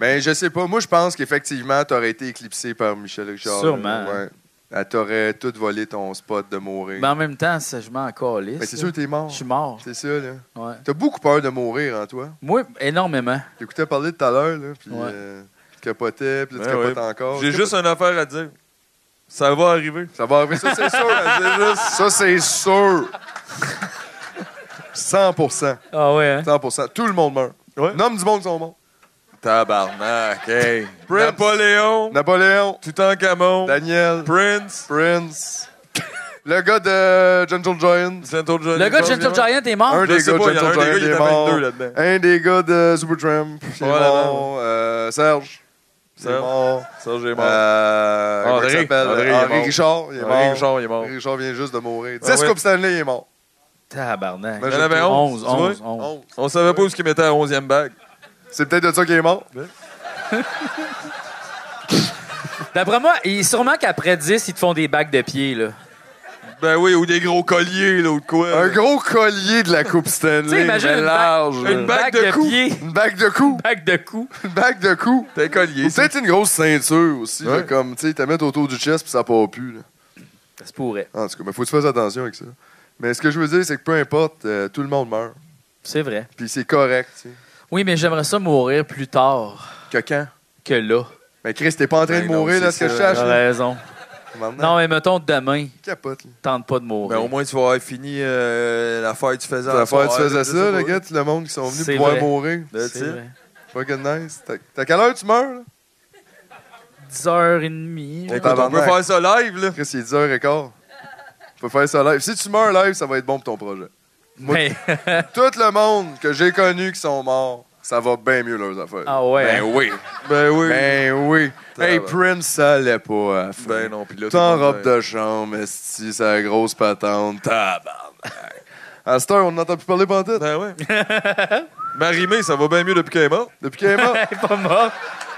C: Mais je sais pas. Moi, je pense qu'effectivement, t'aurais été éclipsé par Michel Richard.
A: Sûrement.
C: Ouais. Elle t'aurait tout volé ton spot de mourir.
A: Mais en même temps, ça, je m'en calisse.
C: Mais c'est sûr que t'es
A: mort. Ben, Je suis mort.
C: C'est ça, là.
A: Ouais.
C: T'as beaucoup peur de mourir, hein, toi?
A: Moi, énormément.
C: J'écoutais parler tout à l'heure, là, puis
A: Ouais.
C: euh, tu capotais, puis là, tu
E: Ben ouais.
C: capotes encore.
E: J'ai
C: Tu
E: juste une affaire à dire. Ça va arriver.
C: Ça va arriver, ça c'est sûr. c'est juste- Ça c'est sûr. 100%.
A: Ah ouais, hein?
C: 100%. Tout le monde meurt. Nomme du monde qui sont morts.
E: Tabarnak, hey.
C: Prince.
E: Napoléon.
C: Napoléon.
E: Toutankhamon.
C: Daniel.
E: Prince.
C: Prince. Le gars de Gentle Giant.
E: Gentle Giant.
A: Le gars de Gentle Giant est mort?
C: Un
E: Je
C: des
E: sais
C: gars de
E: pas, il y en a
C: Gentle
E: un des
C: Giant
E: gars, il
C: est
E: était
C: mort.
E: 22 là-dedans.
C: Un des gars de Supertramp. il est
E: Probablement.
C: mort. Euh, Serge. il est
E: Serge.
C: mort.
E: Ça, j'ai mort.
C: Euh, comment
E: André.
C: il s'appelle?
E: André, il est
C: Henri
E: mort.
C: Richard, il est
E: Henri
C: mort.
E: Richard, il est mort.
C: Henri Richard vient juste de mourir.
E: Ah
C: 10
E: ouais.
C: Coupes Stanley, il est mort.
A: Tabarnak.
E: Il y en avait 11,
A: 11,
E: tu vois?
A: 11, 11.
E: On savait pas où ce qu'il mettait à 11e bague.
C: C'est peut-être de ça qu'il est mort.
A: D'après moi, il- sûrement qu'après 10, ils te font des bagues de pied, là.
E: Ben oui, ou des gros colliers, là, ou de quoi.
C: Un
E: là.
C: gros collier de la Coupe Stanley.
A: Tu sais, imagine
C: mais
A: une
C: large. là.
E: Une bague de coups.
A: pied,
C: Une bague de coups.
A: bague de coups.
C: Une bague de coups.
E: T'es collier.
C: Ou
E: c'est-
C: peut-être une grosse ceinture aussi. là,
E: Ouais.
C: comme, tu sais, t'as mettre autour du chest puis ça part plus. là.
A: Ça se pourrait.
C: En tout cas, mais faut que tu fasses attention avec ça. Mais ce que je veux dire, c'est que peu importe, euh, tout le monde meurt.
A: C'est vrai.
C: Puis c'est correct, tu sais.
A: Oui, mais j'aimerais ça mourir plus tard
C: Que quand?
A: que là.
C: Mais Chris, t'es pas en train
E: Ben
C: de
E: non,
C: mourir,
E: c'est
C: là, ce que
E: ça.
C: je
A: T'as
C: cherche. là.
A: raison.
C: Maintenant,
A: Non, mais mettons demain,
C: capote, là.
A: tente pas de
E: Ben,
A: mourir.
E: au moins, tu vas avoir fini euh, l'affaire que tu faisais.
C: T'as affaire, tu
E: soirée,
C: faisais
E: je sais
C: ça,
E: pas. Ben.
C: les gars, tout le monde qui sont venus
A: C'est
C: pouvoir
A: vrai.
C: mourir.
E: That's
A: C'est
E: it.
A: vrai.
C: Fucking nice. T'as- T'as quelle heure tu meurs, là?
A: 10h30. genre.
C: On t'a-
E: Écoute, on peut
C: Tabarnak.
E: faire ça live, là.
C: Chris, il est 10h15. Tu peux faire ça live. Si tu meurs live, ça va être bon pour ton projet.
A: Mais-
C: Tout le monde que j'ai connu qui sont morts, ça va bien mieux leurs affaires.
A: Ah ouais,
C: Ben
A: hein?
C: oui.
E: Ben oui.
C: Ben oui.
E: Ça
C: hey,
E: va.
C: Prince, ça allait pas. à la fin.
E: Ben non, pis là...
C: T'es en
E: tout le
C: robe
E: monde-
C: de chambre, esti, sa grosse patente. Tabarnak. À cette heure, on n'entend plus parler pantoute.
E: Ben ouais. Marimé, ça va bien mieux depuis qu'elle est morte.
C: Depuis qu'elle est morte.
A: Elle est pas morte.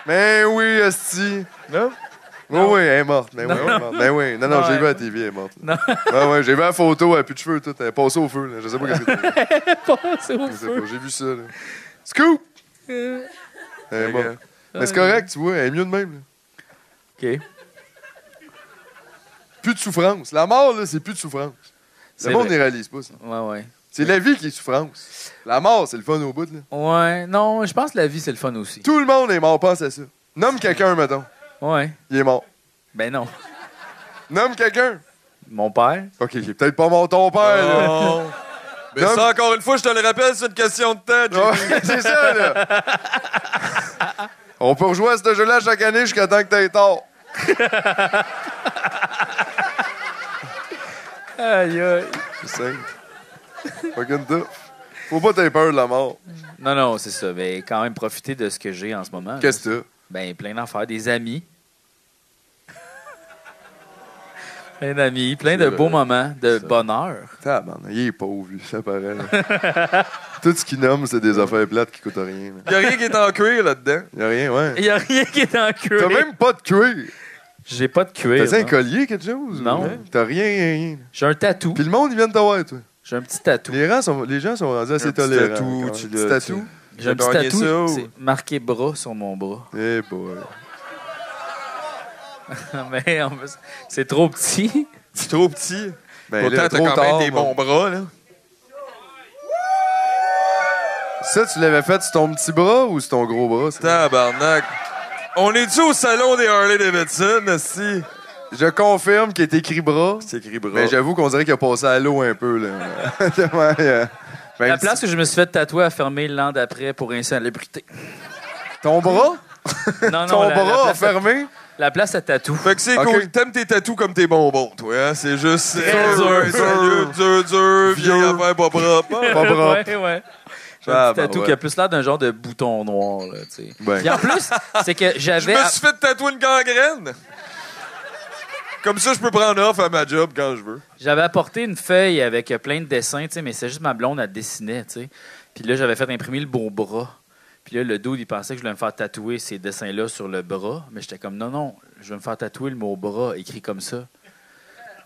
C: Ben oui, esti.
E: Non?
C: Oui, oui, elle est morte. Ben oui, elle est morte. Ben oui. Non, non,
A: Non,
C: j'ai
A: elle-
C: vu à la TV, elle est morte.
A: Non.
C: Ah ouais, j'ai vu la photo, elle a plus de cheveux, tout. Elle est passée au feu, là. Je sais pas qu'est-ce que t'as vu.
A: C'est au
C: Je sais pas,
A: feu.
C: J'ai vu ça, là. Scoop! Elle est morte. Mais c'est correct, tu vois, elle est mieux de même, là.
A: OK.
C: Plus de souffrance. La mort, là, c'est plus de souffrance.
A: C'est
C: Le monde ne
A: vrai.
C: réalise pas ça.
A: Ouais, ouais.
C: C'est la vie qui est souffrance. La mort, c'est le fun au bout, là.
A: Ouais, non, je pense que la vie, c'est le fun aussi.
C: Tout le monde est mort, pense à ça. Nomme quelqu'un, mettons.
A: Ouais.
C: Il est mort.
A: Ben non.
C: Nomme quelqu'un.
A: Mon père.
C: OK, il est peut-être pas mort ton père, là.
E: Non. Mais
C: Non.
E: ça, encore une fois, je te le rappelle, c'est une question de tête.
C: Ouais, c'est ça, là. On peut rejouer à ce jeu-là chaque année jusqu'à temps que t'aies tort.
A: Aïe, aïe.
C: C'est simple. Fucking tough. Faut pas t'aies peur de la mort.
E: Ah,
A: Non, non, c'est ça. Mais quand même, profiter de ce que j'ai en ce moment. là.
C: Qu'est-ce que
A: Ben, plein d'affaires, des amis. plein d'amis, plein de
C: vrai.
A: beaux moments, de bonheur.
C: t'as? Tabarnak, il est pauvre, lui, ça paraît. là. Tout ce qu'il nomme, c'est des affaires plates qui coûtent rien. là.
E: Il y a rien qui est en cuir là-dedans.
C: Y a rien, ouais.
A: Il n'y a rien qui est en cuir.
C: T'as même pas de cuir.
A: J'ai pas de cuir.
C: T'as un
A: non.
C: collier, quelque chose?
A: Non.
C: Ouais. T'as rien, rien.
A: J'ai un tatou.
C: Puis le monde, ils viennent t'avoir, toi.
A: J'ai un petit tatou.
C: Les, rangs sont- les gens sont rendus assez
E: petit
C: tolérants.
E: tatou,
C: quand même.
E: tu
C: Petit
E: le-
C: tatou.
A: J'ai un
E: t'as
A: petit
E: gagné
A: tatou.
E: ça, ou-
A: C'est marqué bras sur mon bras.
C: Eh boy.
A: Mais en plus, c'est trop petit.
E: C'est trop petit.
C: Ben,
E: Pourtant,
C: là,
E: t'as
C: trop
E: quand
C: tard,
E: même des bons
C: mon-
E: bras, là.
C: Ça, tu l'avais fait sur ton petit bras ou sur ton gros bras? ça?
E: Tabarnak. On est-tu au salon des Harley-Davidson, si?
C: Je confirme qu'il est écrit bras.
E: C'est écrit bras.
C: Mais j'avoue qu'on dirait qu'il a passé à l'eau un peu, là. Ouais, euh, même
A: La
C: si-
A: place que je me suis fait tatouer a fermé l'an d'après pour insalubrité.
C: Ton bras?
A: Non, non,
C: ton
A: la, la
C: bras a
A: place, à,
C: fermé?
A: la place à tatou.
E: Fait que c'est
C: Ok.
E: cool. T'aimes tes tatous comme tes bonbons, toi. Hein? C'est juste c'est
A: Très
E: dur,
A: dur.
E: sérieux, dur, dur, vieille
C: Vieux.
E: affaire pas propre.
C: Pas propre.
A: ouais, ouais. J'ai
C: Ah,
A: un petit
C: bah,
A: tatou
C: ouais.
A: qui a plus l'air d'un genre de bouton noir, là, tu sais.
C: Ben.
A: Puis en plus, c'est que
E: Je
A: j'avais...
E: me suis fait tatouer une gangrène. Comme ça, je peux prendre off à ma job quand je veux.
A: J'avais apporté une feuille avec euh, plein de dessins, tu sais, mais c'est juste ma blonde, elle dessinait, tu sais. Puis là, j'avais fait imprimer le beau bras. Puis là, le dude, il pensait que je voulais me faire tatouer ces dessins-là sur le bras. Mais j'étais comme, non, non, je vais me faire tatouer le mot bras écrit comme ça.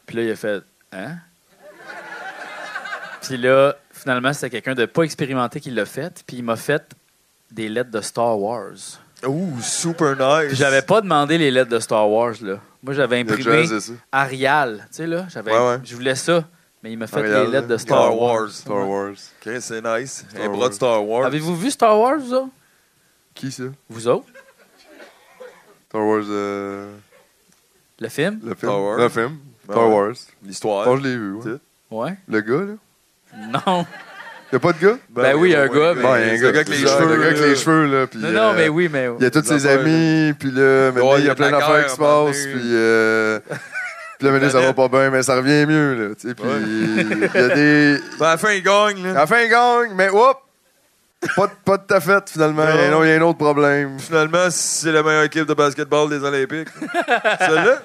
A: Puis là, il a fait, hein? Puis là, finalement, c'était quelqu'un de pas expérimenté qui l'a fait. Puis il m'a fait des lettres de Star Wars.
E: Ouh, super nice.
A: Puis j'avais pas demandé les lettres de Star Wars, là. Moi, j'avais
E: Le
A: imprimé
E: jazz, c'est ça.
A: Arial. Tu sais, là, j'avais,
E: Ouais, ouais.
A: je voulais ça. Mais il m'a fait
E: Regarde,
A: les lettres de Star Wars.
E: Star Wars. Ok, c'est nice.
A: Star
E: Un bras
A: Wars.
E: de Star Wars.
A: Avez-vous vu Star Wars, vous autres?
C: Qui ça?
A: Vous autres?
C: Star Wars. euh,
A: Le film?
C: Le film.
E: Star Wars.
C: Le film.
E: Ben
C: Star
E: ouais.
C: Wars.
E: L'histoire.
C: Moi, je l'ai vu. Ouais.
A: Ouais?
C: Le gars, là.
A: Non.
C: Y a pas de gars?
A: Ben, oui, il y a un gars, mais.
C: Bon, y a un gars avec les cheveux. Le gars avec les cheveux, là. puis,
A: Non, non,
C: euh,
A: mais oui, mais.
C: Il y a tous ses amis, puis là, maintenant,
E: Ouais,
C: il y a plein
E: de la
C: d'affaires
E: guerre,
C: qui se
E: à un moment
C: passent,
E: donné.
C: puis euh, puis là, maintenant, ça va pas bien, mais ça revient mieux, là, tu sais, puis il y a des...
E: Ben, à la fin, il gagne,
C: À la
E: là.
C: fin, il gagne, mais oups! Pas, de- pas de ta fête, finalement, il y, a un- il y a un autre problème.
E: Finalement, c'est la meilleure équipe de basketball des Olympiques. Celle-là?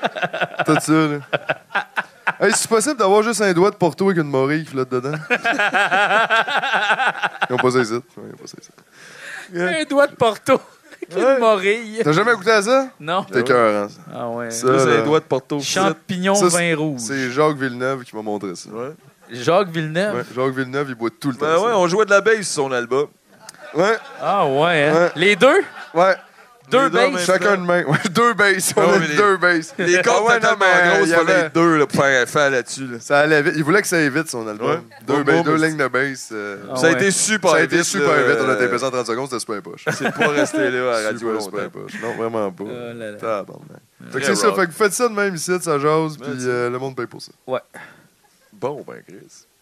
C: Tout ça, là. Hey, c'est possible d'avoir juste un doigt de Porto avec une morille qui flotte dedans? Ils ont pas ça ici. Ouais, ils ont pas ça ici.
A: Un doigt de Porto. avec une morille.
C: T'as jamais goûté à
E: Ben
C: ça?
A: Non.
C: T'es cœur, hein, ça.
A: Ah ouais.
C: Ça,
E: Là, c'est
C: là.
E: les doigts de Porto.
A: Champignon
C: Ça, c'est-
A: vin rouge.
C: C'est Jacques Villeneuve qui m'a montré ça.
E: Ouais.
A: Jacques Villeneuve.
C: Ouais, Jacques Villeneuve, il boit tout le temps.
E: Ben ouais,
C: ça.
E: on jouait de la base sur son album.
C: Ouais,
A: Ah ouais, hein?
C: Ouais.
A: Les deux?
C: ouais.
A: Deux
E: deux en
A: becs.
E: même
C: Chacun de main. Ouais, deux bases. On
E: Ouais,
C: a
E: mais les-
C: deux bases.
E: Les
C: Ah
E: cordes
C: ouais,
E: étaient
C: non, mais
E: tellement grosses,
C: il y
E: il fallait
C: avait-
E: être deux là, pour faire un fait là-dessus. là.
C: Ça allait vite. Il voulait que ça aille vite, son album.
E: Ouais.
C: Deux,
E: Bon,
C: ba-
E: bon,
C: deux
E: mais-
C: lignes de bass. euh,
A: Ah
E: ça a
A: ouais.
E: été super
C: ça a
E: vite. euh,
C: été super
E: là.
C: vite. On a tapé ça en 30 secondes. C'était super poche.
E: C'est pas resté là à la radio
C: Super,
E: longtemps.
C: super poche. Non, vraiment pas.
A: Oh là là.
C: Tabarnak. Fait que c'est
E: Très
C: ça.
E: rock.
C: Fait que vous faites ça de même ici, ça jase, puis
E: Ouais,
C: euh, le monde paye pour ça.
E: Bon, ben, Chris.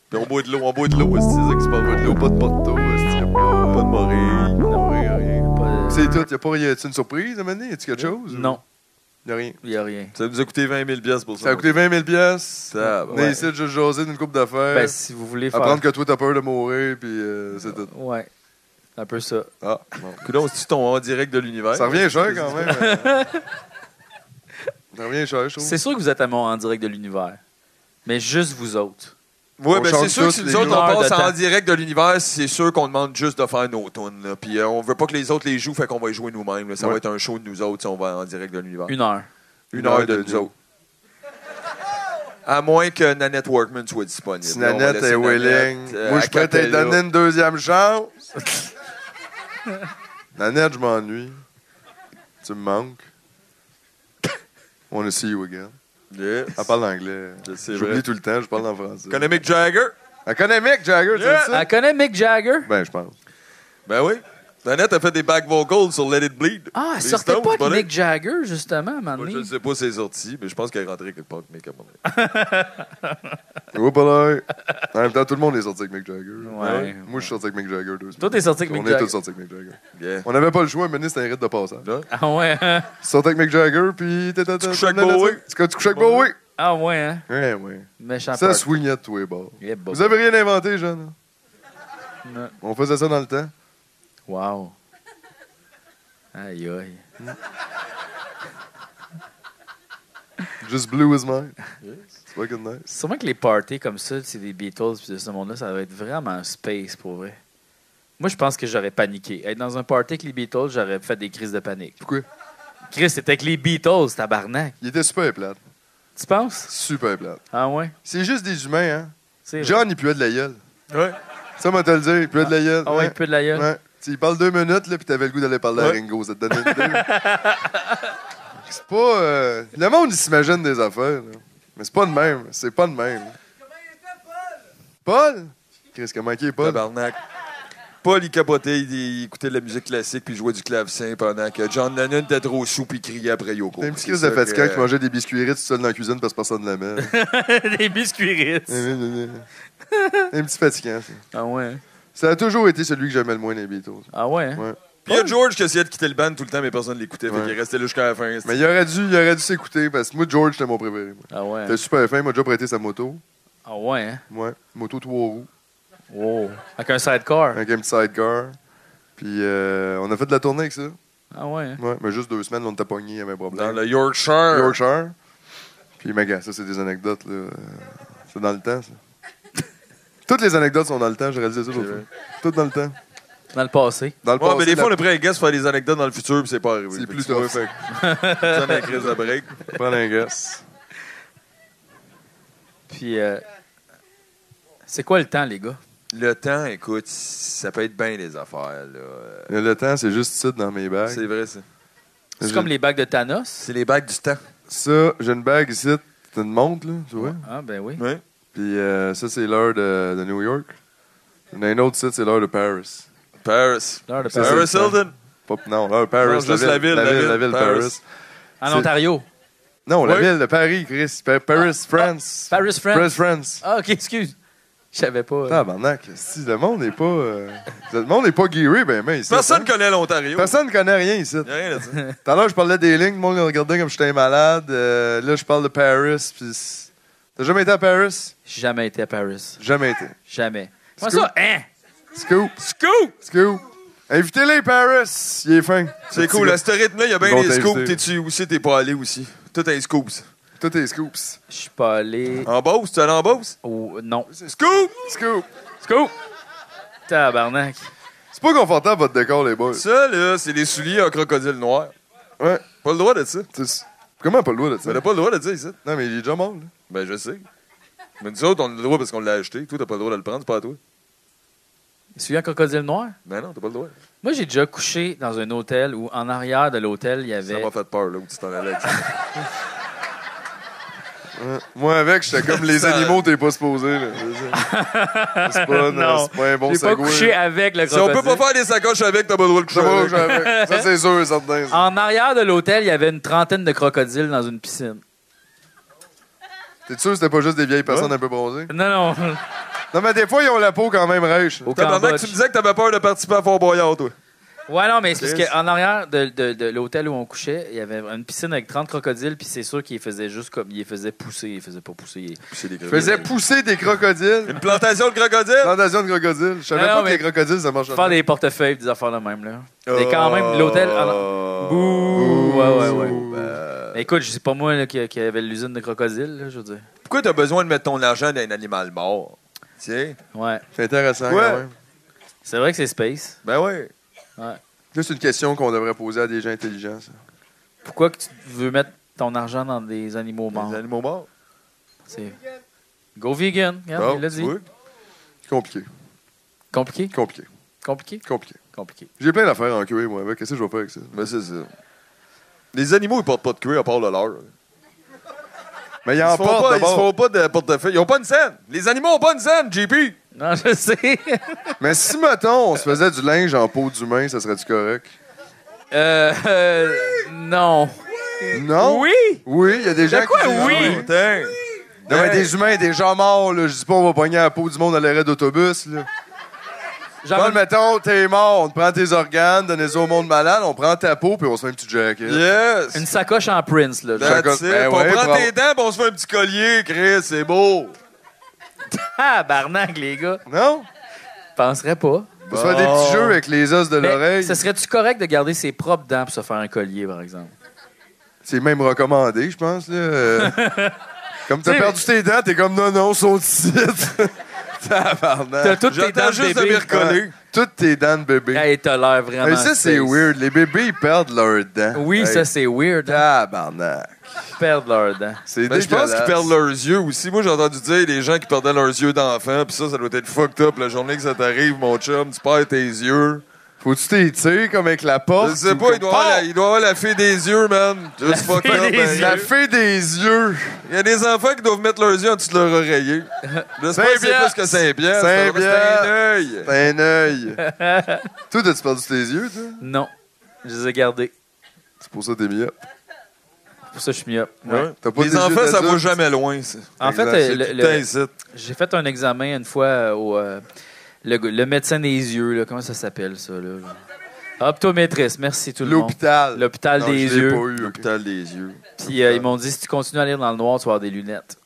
E: Puis on boit de l'eau, on boit de l'eau, c'est ça qui se passe. On boit de l'eau, pas de Porto, c'est pas de Morée.
A: Pas de-
C: C'est tout. Y a pas rien. Y a une surprise à mener? Y a-tu quelque chose? ou-
A: Non,
C: Y a rien.
A: il n'y a rien.
E: Ça nous a coûté 20 000 piastres pour ça.
C: Ça a coûté 20 000 piastres.
E: Ça,
C: On
E: ouais.
C: est ici juste jaser d'une coupe d'affaires.
A: Ben, si vous voulez faire.
C: Apprendre que toi, t'as peur de mourir, puis euh, c'est tout.
A: Ouais. C'est un peu ça.
E: Ah, bon. Coudon, c'est-tu ton en direct de l'univers?
C: Ça revient cher quand même. euh. ça revient cher, je trouve.
A: C'est sûr que vous êtes à mon en direct de l'univers. Mais juste vous autres.
E: Oui,
C: On
E: ben
C: change
E: c'est sûr que
C: tous
E: si
C: les
E: nous autres,
A: jours.
E: on passe
A: Une heure de
E: en
A: temps.
E: direct de l'univers, c'est sûr qu'on demande juste de faire nos tunes. là. Puis euh, on veut pas que les autres les jouent, fait qu'on va les jouer nous-mêmes. là. Ça
C: Ouais.
E: va être un show de nous autres si on va en direct de l'univers. Une,
A: Une heure.
E: heure de nous autres. À moins que Nanette Workman soit disponible.
C: Si
E: Là, on va
C: Nanette
E: laisser
C: est willing,
E: Nanette, euh,
C: moi,
E: à
C: je pourrais te
E: Capella.
C: donner une deuxième chance. Nanette, je m'ennuie. Tu me manques. Wanna see you again.
E: Yeah.
C: Elle parle anglais.
E: C'est vrai.
C: J'oublie tout le temps, je parle en français.
E: Connais Mick Jagger?
C: Elle connaît Mick Jagger, tu
E: Yeah. Ah.
C: sais ça?
A: Elle connaît Mick Jagger?
C: Ben, je pense.
E: Ben oui. Nanette a fait des back vocals sur Let It Bleed.
A: Ah, elle
E: Les
A: sortait
E: Stones,
A: pas de
E: bonnet.
A: Mick Jagger, justement, à un moment
E: Moi, je
A: donné.
E: ne sais pas si c'est sorti, mais je pense qu'elle est rentrée quelque part avec Mick à un moment donné.
C: Oh, pas là. En même temps, tout le monde est sorti avec Mick Jagger.
A: Ouais.
C: Moi, je suis sorti avec Mick Jagger deux semaines.
A: Toi, t'es sorti avec Mick
C: On est
A: Jagger.
C: tous sortis avec Mick Jagger.
E: Yeah.
C: On n'avait pas le choix, mais c'était un rite de passage.
A: Ah ouais, hein?
C: Tu sortais avec Mick Jagger, puis... t'étais-
E: couches avec
C: t'étais-
E: Bowie.
C: Tu couches avec Bowie.
A: Ah ouais, hein?
C: Ouais, ouais.
A: Méchant
C: Ça
A: peur.
C: swingait de tous les bords.
A: Yeah, Bob.
C: Vous avez rien inventé, jeune. hein?
A: Non.
C: On faisait ça dans le temps.
A: Wow. Aïe, aïe.
C: Just blue is mine. C'est fucking nice.
A: Sûrement que les parties comme ça, c'est des Beatles puis de ce monde-là, ça va être vraiment space pour vrai. Moi, je pense que j'aurais paniqué. Être dans un party avec les Beatles, j'aurais fait des crises de panique.
C: Pourquoi?
A: Chris, c'était avec les Beatles, tabarnak.
C: Il était super plate.
A: Tu penses?
C: Super plate.
A: Ah ouais?
C: C'est juste des humains, hein.
A: C'est vrai.
C: John, il puait de la gueule.
E: Ouais.
C: Ça, m'a te le dire, il puait de la gueule.
A: Ah ouais,
C: hein.
A: il peut de la gueule.
C: Ouais. Tu sais, il parle deux minutes, là, puis t'avais le goût d'aller parler à
E: Ouais.
C: Ringo. Ça te donne une idée. c'est pas. euh, Le monde, il s'imagine des affaires, là. Mais c'est pas de même. C'est pas de même. Paul? Chris, comment il est, Paul?
E: Tabarnak. Paul, il capotait, il, il écoutait de la musique classique puis il jouait du clavecin pendant que John Lennon était trop sous puis il criait après Yoko.
C: T'as une petite
E: C'est
C: crise
E: ça
C: de fatigant
E: que-
C: qui mangeait des biscuits rites tout seul dans la cuisine parce que personne ne l'aimait.
A: des biscuits Ritz.
C: un petit fatigant, ça.
A: Ah ouais?
C: Ça a toujours été celui que j'aimais le moins des Beatles.
A: Ah ouais? hein?
C: Ouais.
E: Puis il y a George qui essayait de quitter le band tout le temps, mais personne ne l'écoutait.
C: Ouais.
E: Fait qu'il restait là jusqu'à la fin.
C: Mais il aurait dû, il aurait dû s'écouter parce que moi, George, c'était mon préféré. moi.
A: Ah ouais?
C: C'était super fin, il m'a déjà prêté sa moto.
A: Ah ouais, hein?
C: Ouais, moto trois roues,
A: Wow. Avec un sidecar.
C: avec un petit sidecar. Puis euh, on a fait de la tournée avec ça.
A: Ah ouais, hein?
C: Ouais, mais juste deux semaines, on t'a pogné, il y avait un
E: Dans
C: problème.
E: le Yorkshire.
C: Yorkshire. Puis, mais gars, ça, c'est des anecdotes, là. Euh, C'est dans le temps, ça. Toutes les anecdotes sont dans le temps, j'ai réalisé ça l'autre fois. Toutes dans le temps.
A: Dans le passé.
C: Dans le
E: Ouais,
C: passé,
E: mais des
C: la-
E: fois, on a pris un guess pour faire des anecdotes dans le futur, puis c'est pas arrivé.
C: C'est
E: Fait
C: plus
E: que tu vois,
C: tough.
E: fait que- Prends un crise de break. Prends un guess.
A: Puis, euh, c'est quoi le temps, les gars?
E: Le temps, écoute, ça peut être bien des affaires. là. Euh,
C: Mais Le temps, c'est juste ça dans mes bagues.
E: C'est vrai, ça.
A: C'est
C: Je-
A: comme les bagues de Thanos?
E: C'est les bagues du temps.
C: Ça, j'ai une bague ici, c'est une montre, là, tu vois.
A: Ah, ben oui.
E: Oui.
C: Puis euh, ça, c'est l'heure de, de New York. Il y en a une autre ici, c'est l'heure de Paris.
E: Paris.
A: L'heure de
C: Ça,
A: Paris.
C: c'est-
E: Paris Hilton.
C: Pas, non, l'heure de Paris.
E: Non, juste la ville,
C: La ville, la ville, Paris.
A: En
C: c'est-
A: Ontario.
C: Non, la
E: Oui.
C: ville de Paris, Chris. Pa-
E: Ah,
C: Paris, France.
A: Paris, France.
C: Paris, France. Ah.
A: Ah, OK, excuse. Je savais pas. euh.
C: Tabarnak, si le monde n'est pas. euh, le monde n'est pas guéri, ben, mais ici.
E: Personne
C: hein?
E: connaît l'Ontario.
C: Personne connaît rien ici.
E: Y a rien à dire.
C: Tout à l'heure, je parlais des lignes, le monde regardait comme j'étais malade. Euh, là, je parle de Paris, puis. c'est- T'as jamais été à Paris?
A: J'ai jamais été à Paris.
C: Jamais été.
A: Jamais. Moi,
C: Scoop.
A: ça, hein?
C: Scoop!
A: Scoop!
C: Scoop! Invitez-les, Paris! Il est fin.
E: C'est cool. hein. À ce rythme-là, il y a bien
C: Bon,
E: des
C: t'as
E: scoops.
C: invité.
E: T'es-tu aussi, t'es pas allé aussi. Tout un scoops.
C: Tout est scoops.
A: Je suis pas allé.
E: En Beauce, tu es allé en Beauce?
A: au- non.
E: Scoop!
C: Scoop!
A: Scoop! Tabarnak.
C: C'est pas confortable votre décor, les boys.
E: Ça, là, c'est des souliers en crocodile noir.
C: Ouais.
E: Pas le droit de ça.
C: C'est- Comment pas le droit de ça?
E: Mais t'as pas le droit de dire ça.
C: Non, mais il est déjà mort, là.
E: Ben, je sais. Mais nous autres, on a le droit parce qu'on l'a acheté. Toi, t'as pas le droit de le prendre, c'est pas à toi.
A: Suis un crocodile noir?
E: Ben non, t'as pas le droit.
A: Moi, j'ai déjà couché dans un hôtel où, en arrière de l'hôtel, il y
E: Ça
A: avait.
E: m'a fait peur, là, où tu t'en allais avec ça.
C: Moi, avec, j'étais comme les
E: Ça-
C: animaux, t'es pas supposé, là. C'est pas,
E: euh,
A: Non.
C: c'est pas un bon
A: j'ai pas
C: segway.
A: couché avec le
E: Si on
A: crocodile.
E: peut pas faire des sacoches avec, t'as pas le droit de
C: Je sais
E: coucher
C: pas où
E: avec.
C: j'en vais. Ça, c'est sûr, certain.
E: Ah.
C: ça.
A: En arrière de l'hôtel, il y avait une trentaine de crocodiles dans une piscine.
C: T'es sûr que c'était pas juste des vieilles personnes un peu bronzées?
A: Non, non.
C: Non, mais des fois, ils ont la peau quand même rêche.
A: Au
E: Tabarnak,
A: Cambodge.
E: tu me disais que t'avais peur de participer à Fort Boyard, toi.
A: Ouais, non, mais c'est
E: Chris.
A: parce qu'en arrière de, de- de l'hôtel où on couchait, il y avait une piscine avec 30 crocodiles, puis c'est sûr qu'ils les faisaient juste comme. Ils les faisaient pousser, ils les faisaient pas pousser. ils-
E: Coucher des
C: Je
E: crocodiles.
C: faisais pousser des crocodiles.
E: Une plantation de crocodiles?
C: Plantation de crocodiles. Je savais
A: Non,
C: pas
A: mais-
C: que les crocodiles, ça marche.
A: Faire des portefeuilles, des affaires de même, là. Mais quand
E: Oh.
A: même, l'hôtel. en- Bouh! Ouais, ouais, ouais.
E: Ben,
A: Mais écoute, je sais pas moi là, qui, qui avait l'usine de crocodiles, là, je veux dire.
E: Pourquoi t'as besoin de mettre ton argent dans un animal mort? Tu sais?
A: Ouais.
C: C'est intéressant,
E: Ouais.
C: quand même.
A: C'est vrai que c'est space.
E: Ben oui.
C: Là, c'est une question qu'on devrait poser à des gens intelligents, ça.
A: Pourquoi que tu veux mettre ton argent dans des animaux morts?
E: Des animaux morts.
A: C'est- Go vegan. Regarde,
C: Bon,
A: il l'a
C: tu
A: dit.
C: vois? Compliqué,
A: Compliqué?
C: compliqué,
A: Compliqué?
C: compliqué.
A: Compliqué.
C: J'ai plein d'affaires en cuir, moi, avec. Qu'est-ce que je vais faire avec ça?
E: Ben c'est ça. Les animaux, ils portent pas de cuir à part le leur.
C: Mais il
E: Ils se
C: en
E: font
C: porte
E: pas, ils se
C: d'abord.
E: font pas de portefeuille. Ils ont pas une scène. Les animaux ont pas une scène, JP.
A: Non, je sais.
C: Mais si, mettons, on se faisait du linge en peau d'humain, ça serait-tu correct?
A: Euh, euh, non.
C: Non?
A: Oui!
C: Oui, il y a des gens
A: quoi,
C: qui disent
A: oui?
C: Non,
E: Putain.
C: mais des humains, des gens morts, là. Je dis pas, on va pogner la peau du monde à l'arrêt d'autobus, là.
A: J'en
C: Bon,
A: veux-
C: mettons, t'es mort, on te prend tes organes, donne-les au monde malade, on prend ta peau, puis on se fait un petit jacket.
E: Yes.
A: Une sacoche en Prince, là.
C: Ben-
E: That's it.
C: Ben
E: on
C: ouais,
E: prend
C: bravo.
E: tes dents, puis on se fait un petit collier, Chris. C'est beau.
A: Ah, barnac, les gars.
C: Non?
A: Je penserais pas.
C: On se fait des petits jeux avec les os de
A: Mais
C: l'oreille.
A: ce serait-tu correct de garder ses propres dents pour se faire un collier, par exemple?
C: C'est même recommandé, je pense. Là. Euh, comme
A: Tu
C: t'as
A: sais,
C: perdu tes dents, t'es comme non, non, sont ici.
A: T'as
C: Tabarnak.
A: toutes tes
E: J'attends
A: dents de
E: juste de
A: bébé.
E: me recoller.
C: Toutes tes dents de bébé.
A: Hey, t'as l'air vraiment...
C: Hey, ça, c'est
A: space.
C: weird. Les bébés, ils perdent leurs dents.
A: Oui,
C: Hey,
A: ça, c'est weird. hein,
C: Tabarnak.
A: de perdre leurs dents.
C: C'est
E: Ben, je pense qu'ils
C: dégueulasse.
E: perdent leurs yeux aussi. Moi, j'ai entendu dire les gens qui perdaient leurs yeux d'enfant, puis ça, ça doit être fucked up la journée que ça t'arrive, mon chum. Tu perds tes yeux.
C: Faut-tu t'étirer comme avec la porte?
E: Je sais
C: ou
E: pas, il
C: comme- Oh!
E: doit, avoir la, il doit avoir la fée des yeux, man. Juste fucked
A: fée
E: up.
A: des
E: hein.
A: yeux.
C: La fée des yeux.
E: Il y a des enfants qui doivent mettre leurs yeux en dessous de leur oreiller. J'espère que c'est
C: Saint-Pierre.
E: plus que Saint-Pierre. ça doit
C: Saint-Pierre.
E: rester
C: T'as
E: un œil.
C: un œil. Toi, t'as-tu perdu tes yeux, toi?
A: Non. Je les ai gardés.
C: C'est pour ça que t'es mieux.
A: C'est Pour ça, que je suis mieux.
E: Ouais.
C: T'as pas
E: Les
C: des yeux
E: enfants, ça
C: d'adulte.
E: va jamais loin, ça.
A: En fait,
C: Exact,
A: euh,
C: c'est
A: le-
E: Tout
A: le-
E: le temps ici.
A: j'ai fait un examen une fois euh, au... euh, le, le médecin des yeux, là, comment ça s'appelle, ça? Là? Optométriste, merci tout le monde.
C: L'hôpital.
A: L'hôpital
C: Non,
A: des
C: je l'ai
A: yeux.
C: pas eu, ok.
E: L'hôpital des yeux.
A: Puis euh, ils m'ont dit si tu continues à lire dans le noir, tu vas avoir des lunettes.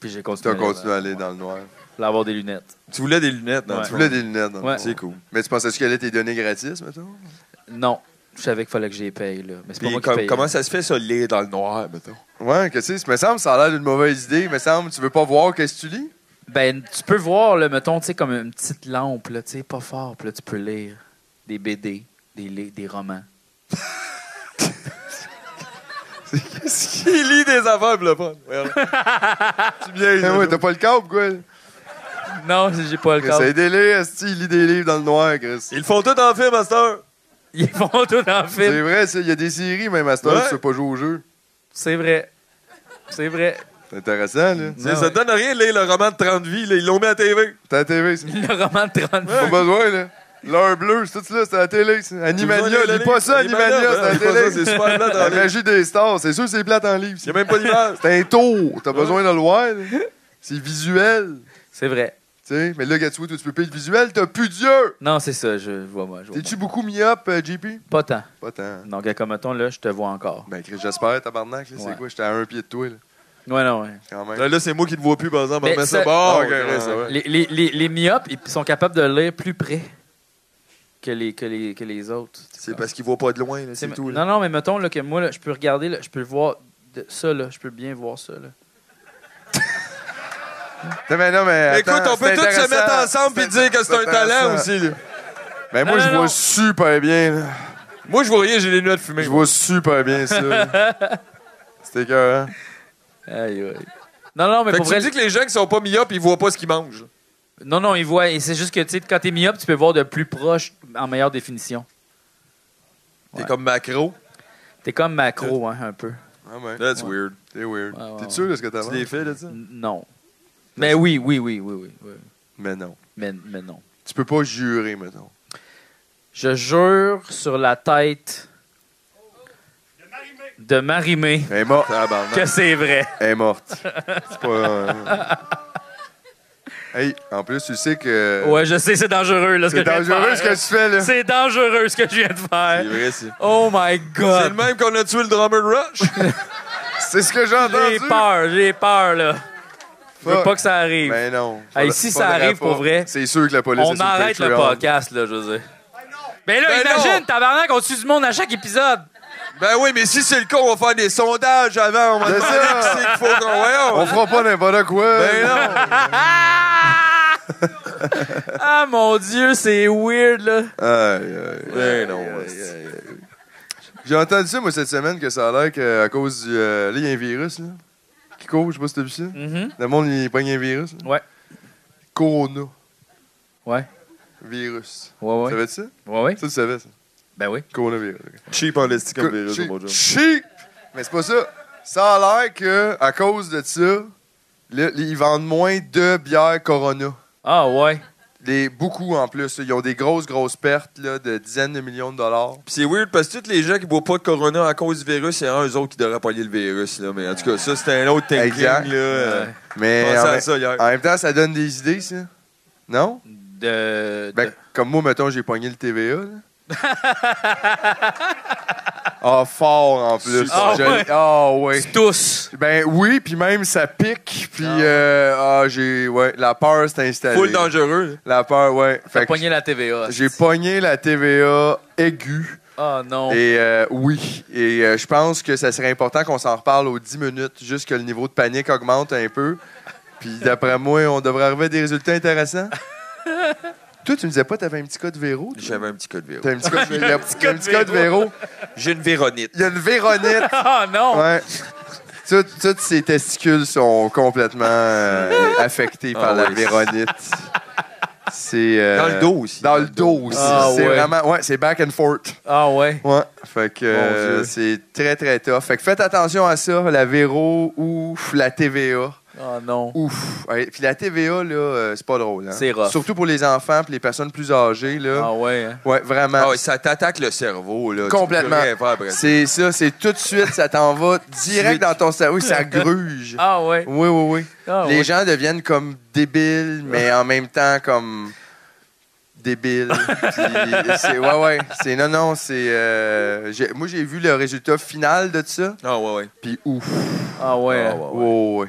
A: Puis j'ai
C: Tu as
A: continué.
C: continué à aller
A: lire
C: dans le noir.
A: Pour avoir des lunettes.
E: Tu voulais des lunettes, non?
A: Ouais.
E: Tu
C: Tu
E: voulais
C: voulais
E: des...
C: des lunettes, non?
A: Ouais.
E: C'est cool.
C: Mais tu pensais-tu qu'elle allait t'y donner gratis, mettons?
A: Non, je savais qu'il fallait que j'y paye là, mais c'est pas
E: Puis
A: moi
E: com-
A: qui paye.
E: comment ça se fait, ça, lire dans le noir, mettons?
C: Ouais, qu'est-ce que c'est? Me semble que ça a l'air d'une mauvaise idée. Me semble que tu veux pas voir qu'est-ce que tu lis?
A: Ben, tu peux voir, là, mettons, tu sais, comme une petite lampe, là, tu sais, pas fort, puis là, tu peux lire des BD, des, li- des romans.
E: Qu'est-ce qu'il lit des affaires, le fun?
C: tu viens. Eh ouais, t'as pas le câble, quoi.
A: Non, j'ai pas le câble.
C: C'est des livres, esti, il lit des livres dans le noir, Chris.
E: Ils le font tout en film, Master.
A: Ils font tout en film.
C: C'est vrai, ça, il y a des séries, même, Master,
E: Ouais.
C: tu sais pas jouer au jeu.
A: C'est vrai. C'est vrai.
C: C'est intéressant, là.
E: Ça ça te donne rien de lire le roman de 30 vies. là. Ils l'ont mis à la TV.
C: T'as la TV, ça.
A: Le roman de 30
C: Pas besoin, là. L'heure bleue, c'est tout ça, c'est à la télé. ça. Animania,
E: besoin de
C: lis pas ça,
E: Animania,
C: Animania, c'est à la
E: lis pas ça,
C: télé.
E: c'est super plate en
C: La
E: livre.
C: magie des stars, c'est sûr que c'est plate en livre.
E: Il n'y a même pas d'image.
C: C'est un tour, t'as besoin de le voir. là. C'est visuel.
A: C'est vrai.
C: Tu sais, mais là, Gatsuo, toi, tu peux payer le visuel, t'as plus d'yeux.
A: Non, c'est ça, je vois moi. je
E: Oh
A: vois
C: T'es-tu beaucoup myope, euh, JP?
A: moi. Pas tant.
C: Pas tant.
A: Donc, euh, comme mettons, là, je te vois encore.
C: Ben, Chris, j'espère, tabarnak, là,
A: Ouais.
C: c'est quoi? J'étais à un pied de toi, là,
A: Ouais, non, ouais.
C: quand même.
E: Là, là, c'est moi qui ne vois plus, par exemple.
A: Mais
E: Mais
A: ça-
E: ça, bon,
C: Ah,
E: ok,
C: ouais,
E: ça va.
A: Les, les, les, les myopes, ils sont capables de lire plus près que les, que les, que les autres.
E: C'est parce qu'il ne voit pas de loin, là, c'est
A: Mais-
E: tout. là.
A: Non, non, mais mettons là, que moi, là, je peux regarder, là, je peux voir de- ça, là, je peux bien voir ça. Là.
C: Non, mais non, mais attends,
E: Écoute, on peut
C: c'est
E: tous se mettre
C: intéressant.
E: ensemble et dire que c'est un talent
C: intéressant.
E: aussi. là.
C: Ben, moi,
A: Non,
C: je
A: non, non.
C: vois super bien, là.
E: Moi, je vois rien, j'ai les nuages fumées.
C: Je vois super bien ça. là. C'était écœurant.
A: Aïe, aïe. Non, non, mais
E: Fait que
A: pour
E: tu
A: vrai.
E: me dis que les gens qui sont pas myopes, ils voient pas ce qu'ils mangent.
A: Non, non, ils voient. et C'est juste que, tu sais, quand t'es myope, tu peux voir de plus proche en meilleure définition.
E: T'es
A: Ouais.
E: comme macro.
A: T'es comme macro, hein, un peu.
C: Ah ouais.
E: That's weird.
C: T'es weird.
A: Ouais, ouais,
C: T'es sûr de ce que t'as
E: Tu les fais, là, ça?
A: N- Non. Mais oui, oui, oui, oui, oui. oui.
C: Mais Ben, non.
A: Mais, mais non.
C: Tu peux pas jurer, mettons.
A: Je jure sur la tête de Marimé
C: Elle est morte.
A: que c'est vrai.
C: Elle est morte. C'est pas. euh, Hey, en plus, tu sais que.
A: Ouais, je sais, c'est dangereux, là, ce
C: C'est
A: que je viens de
C: dangereux
A: faire,
C: ce que
A: là.
C: tu fais, là.
A: C'est dangereux ce que je viens de
E: C'est
A: faire.
E: vrai, c'est.
A: Oh my
E: C'est le
A: god.
E: même qu'on a tué le drummer Rush.
C: C'est ce que j'ai entendu.
A: J'ai peur, j'ai peur là. Je veux
C: Fuck.
A: pas que ça arrive.
C: Ben non.
A: Hey,
C: Faudra-
A: si ça
C: faudrait
A: arrive
C: pas.
A: pour vrai,
C: C'est sûr que la police est
A: on
C: sur
A: arrête le
C: Patreon.
A: podcast là, je veux dire. Mais là,
E: Ben
A: imagine,
E: non.
A: tabarnak, on tue du monde à chaque épisode.
E: ben oui, mais si c'est le cas, on va faire des sondages avant. On va
C: C'est
E: demander
C: ça.
E: qui c'est qu'il faut qu'on voyons.
C: On fera pas n'importe quoi.
E: Ben non.
A: Ah! ah mon dieu, c'est weird là.
C: Aïe, aïe,
E: Ben
C: aïe,
E: non,
C: aïe,
E: c'est-
C: aïe, aïe. J'ai entendu ça, moi, cette semaine, que ça a l'air qu'à cause du. euh, là, il y a un virus, là. Qui court, je sais pas si t'as vu ça.
A: Mhm.
C: Le monde, il pogne un virus. là.
A: Ouais.
C: Corona.
A: Ouais.
C: Virus.
A: Ouais,
C: Tu
A: ouais.
C: savais ça?
A: Ouais, ouais.
C: Ça, tu savais ça.
A: Ben oui.
C: Coronavirus.
E: Cheap en esti comme virus,
C: Cheap.
E: mon Dieu.
C: Cheap! Mais c'est pas ça. Ça a l'air que à cause de ça, là, ils vendent moins de bières Corona.
A: Ah ouais.
C: Les, beaucoup en plus. Ils ont des grosses, grosses pertes là, de dizaines de millions de dollars.
E: Puis c'est weird parce que tous les gens qui boivent pas de Corona à cause du virus, c'est un eux autres qui devraient pogner le virus. Là. Mais en tout cas, ça, c'était un autre thinking. Là.
C: Exact.
E: Euh,
C: Mais
E: Pensez
C: en,
E: à
C: même-
E: ça hier.
C: en même temps, ça donne des idées, ça. Non?
A: De.
C: Ben,
A: de-
C: comme moi, mettons, j'ai pogné le TVA. là. Ah, fort en plus.
E: Super.
C: Ah,
A: Ah, ouais.
C: ouais.
A: Tous.
C: Ben oui, puis même ça pique, puis euh, ah, j'ai ouais, la peur s'est installée.
E: Full dangereux.
C: La peur, ouais.
A: T'as
C: Fait que
A: pogné la TVA.
C: j'ai pogné la TVA aiguë
A: Oh non.
C: et euh, oui, et euh, je pense que ça serait important qu'on s'en reparle aux 10 minutes, juste que le niveau de panique augmente un peu. Puis d'après moi, on devrait arriver à des résultats intéressants. Toi, tu me disais pas t'avais un petit cas de véro? toi?
E: J'avais un petit code virus.
C: T'as un petit cas de, il y a- il y a un petit
A: cas
C: cas
A: de
C: de véro.
E: J'ai une véronite.
C: Il y a une véronite.
A: Ah non.
C: Ouais. Tout- Tous ses testicules sont complètement euh, affectés par
E: Ah
C: la
E: ouais.
C: véronite. C'est euh,
E: Dans le dos aussi.
C: Dans le dos aussi.
A: Ah
C: c'est
A: ouais.
C: vraiment ouais, c'est back and forth.
A: Ah ouais.
C: Ouais, fait que
E: Mon Dieu.
C: euh, c'est très très tough. Fait que faites attention à ça, la Véro, ouf, la TVA,
A: Oh non.
C: ouf. Ouais, Puis la TVA là, euh, c'est pas drôle. hein.
A: C'est rough.
C: Surtout pour les enfants, puis les personnes plus âgées là.
A: Ah ouais. hein.
C: Ouais, vraiment.
E: Ah ouais, ça t'attaque le cerveau. Là.
C: Complètement.
E: Tu peux plus rien faire après.
C: c'est ça, c'est tout de suite, ça t'en va direct dans ton cerveau, ça gruge.
A: Ah ouais.
C: Oui, oui, oui.
A: Ah
C: les
A: ouais.
C: gens deviennent comme débiles, mais en même temps comme débiles. Puis c'est ouais, ouais. C'est non, non. C'est euh, j'ai- moi j'ai vu le résultat final de ça.
E: Ah ouais, ouais.
C: Puis ouf.
A: Ah ouais.
E: Ah ouais.
C: Oh, ouais.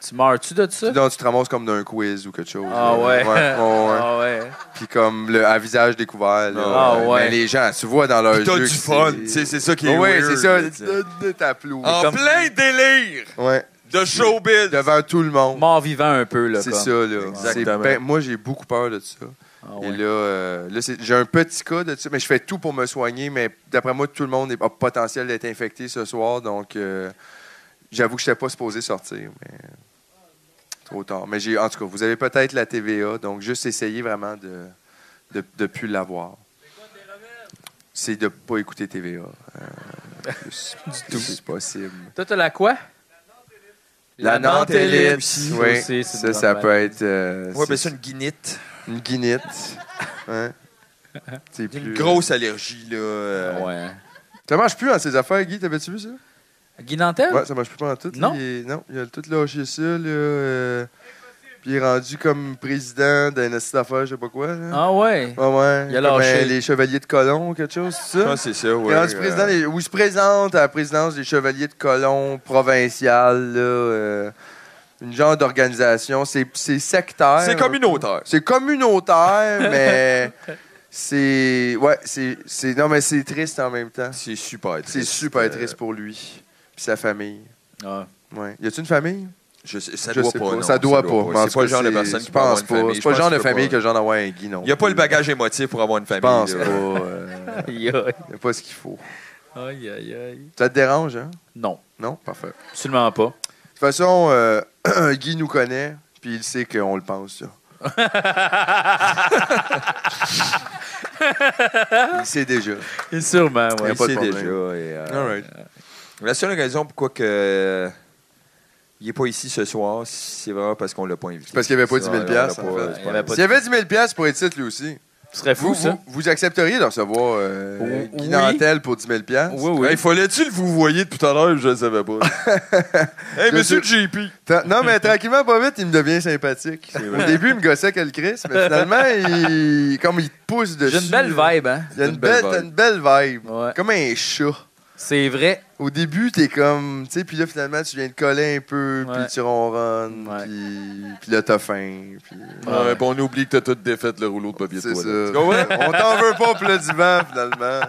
A: Tu meurs-tu de ça?
C: Puis là, tu te ramasses comme d'un quiz ou quelque chose.
A: Ah
C: là.
A: ouais.
C: ouais, ouais.
A: Ah ouais.
C: Puis comme le à visage découvert. là.
A: Ah
C: Euh,
A: ouais.
C: Mais les gens, tu vois dans leur
E: Puis t'as
C: jeu
E: du
C: que
E: fun. tu sais, Ah. C'est ça qui est
C: Ouais,
E: weird,
C: c'est ça.
E: là, tu sais.
C: De, de t'applaudir.
E: En
A: comme-
E: plein délire.
C: Ouais.
E: De showbiz.
C: Devant tout le monde.
A: Mort vivant un peu, là.
C: C'est
A: comme.
C: ça, là.
E: Exactement.
C: C'est ben- moi, j'ai beaucoup peur de ça.
A: Ah
C: Et là, euh, là, c'est- j'ai un petit cas de ça, mais je fais tout pour me soigner. Mais d'après moi, tout le monde a potentiel d'être infecté ce soir. Donc, euh, j'avoue que je n'étais pas supposé sortir. Mais... Trop tard. Mais j'ai, en tout cas, vous avez peut-être la TVA. Donc, juste essayer vraiment de ne de, de plus l'avoir. C'est de ne pas écouter TVA. euh, le plus, du tout. Si possible.
A: Toi, t'as la quoi?
C: La
A: Nantélite.
C: nantélite. Oui,
A: Ça aussi, c'est
C: ça,
A: une
C: ça
A: bonne
C: peut
A: bête.
C: être. euh,
E: Moi, ben ça une guinite.
C: Une guinite. Hein? C'est
E: Une
C: plus-
E: grosse allergie, là. euh,
A: Ouais. hein.
C: Ça marche plus en ces affaires, Guy. T'avais-tu vu ça?
A: Guy Nantel?
C: Ouais, ça marche plus pas en tout.
A: Non.
C: Il est- non, il a tout lâché ça, là. euh, Puis il est rendu comme président d'un assis d'affaires, je sais pas quoi. Là.
A: Ah ouais.
C: Ouais, ouais.
A: Il a
C: Comme,
A: lâché.
C: euh, les chevaliers de Colomb ou quelque chose, c'est ça?
E: Ah, c'est ça,
C: Il
E: ouais.
C: est rendu président des- Ou il se présente à la présidence des chevaliers de Colomb provincial, là. euh, Une genre d'organisation. C'est c'est sectaire.
E: C'est communautaire.
C: C'est communautaire, mais c'est. Ouais, c'est. c'est- Non, mais c'est triste en même temps.
E: C'est super triste. euh,
C: C'est super triste pour lui. Puis sa famille.
A: Ah.
C: Ouais. Y a-tu une famille?
E: Je sais- ça,
C: Je
E: doit
C: sais
E: pas, non,
C: ça doit pas. Mais en
E: C'est
C: tout
E: pas
C: cas,
E: le genre de
C: c'est-
E: personne
C: je
E: qui peut avoir
C: pense
E: une
C: pas.
E: famille.
C: C'est pas le
E: Je pense
C: genre de
E: qu'il peut
C: famille
E: pas.
C: que j'en avoir un Guy, non.
E: Il n'y a pas
C: plus.
E: le bagage émotif pour avoir une
C: Je
E: famille.
C: pense
E: là.
C: pas. euh,
A: Aïe, aïe.
C: y a pas ce qu'il faut.
A: Aïe, aïe, aïe.
C: Ça te dérange, hein?
A: Non,
C: Non? Parfait. De
A: absolument pas.
C: toute façon, euh, Guy nous connaît, puis il sait qu'on le pense, ça. il sait déjà.
A: Et sûrement,
E: Il
A: ouais.
E: y a
C: pas
E: pas
C: de
E: de
C: problème.
E: déjà. et, euh,
C: All right.
E: La seule raison pourquoi que, euh, il n'est pas ici ce soir, c'est vraiment parce qu'on ne l'a pas invité.
C: C'est parce qu'il n'y avait pas 10
E: Sinon,
C: 000
E: on
C: piastres,
E: l'a pas-
C: en fait.
E: euh,
A: Il y avait pas
C: S'il y avait 10 000 piastres pour être titre, lui aussi,
A: Ce serait fou,
C: vous,
A: ça.
C: vous, vous accepteriez de recevoir euh,
A: Ou-
C: Guy
A: oui.
C: Nantel pour 10 000 piastres?
A: Oui, oui.
E: Hey, fallait-tu le vous voyez depuis tout à l'heure? Je ne savais pas. hey,
C: Je
E: monsieur JP!
C: Tra- Non, mais tranquillement, pas vite, il me devient sympathique. Au début, il me gossait que le Chris, mais finalement, il... comme il te pousse dessus.
A: J'ai une belle vibe, hein?
C: Il y a une belle, t'as une belle vibe.
A: Ouais.
C: Comme un chat.
A: C'est vrai.
C: Au début, t'es comme. Tu sais, puis là, finalement, tu viens de coller un peu,
A: Ouais.
C: puis tu ronronnes,
A: Ouais.
C: puis, puis là, t'as faim. Puis...
A: Ouais.
E: Ouais, puis on oublie que t'as tout défait le rouleau de papier de
C: C'est ça.
E: toilette.
C: On t'en veut pas pour le divan, finalement.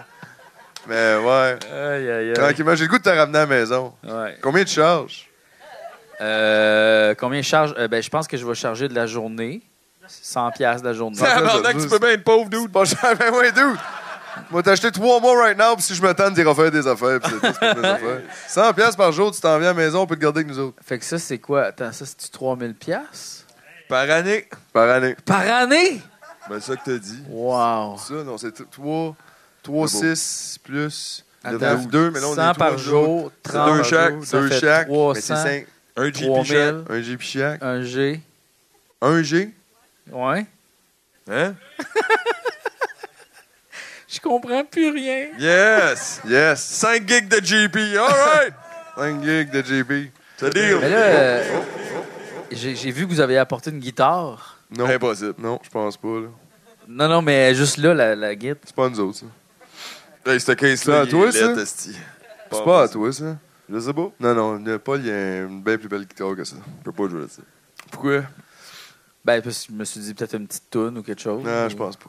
C: Mais ouais.
A: Aïe, aïe, aïe.
C: Tranquillement, j'ai le goût de te ramener à la maison.
A: Ouais.
C: Combien tu charges?
A: Euh, combien je charge? Euh, ben, je pense que je vais charger de la journée. 100 pièces de la journée.
E: C'est un tu peux bien être pauvre, dude.
C: Pas cher, ben ouais, dude. Moi, t'as acheté trois mois right now, puis si je me tente d'y refaire des affaires, puis c'est tout, c'est mes affaires. 100 piastres par jour, tu t'en viens à la maison, on peut te garder avec nous autres.
A: Fait que ça, c'est quoi? Attends, ça, c'est-tu 3000 pièces
E: Par année.
C: Par année.
A: Par année?
E: Ben, ça que t'as dit.
A: Wow!
C: Ça, non, c'est 3, 3, 6, plus...
A: Attends.
C: 2, mais là, on
A: 100
C: est
A: par
C: trois,
A: jour,
C: c'est
A: 30
C: deux
A: par
C: chaque,
A: jour, ça
C: deux
A: fait
C: chaque, mais c'est
A: 300,
C: cinq.
E: Un
A: Trois
E: JP
A: mille.
E: chaque.
C: Un G puis chaque.
A: un G.
C: Un G.
A: Ouais.
E: Hein?
A: Je comprends plus rien.
E: Yes!
C: Yes.
E: 5 gigs de JP, alright!
C: 5 gigs de JP.
E: C'est deal!
A: Mais là, euh, j'ai j'ai vu que vous avez apporté une guitare.
C: Non,
E: Impossible.
C: non, je pense pas, là.
A: Non, non, mais juste là, la, la guitare.
C: C'est pas nous autres, ça.
E: Hey, c'était 15
C: C'est à
E: là,
C: toi,
E: toi,
C: ça?
E: ça?
C: C'est pas à toi, ça. Je sais pas. Non, non, le Paul, il a une bien plus belle guitare que ça.
E: Je peux pas jouer là-dessus.
C: Pourquoi?
A: Ben, parce que je me suis dit peut-être une petite toune ou quelque chose.
C: Non, je pense pas.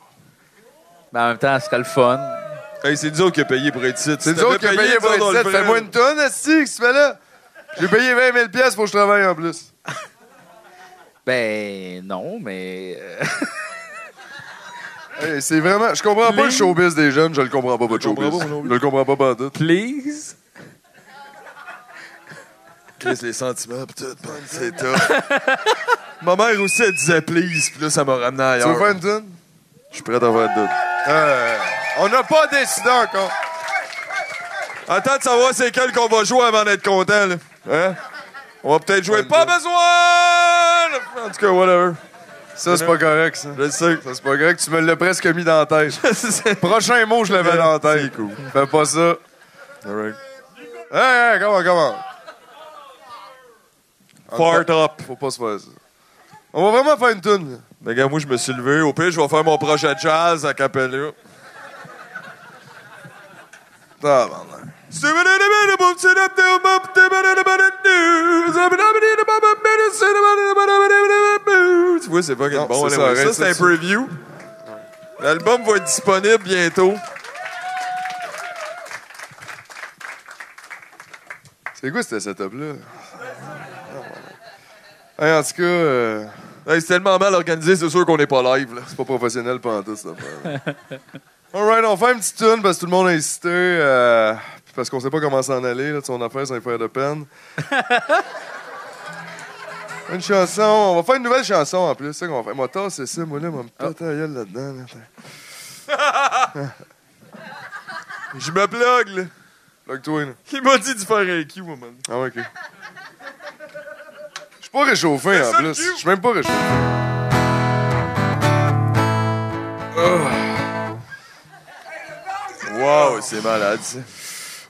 A: Mais en même temps, ce serait le fun.
E: Hey, c'est nous autres qui a payé pour être ici.
C: C'est nous autres qui a payé pour être ici. Fais-moi une tonne, Asti, que tu fais là? J'ai payé 20 000 pièces pour que je travaille en plus.
A: Ben, non, mais. euh,
C: Hey, c'est vraiment. Je comprends pas le showbiz des jeunes, je le comprends pas, votre
E: Je le
C: showbiz.
E: comprends pas,
C: Je le comprends pas, pas en tout.
A: Please?
E: Chris, les sentiments, pis tout, man, c'est top. Ma mère aussi, elle disait please, pis là, ça m'a ramené
C: Tu veux
E: ailleurs.
C: faire une tonne?
E: Je suis prêt à faire une doute.
C: Euh, on n'a pas décidé encore.
E: Attends de savoir c'est quel qu'on va jouer avant d'être content, là. Hein? On va peut-être jouer
C: Bonne
E: Pas besoin! En tout cas, whatever.
C: Ça, c'est pas correct, ça.
E: Je sais.
C: Ça, c'est pas correct. Tu me l'as presque mis dans la tête. Prochain mot, je l'avais dans la tête.
E: C'est cool.
C: Fais pas ça.
E: Alright.
C: Hey, hey, comment, comment?
E: Fart up.
C: Faut pas se faire ça. On va vraiment faire une tonne, là.
E: Les gars, moi, je me suis levé. Au pire, je vais faire mon projet de jazz à Capella.
C: Tabarnak.
E: Tu vois, c'est pas quel
C: Non,
E: bon.
C: c'est
E: là, ouais.
C: ça,
E: Ça, c'est un
C: arrête ça.
E: preview. L'album va être disponible bientôt.
C: C'est quoi cette setup-là? Hey, en tout cas, euh,
E: hey, c'est tellement mal organisé, c'est sûr qu'on n'est pas live.
C: C'est pas professionnel pendant tout ça. Alright, on fait une petite tune parce que tout le monde a insisté. euh, puis parce qu'on sait pas comment s'en aller. Là, de son affaire, c'est un frère de peine. une chanson. On va faire une nouvelle chanson en plus. C'est ça qu'on va faire. Moi, tasse, c'est ça, moi, là, moi, me péter la gueule là-dedans. là.
E: Je me plug, là.
C: Plug-toi, là.
E: Il m'a dit de faire un Q, moi, man.
C: Ah, ouais, ok. Je suis pas réchauffé en plus. Je suis même pas réchauffé.
E: Wow, c'est malade, ça.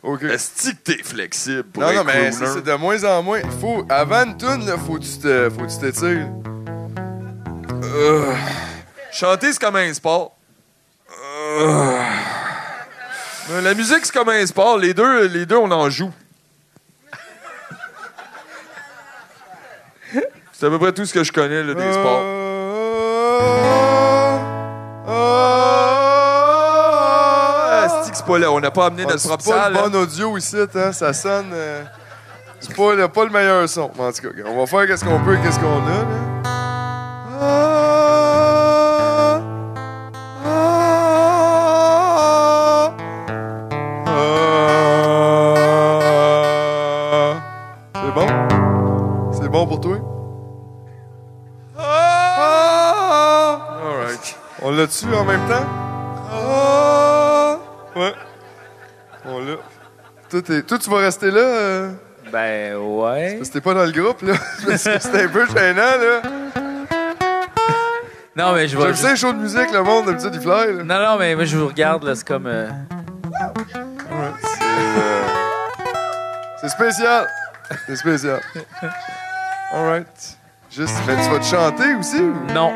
C: OK.
E: Est-ce que t'es flexible pour
C: Non,
E: un
C: non, mais
E: crooner?
C: ça, c'est de moins en moins. Faut, avant une tune, là, faut que tu te- faut que tu t'étires. Euh,
E: Chanter, c'est comme un sport. Euh. Mais Euh, La musique, c'est comme un sport. Les deux, les deux on en joue. C'est à peu près tout ce que je connais là, des sports. Ah, c'est-tu que c'est pas là. On n'a pas amené
C: Ah,
E: notre propre
C: c'est pas
E: salle.
C: le bon
E: hein.
C: audio ici, hein, ça sonne. euh, c'est pas le, pas le meilleur son. Mais en tout cas, on va faire qu'est-ce qu'on peut, qu'est-ce qu'on a. là. C'est bon? C'est bon pour toi? Alright. On l'a tu en même temps? Ouais. On l'a. Toi, t'es- toi, tu vas rester là? euh?
A: Ben ouais.
C: Parce que t'es pas dans le groupe, là. Parce que C'était un peu gênant, là.
A: Non, mais je vais.
C: J'aime ça, les shows de musique, le monde, d'habitude, il fly, là.
A: Non, non, mais moi, je vous regarde, là, c'est comme. euh,
C: euh, C'est spécial. C'est spécial. Alright. Juste, mais tu vas te chanter aussi ou?
A: Non.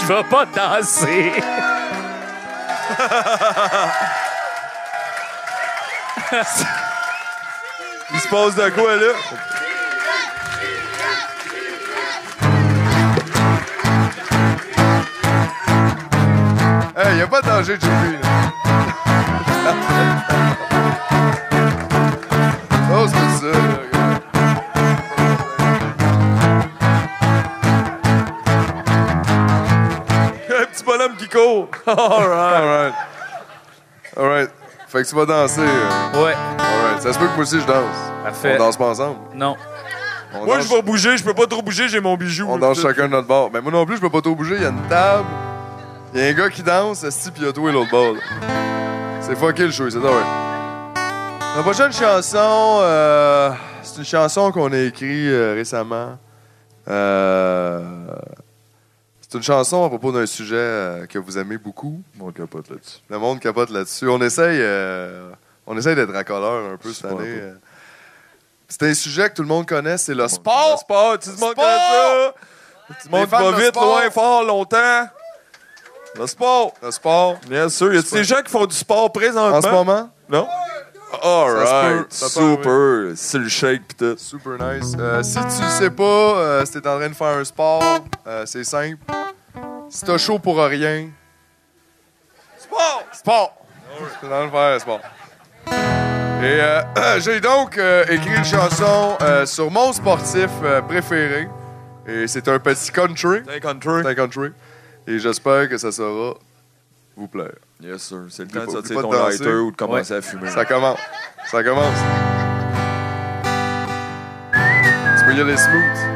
A: Tu vas pas danser.
E: Il se passe de quoi, là?
C: Hey, y a pas de danger de jouer, là. oh, c'est ça, là. regarde.
E: un petit bonhomme qui court. Alright.
C: Alright. Alright. Fait que tu vas danser. là.
A: Ouais,
C: Alright. Ça se peut que moi aussi je danse.
A: parfait.
C: On danse pas ensemble.
A: Non.
C: On
E: Moi,
C: danse-
E: je vais bouger. Je peux pas trop bouger. J'ai mon bijou.
C: On
E: là.
C: danse chacun de notre bord. Mais moi non plus, je peux pas trop bouger. Il y a une table. Il y a un gars qui danse, esti, puis il y a toi et l'autre bord. là. C'est fucké le show, c'est drôle. La prochaine chanson, euh, c'est une chanson qu'on a écrite euh, récemment. Euh, c'est une chanson à propos d'un sujet euh, que vous aimez beaucoup.
E: Le monde capote là-dessus.
C: Le monde capote là-dessus. On essaye, euh, on essaye d'être racoleur un peu cette
E: Super
C: année.
E: peu.
C: euh. C'est un sujet que tout le monde connaît, c'est le
E: Le
C: sport.
E: sport, tu te montres
C: Sport!
E: ça. Tu te
C: Les
E: montres
C: fans
E: pas
C: de
E: vite,
C: sport.
E: loin, fort, longtemps. Le sport.
C: Le sport.
E: Bien sûr. Y a
C: Sport.
E: des gens qui font du sport présentement?
C: En ce moment,
E: Non?
C: Ça
E: Alright.
C: se peut, ça peut,
E: Super. C'est le shake, pis tout.
C: super nice. Euh, si tu sais pas euh, si t'es en train de faire un sport, euh, c'est simple. Si t'as chaud pour rien,
E: Sport!
C: sport! T'es en train de faire un sport. Et euh, j'ai donc euh, écrit une chanson euh, sur mon sportif euh, préféré. Et c'est un petit country.
E: Take on through.
C: C'est un country. Et j'espère que ça saura vous plaire.
E: Yes, sir. C'est le
C: Oublie
E: temps de
C: pas-
E: sortir
C: oublie
E: ton
C: pas de danser.
E: lighter ou de commencer à fumer.
C: Ça commence. Ça commence. Tu peux y aller smooth.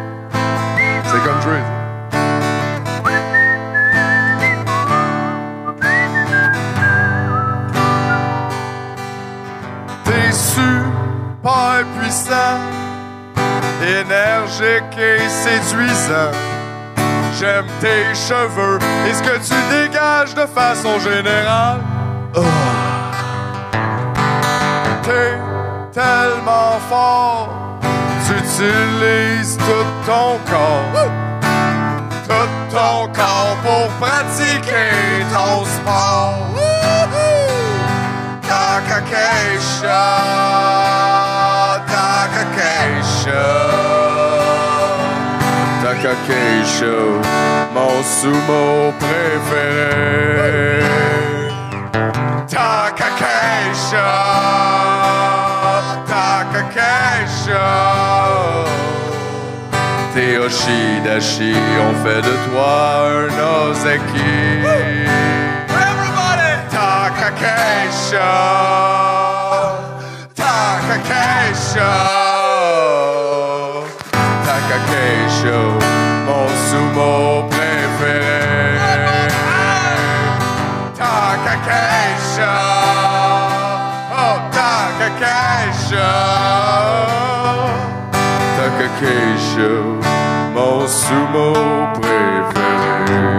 C: C'est country. T'es super puissant, énergique et séduisant. J'aime tes cheveux et ce que tu dégages de façon générale. T'es tellement fort, tu utilises tout ton corps. Tout ton corps pour pratiquer ton sport. Takakesha, Takakesha. Takakesha, mon sumo préféré. Takakesha, Takakesha. des Hoshidashi, on fait de toi un Ozeki. Everybody! Takakesho! Takakesho! Takakesho, mon sumo préféré. Takakesho! Oh, Takakesho! Takakesho, mon sumo préféré.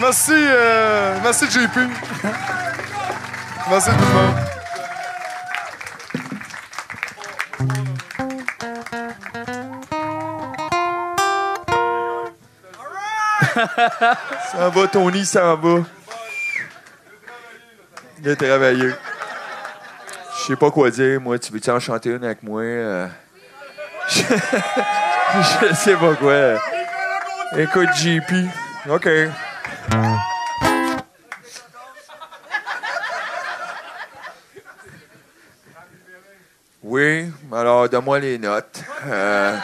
J: Merci, euh, merci JP. merci tout le monde.
E: Ça va, Tony, ça va. Il a travaillé. Je sais pas quoi dire, moi. Tu veux-tu en chanter une avec moi? Euh, Je je sais pas quoi. Écoute, JP. OK. Oui, alors donne-moi les notes. Euh,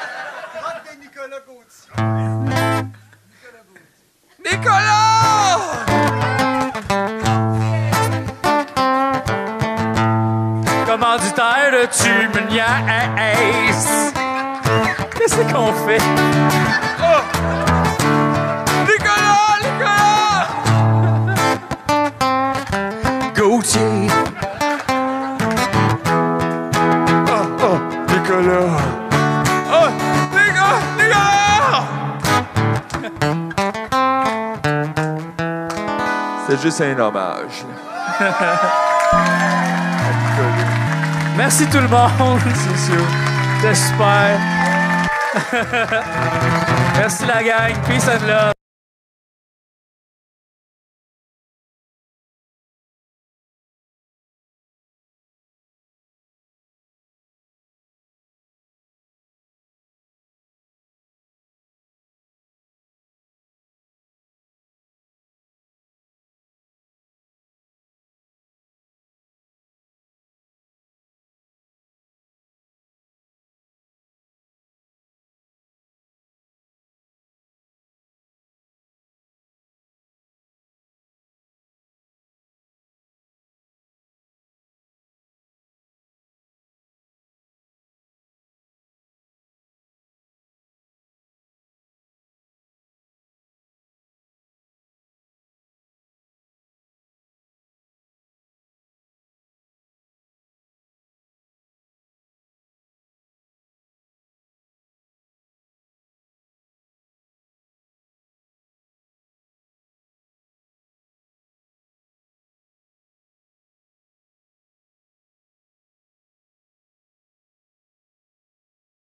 A: Commanditaire, tu me niaises. Qu'est-ce qu'on fait?
C: Nicolas, Nicolas!
A: Gauthier.
E: Ah,
C: Oh, oh, Nicolas.
E: Ah,
C: Oh, Nicolas, Nicolas!
E: C'est juste un hommage.
A: Merci tout le monde, c'est sûr. C'était super. Merci la gang. Peace and love.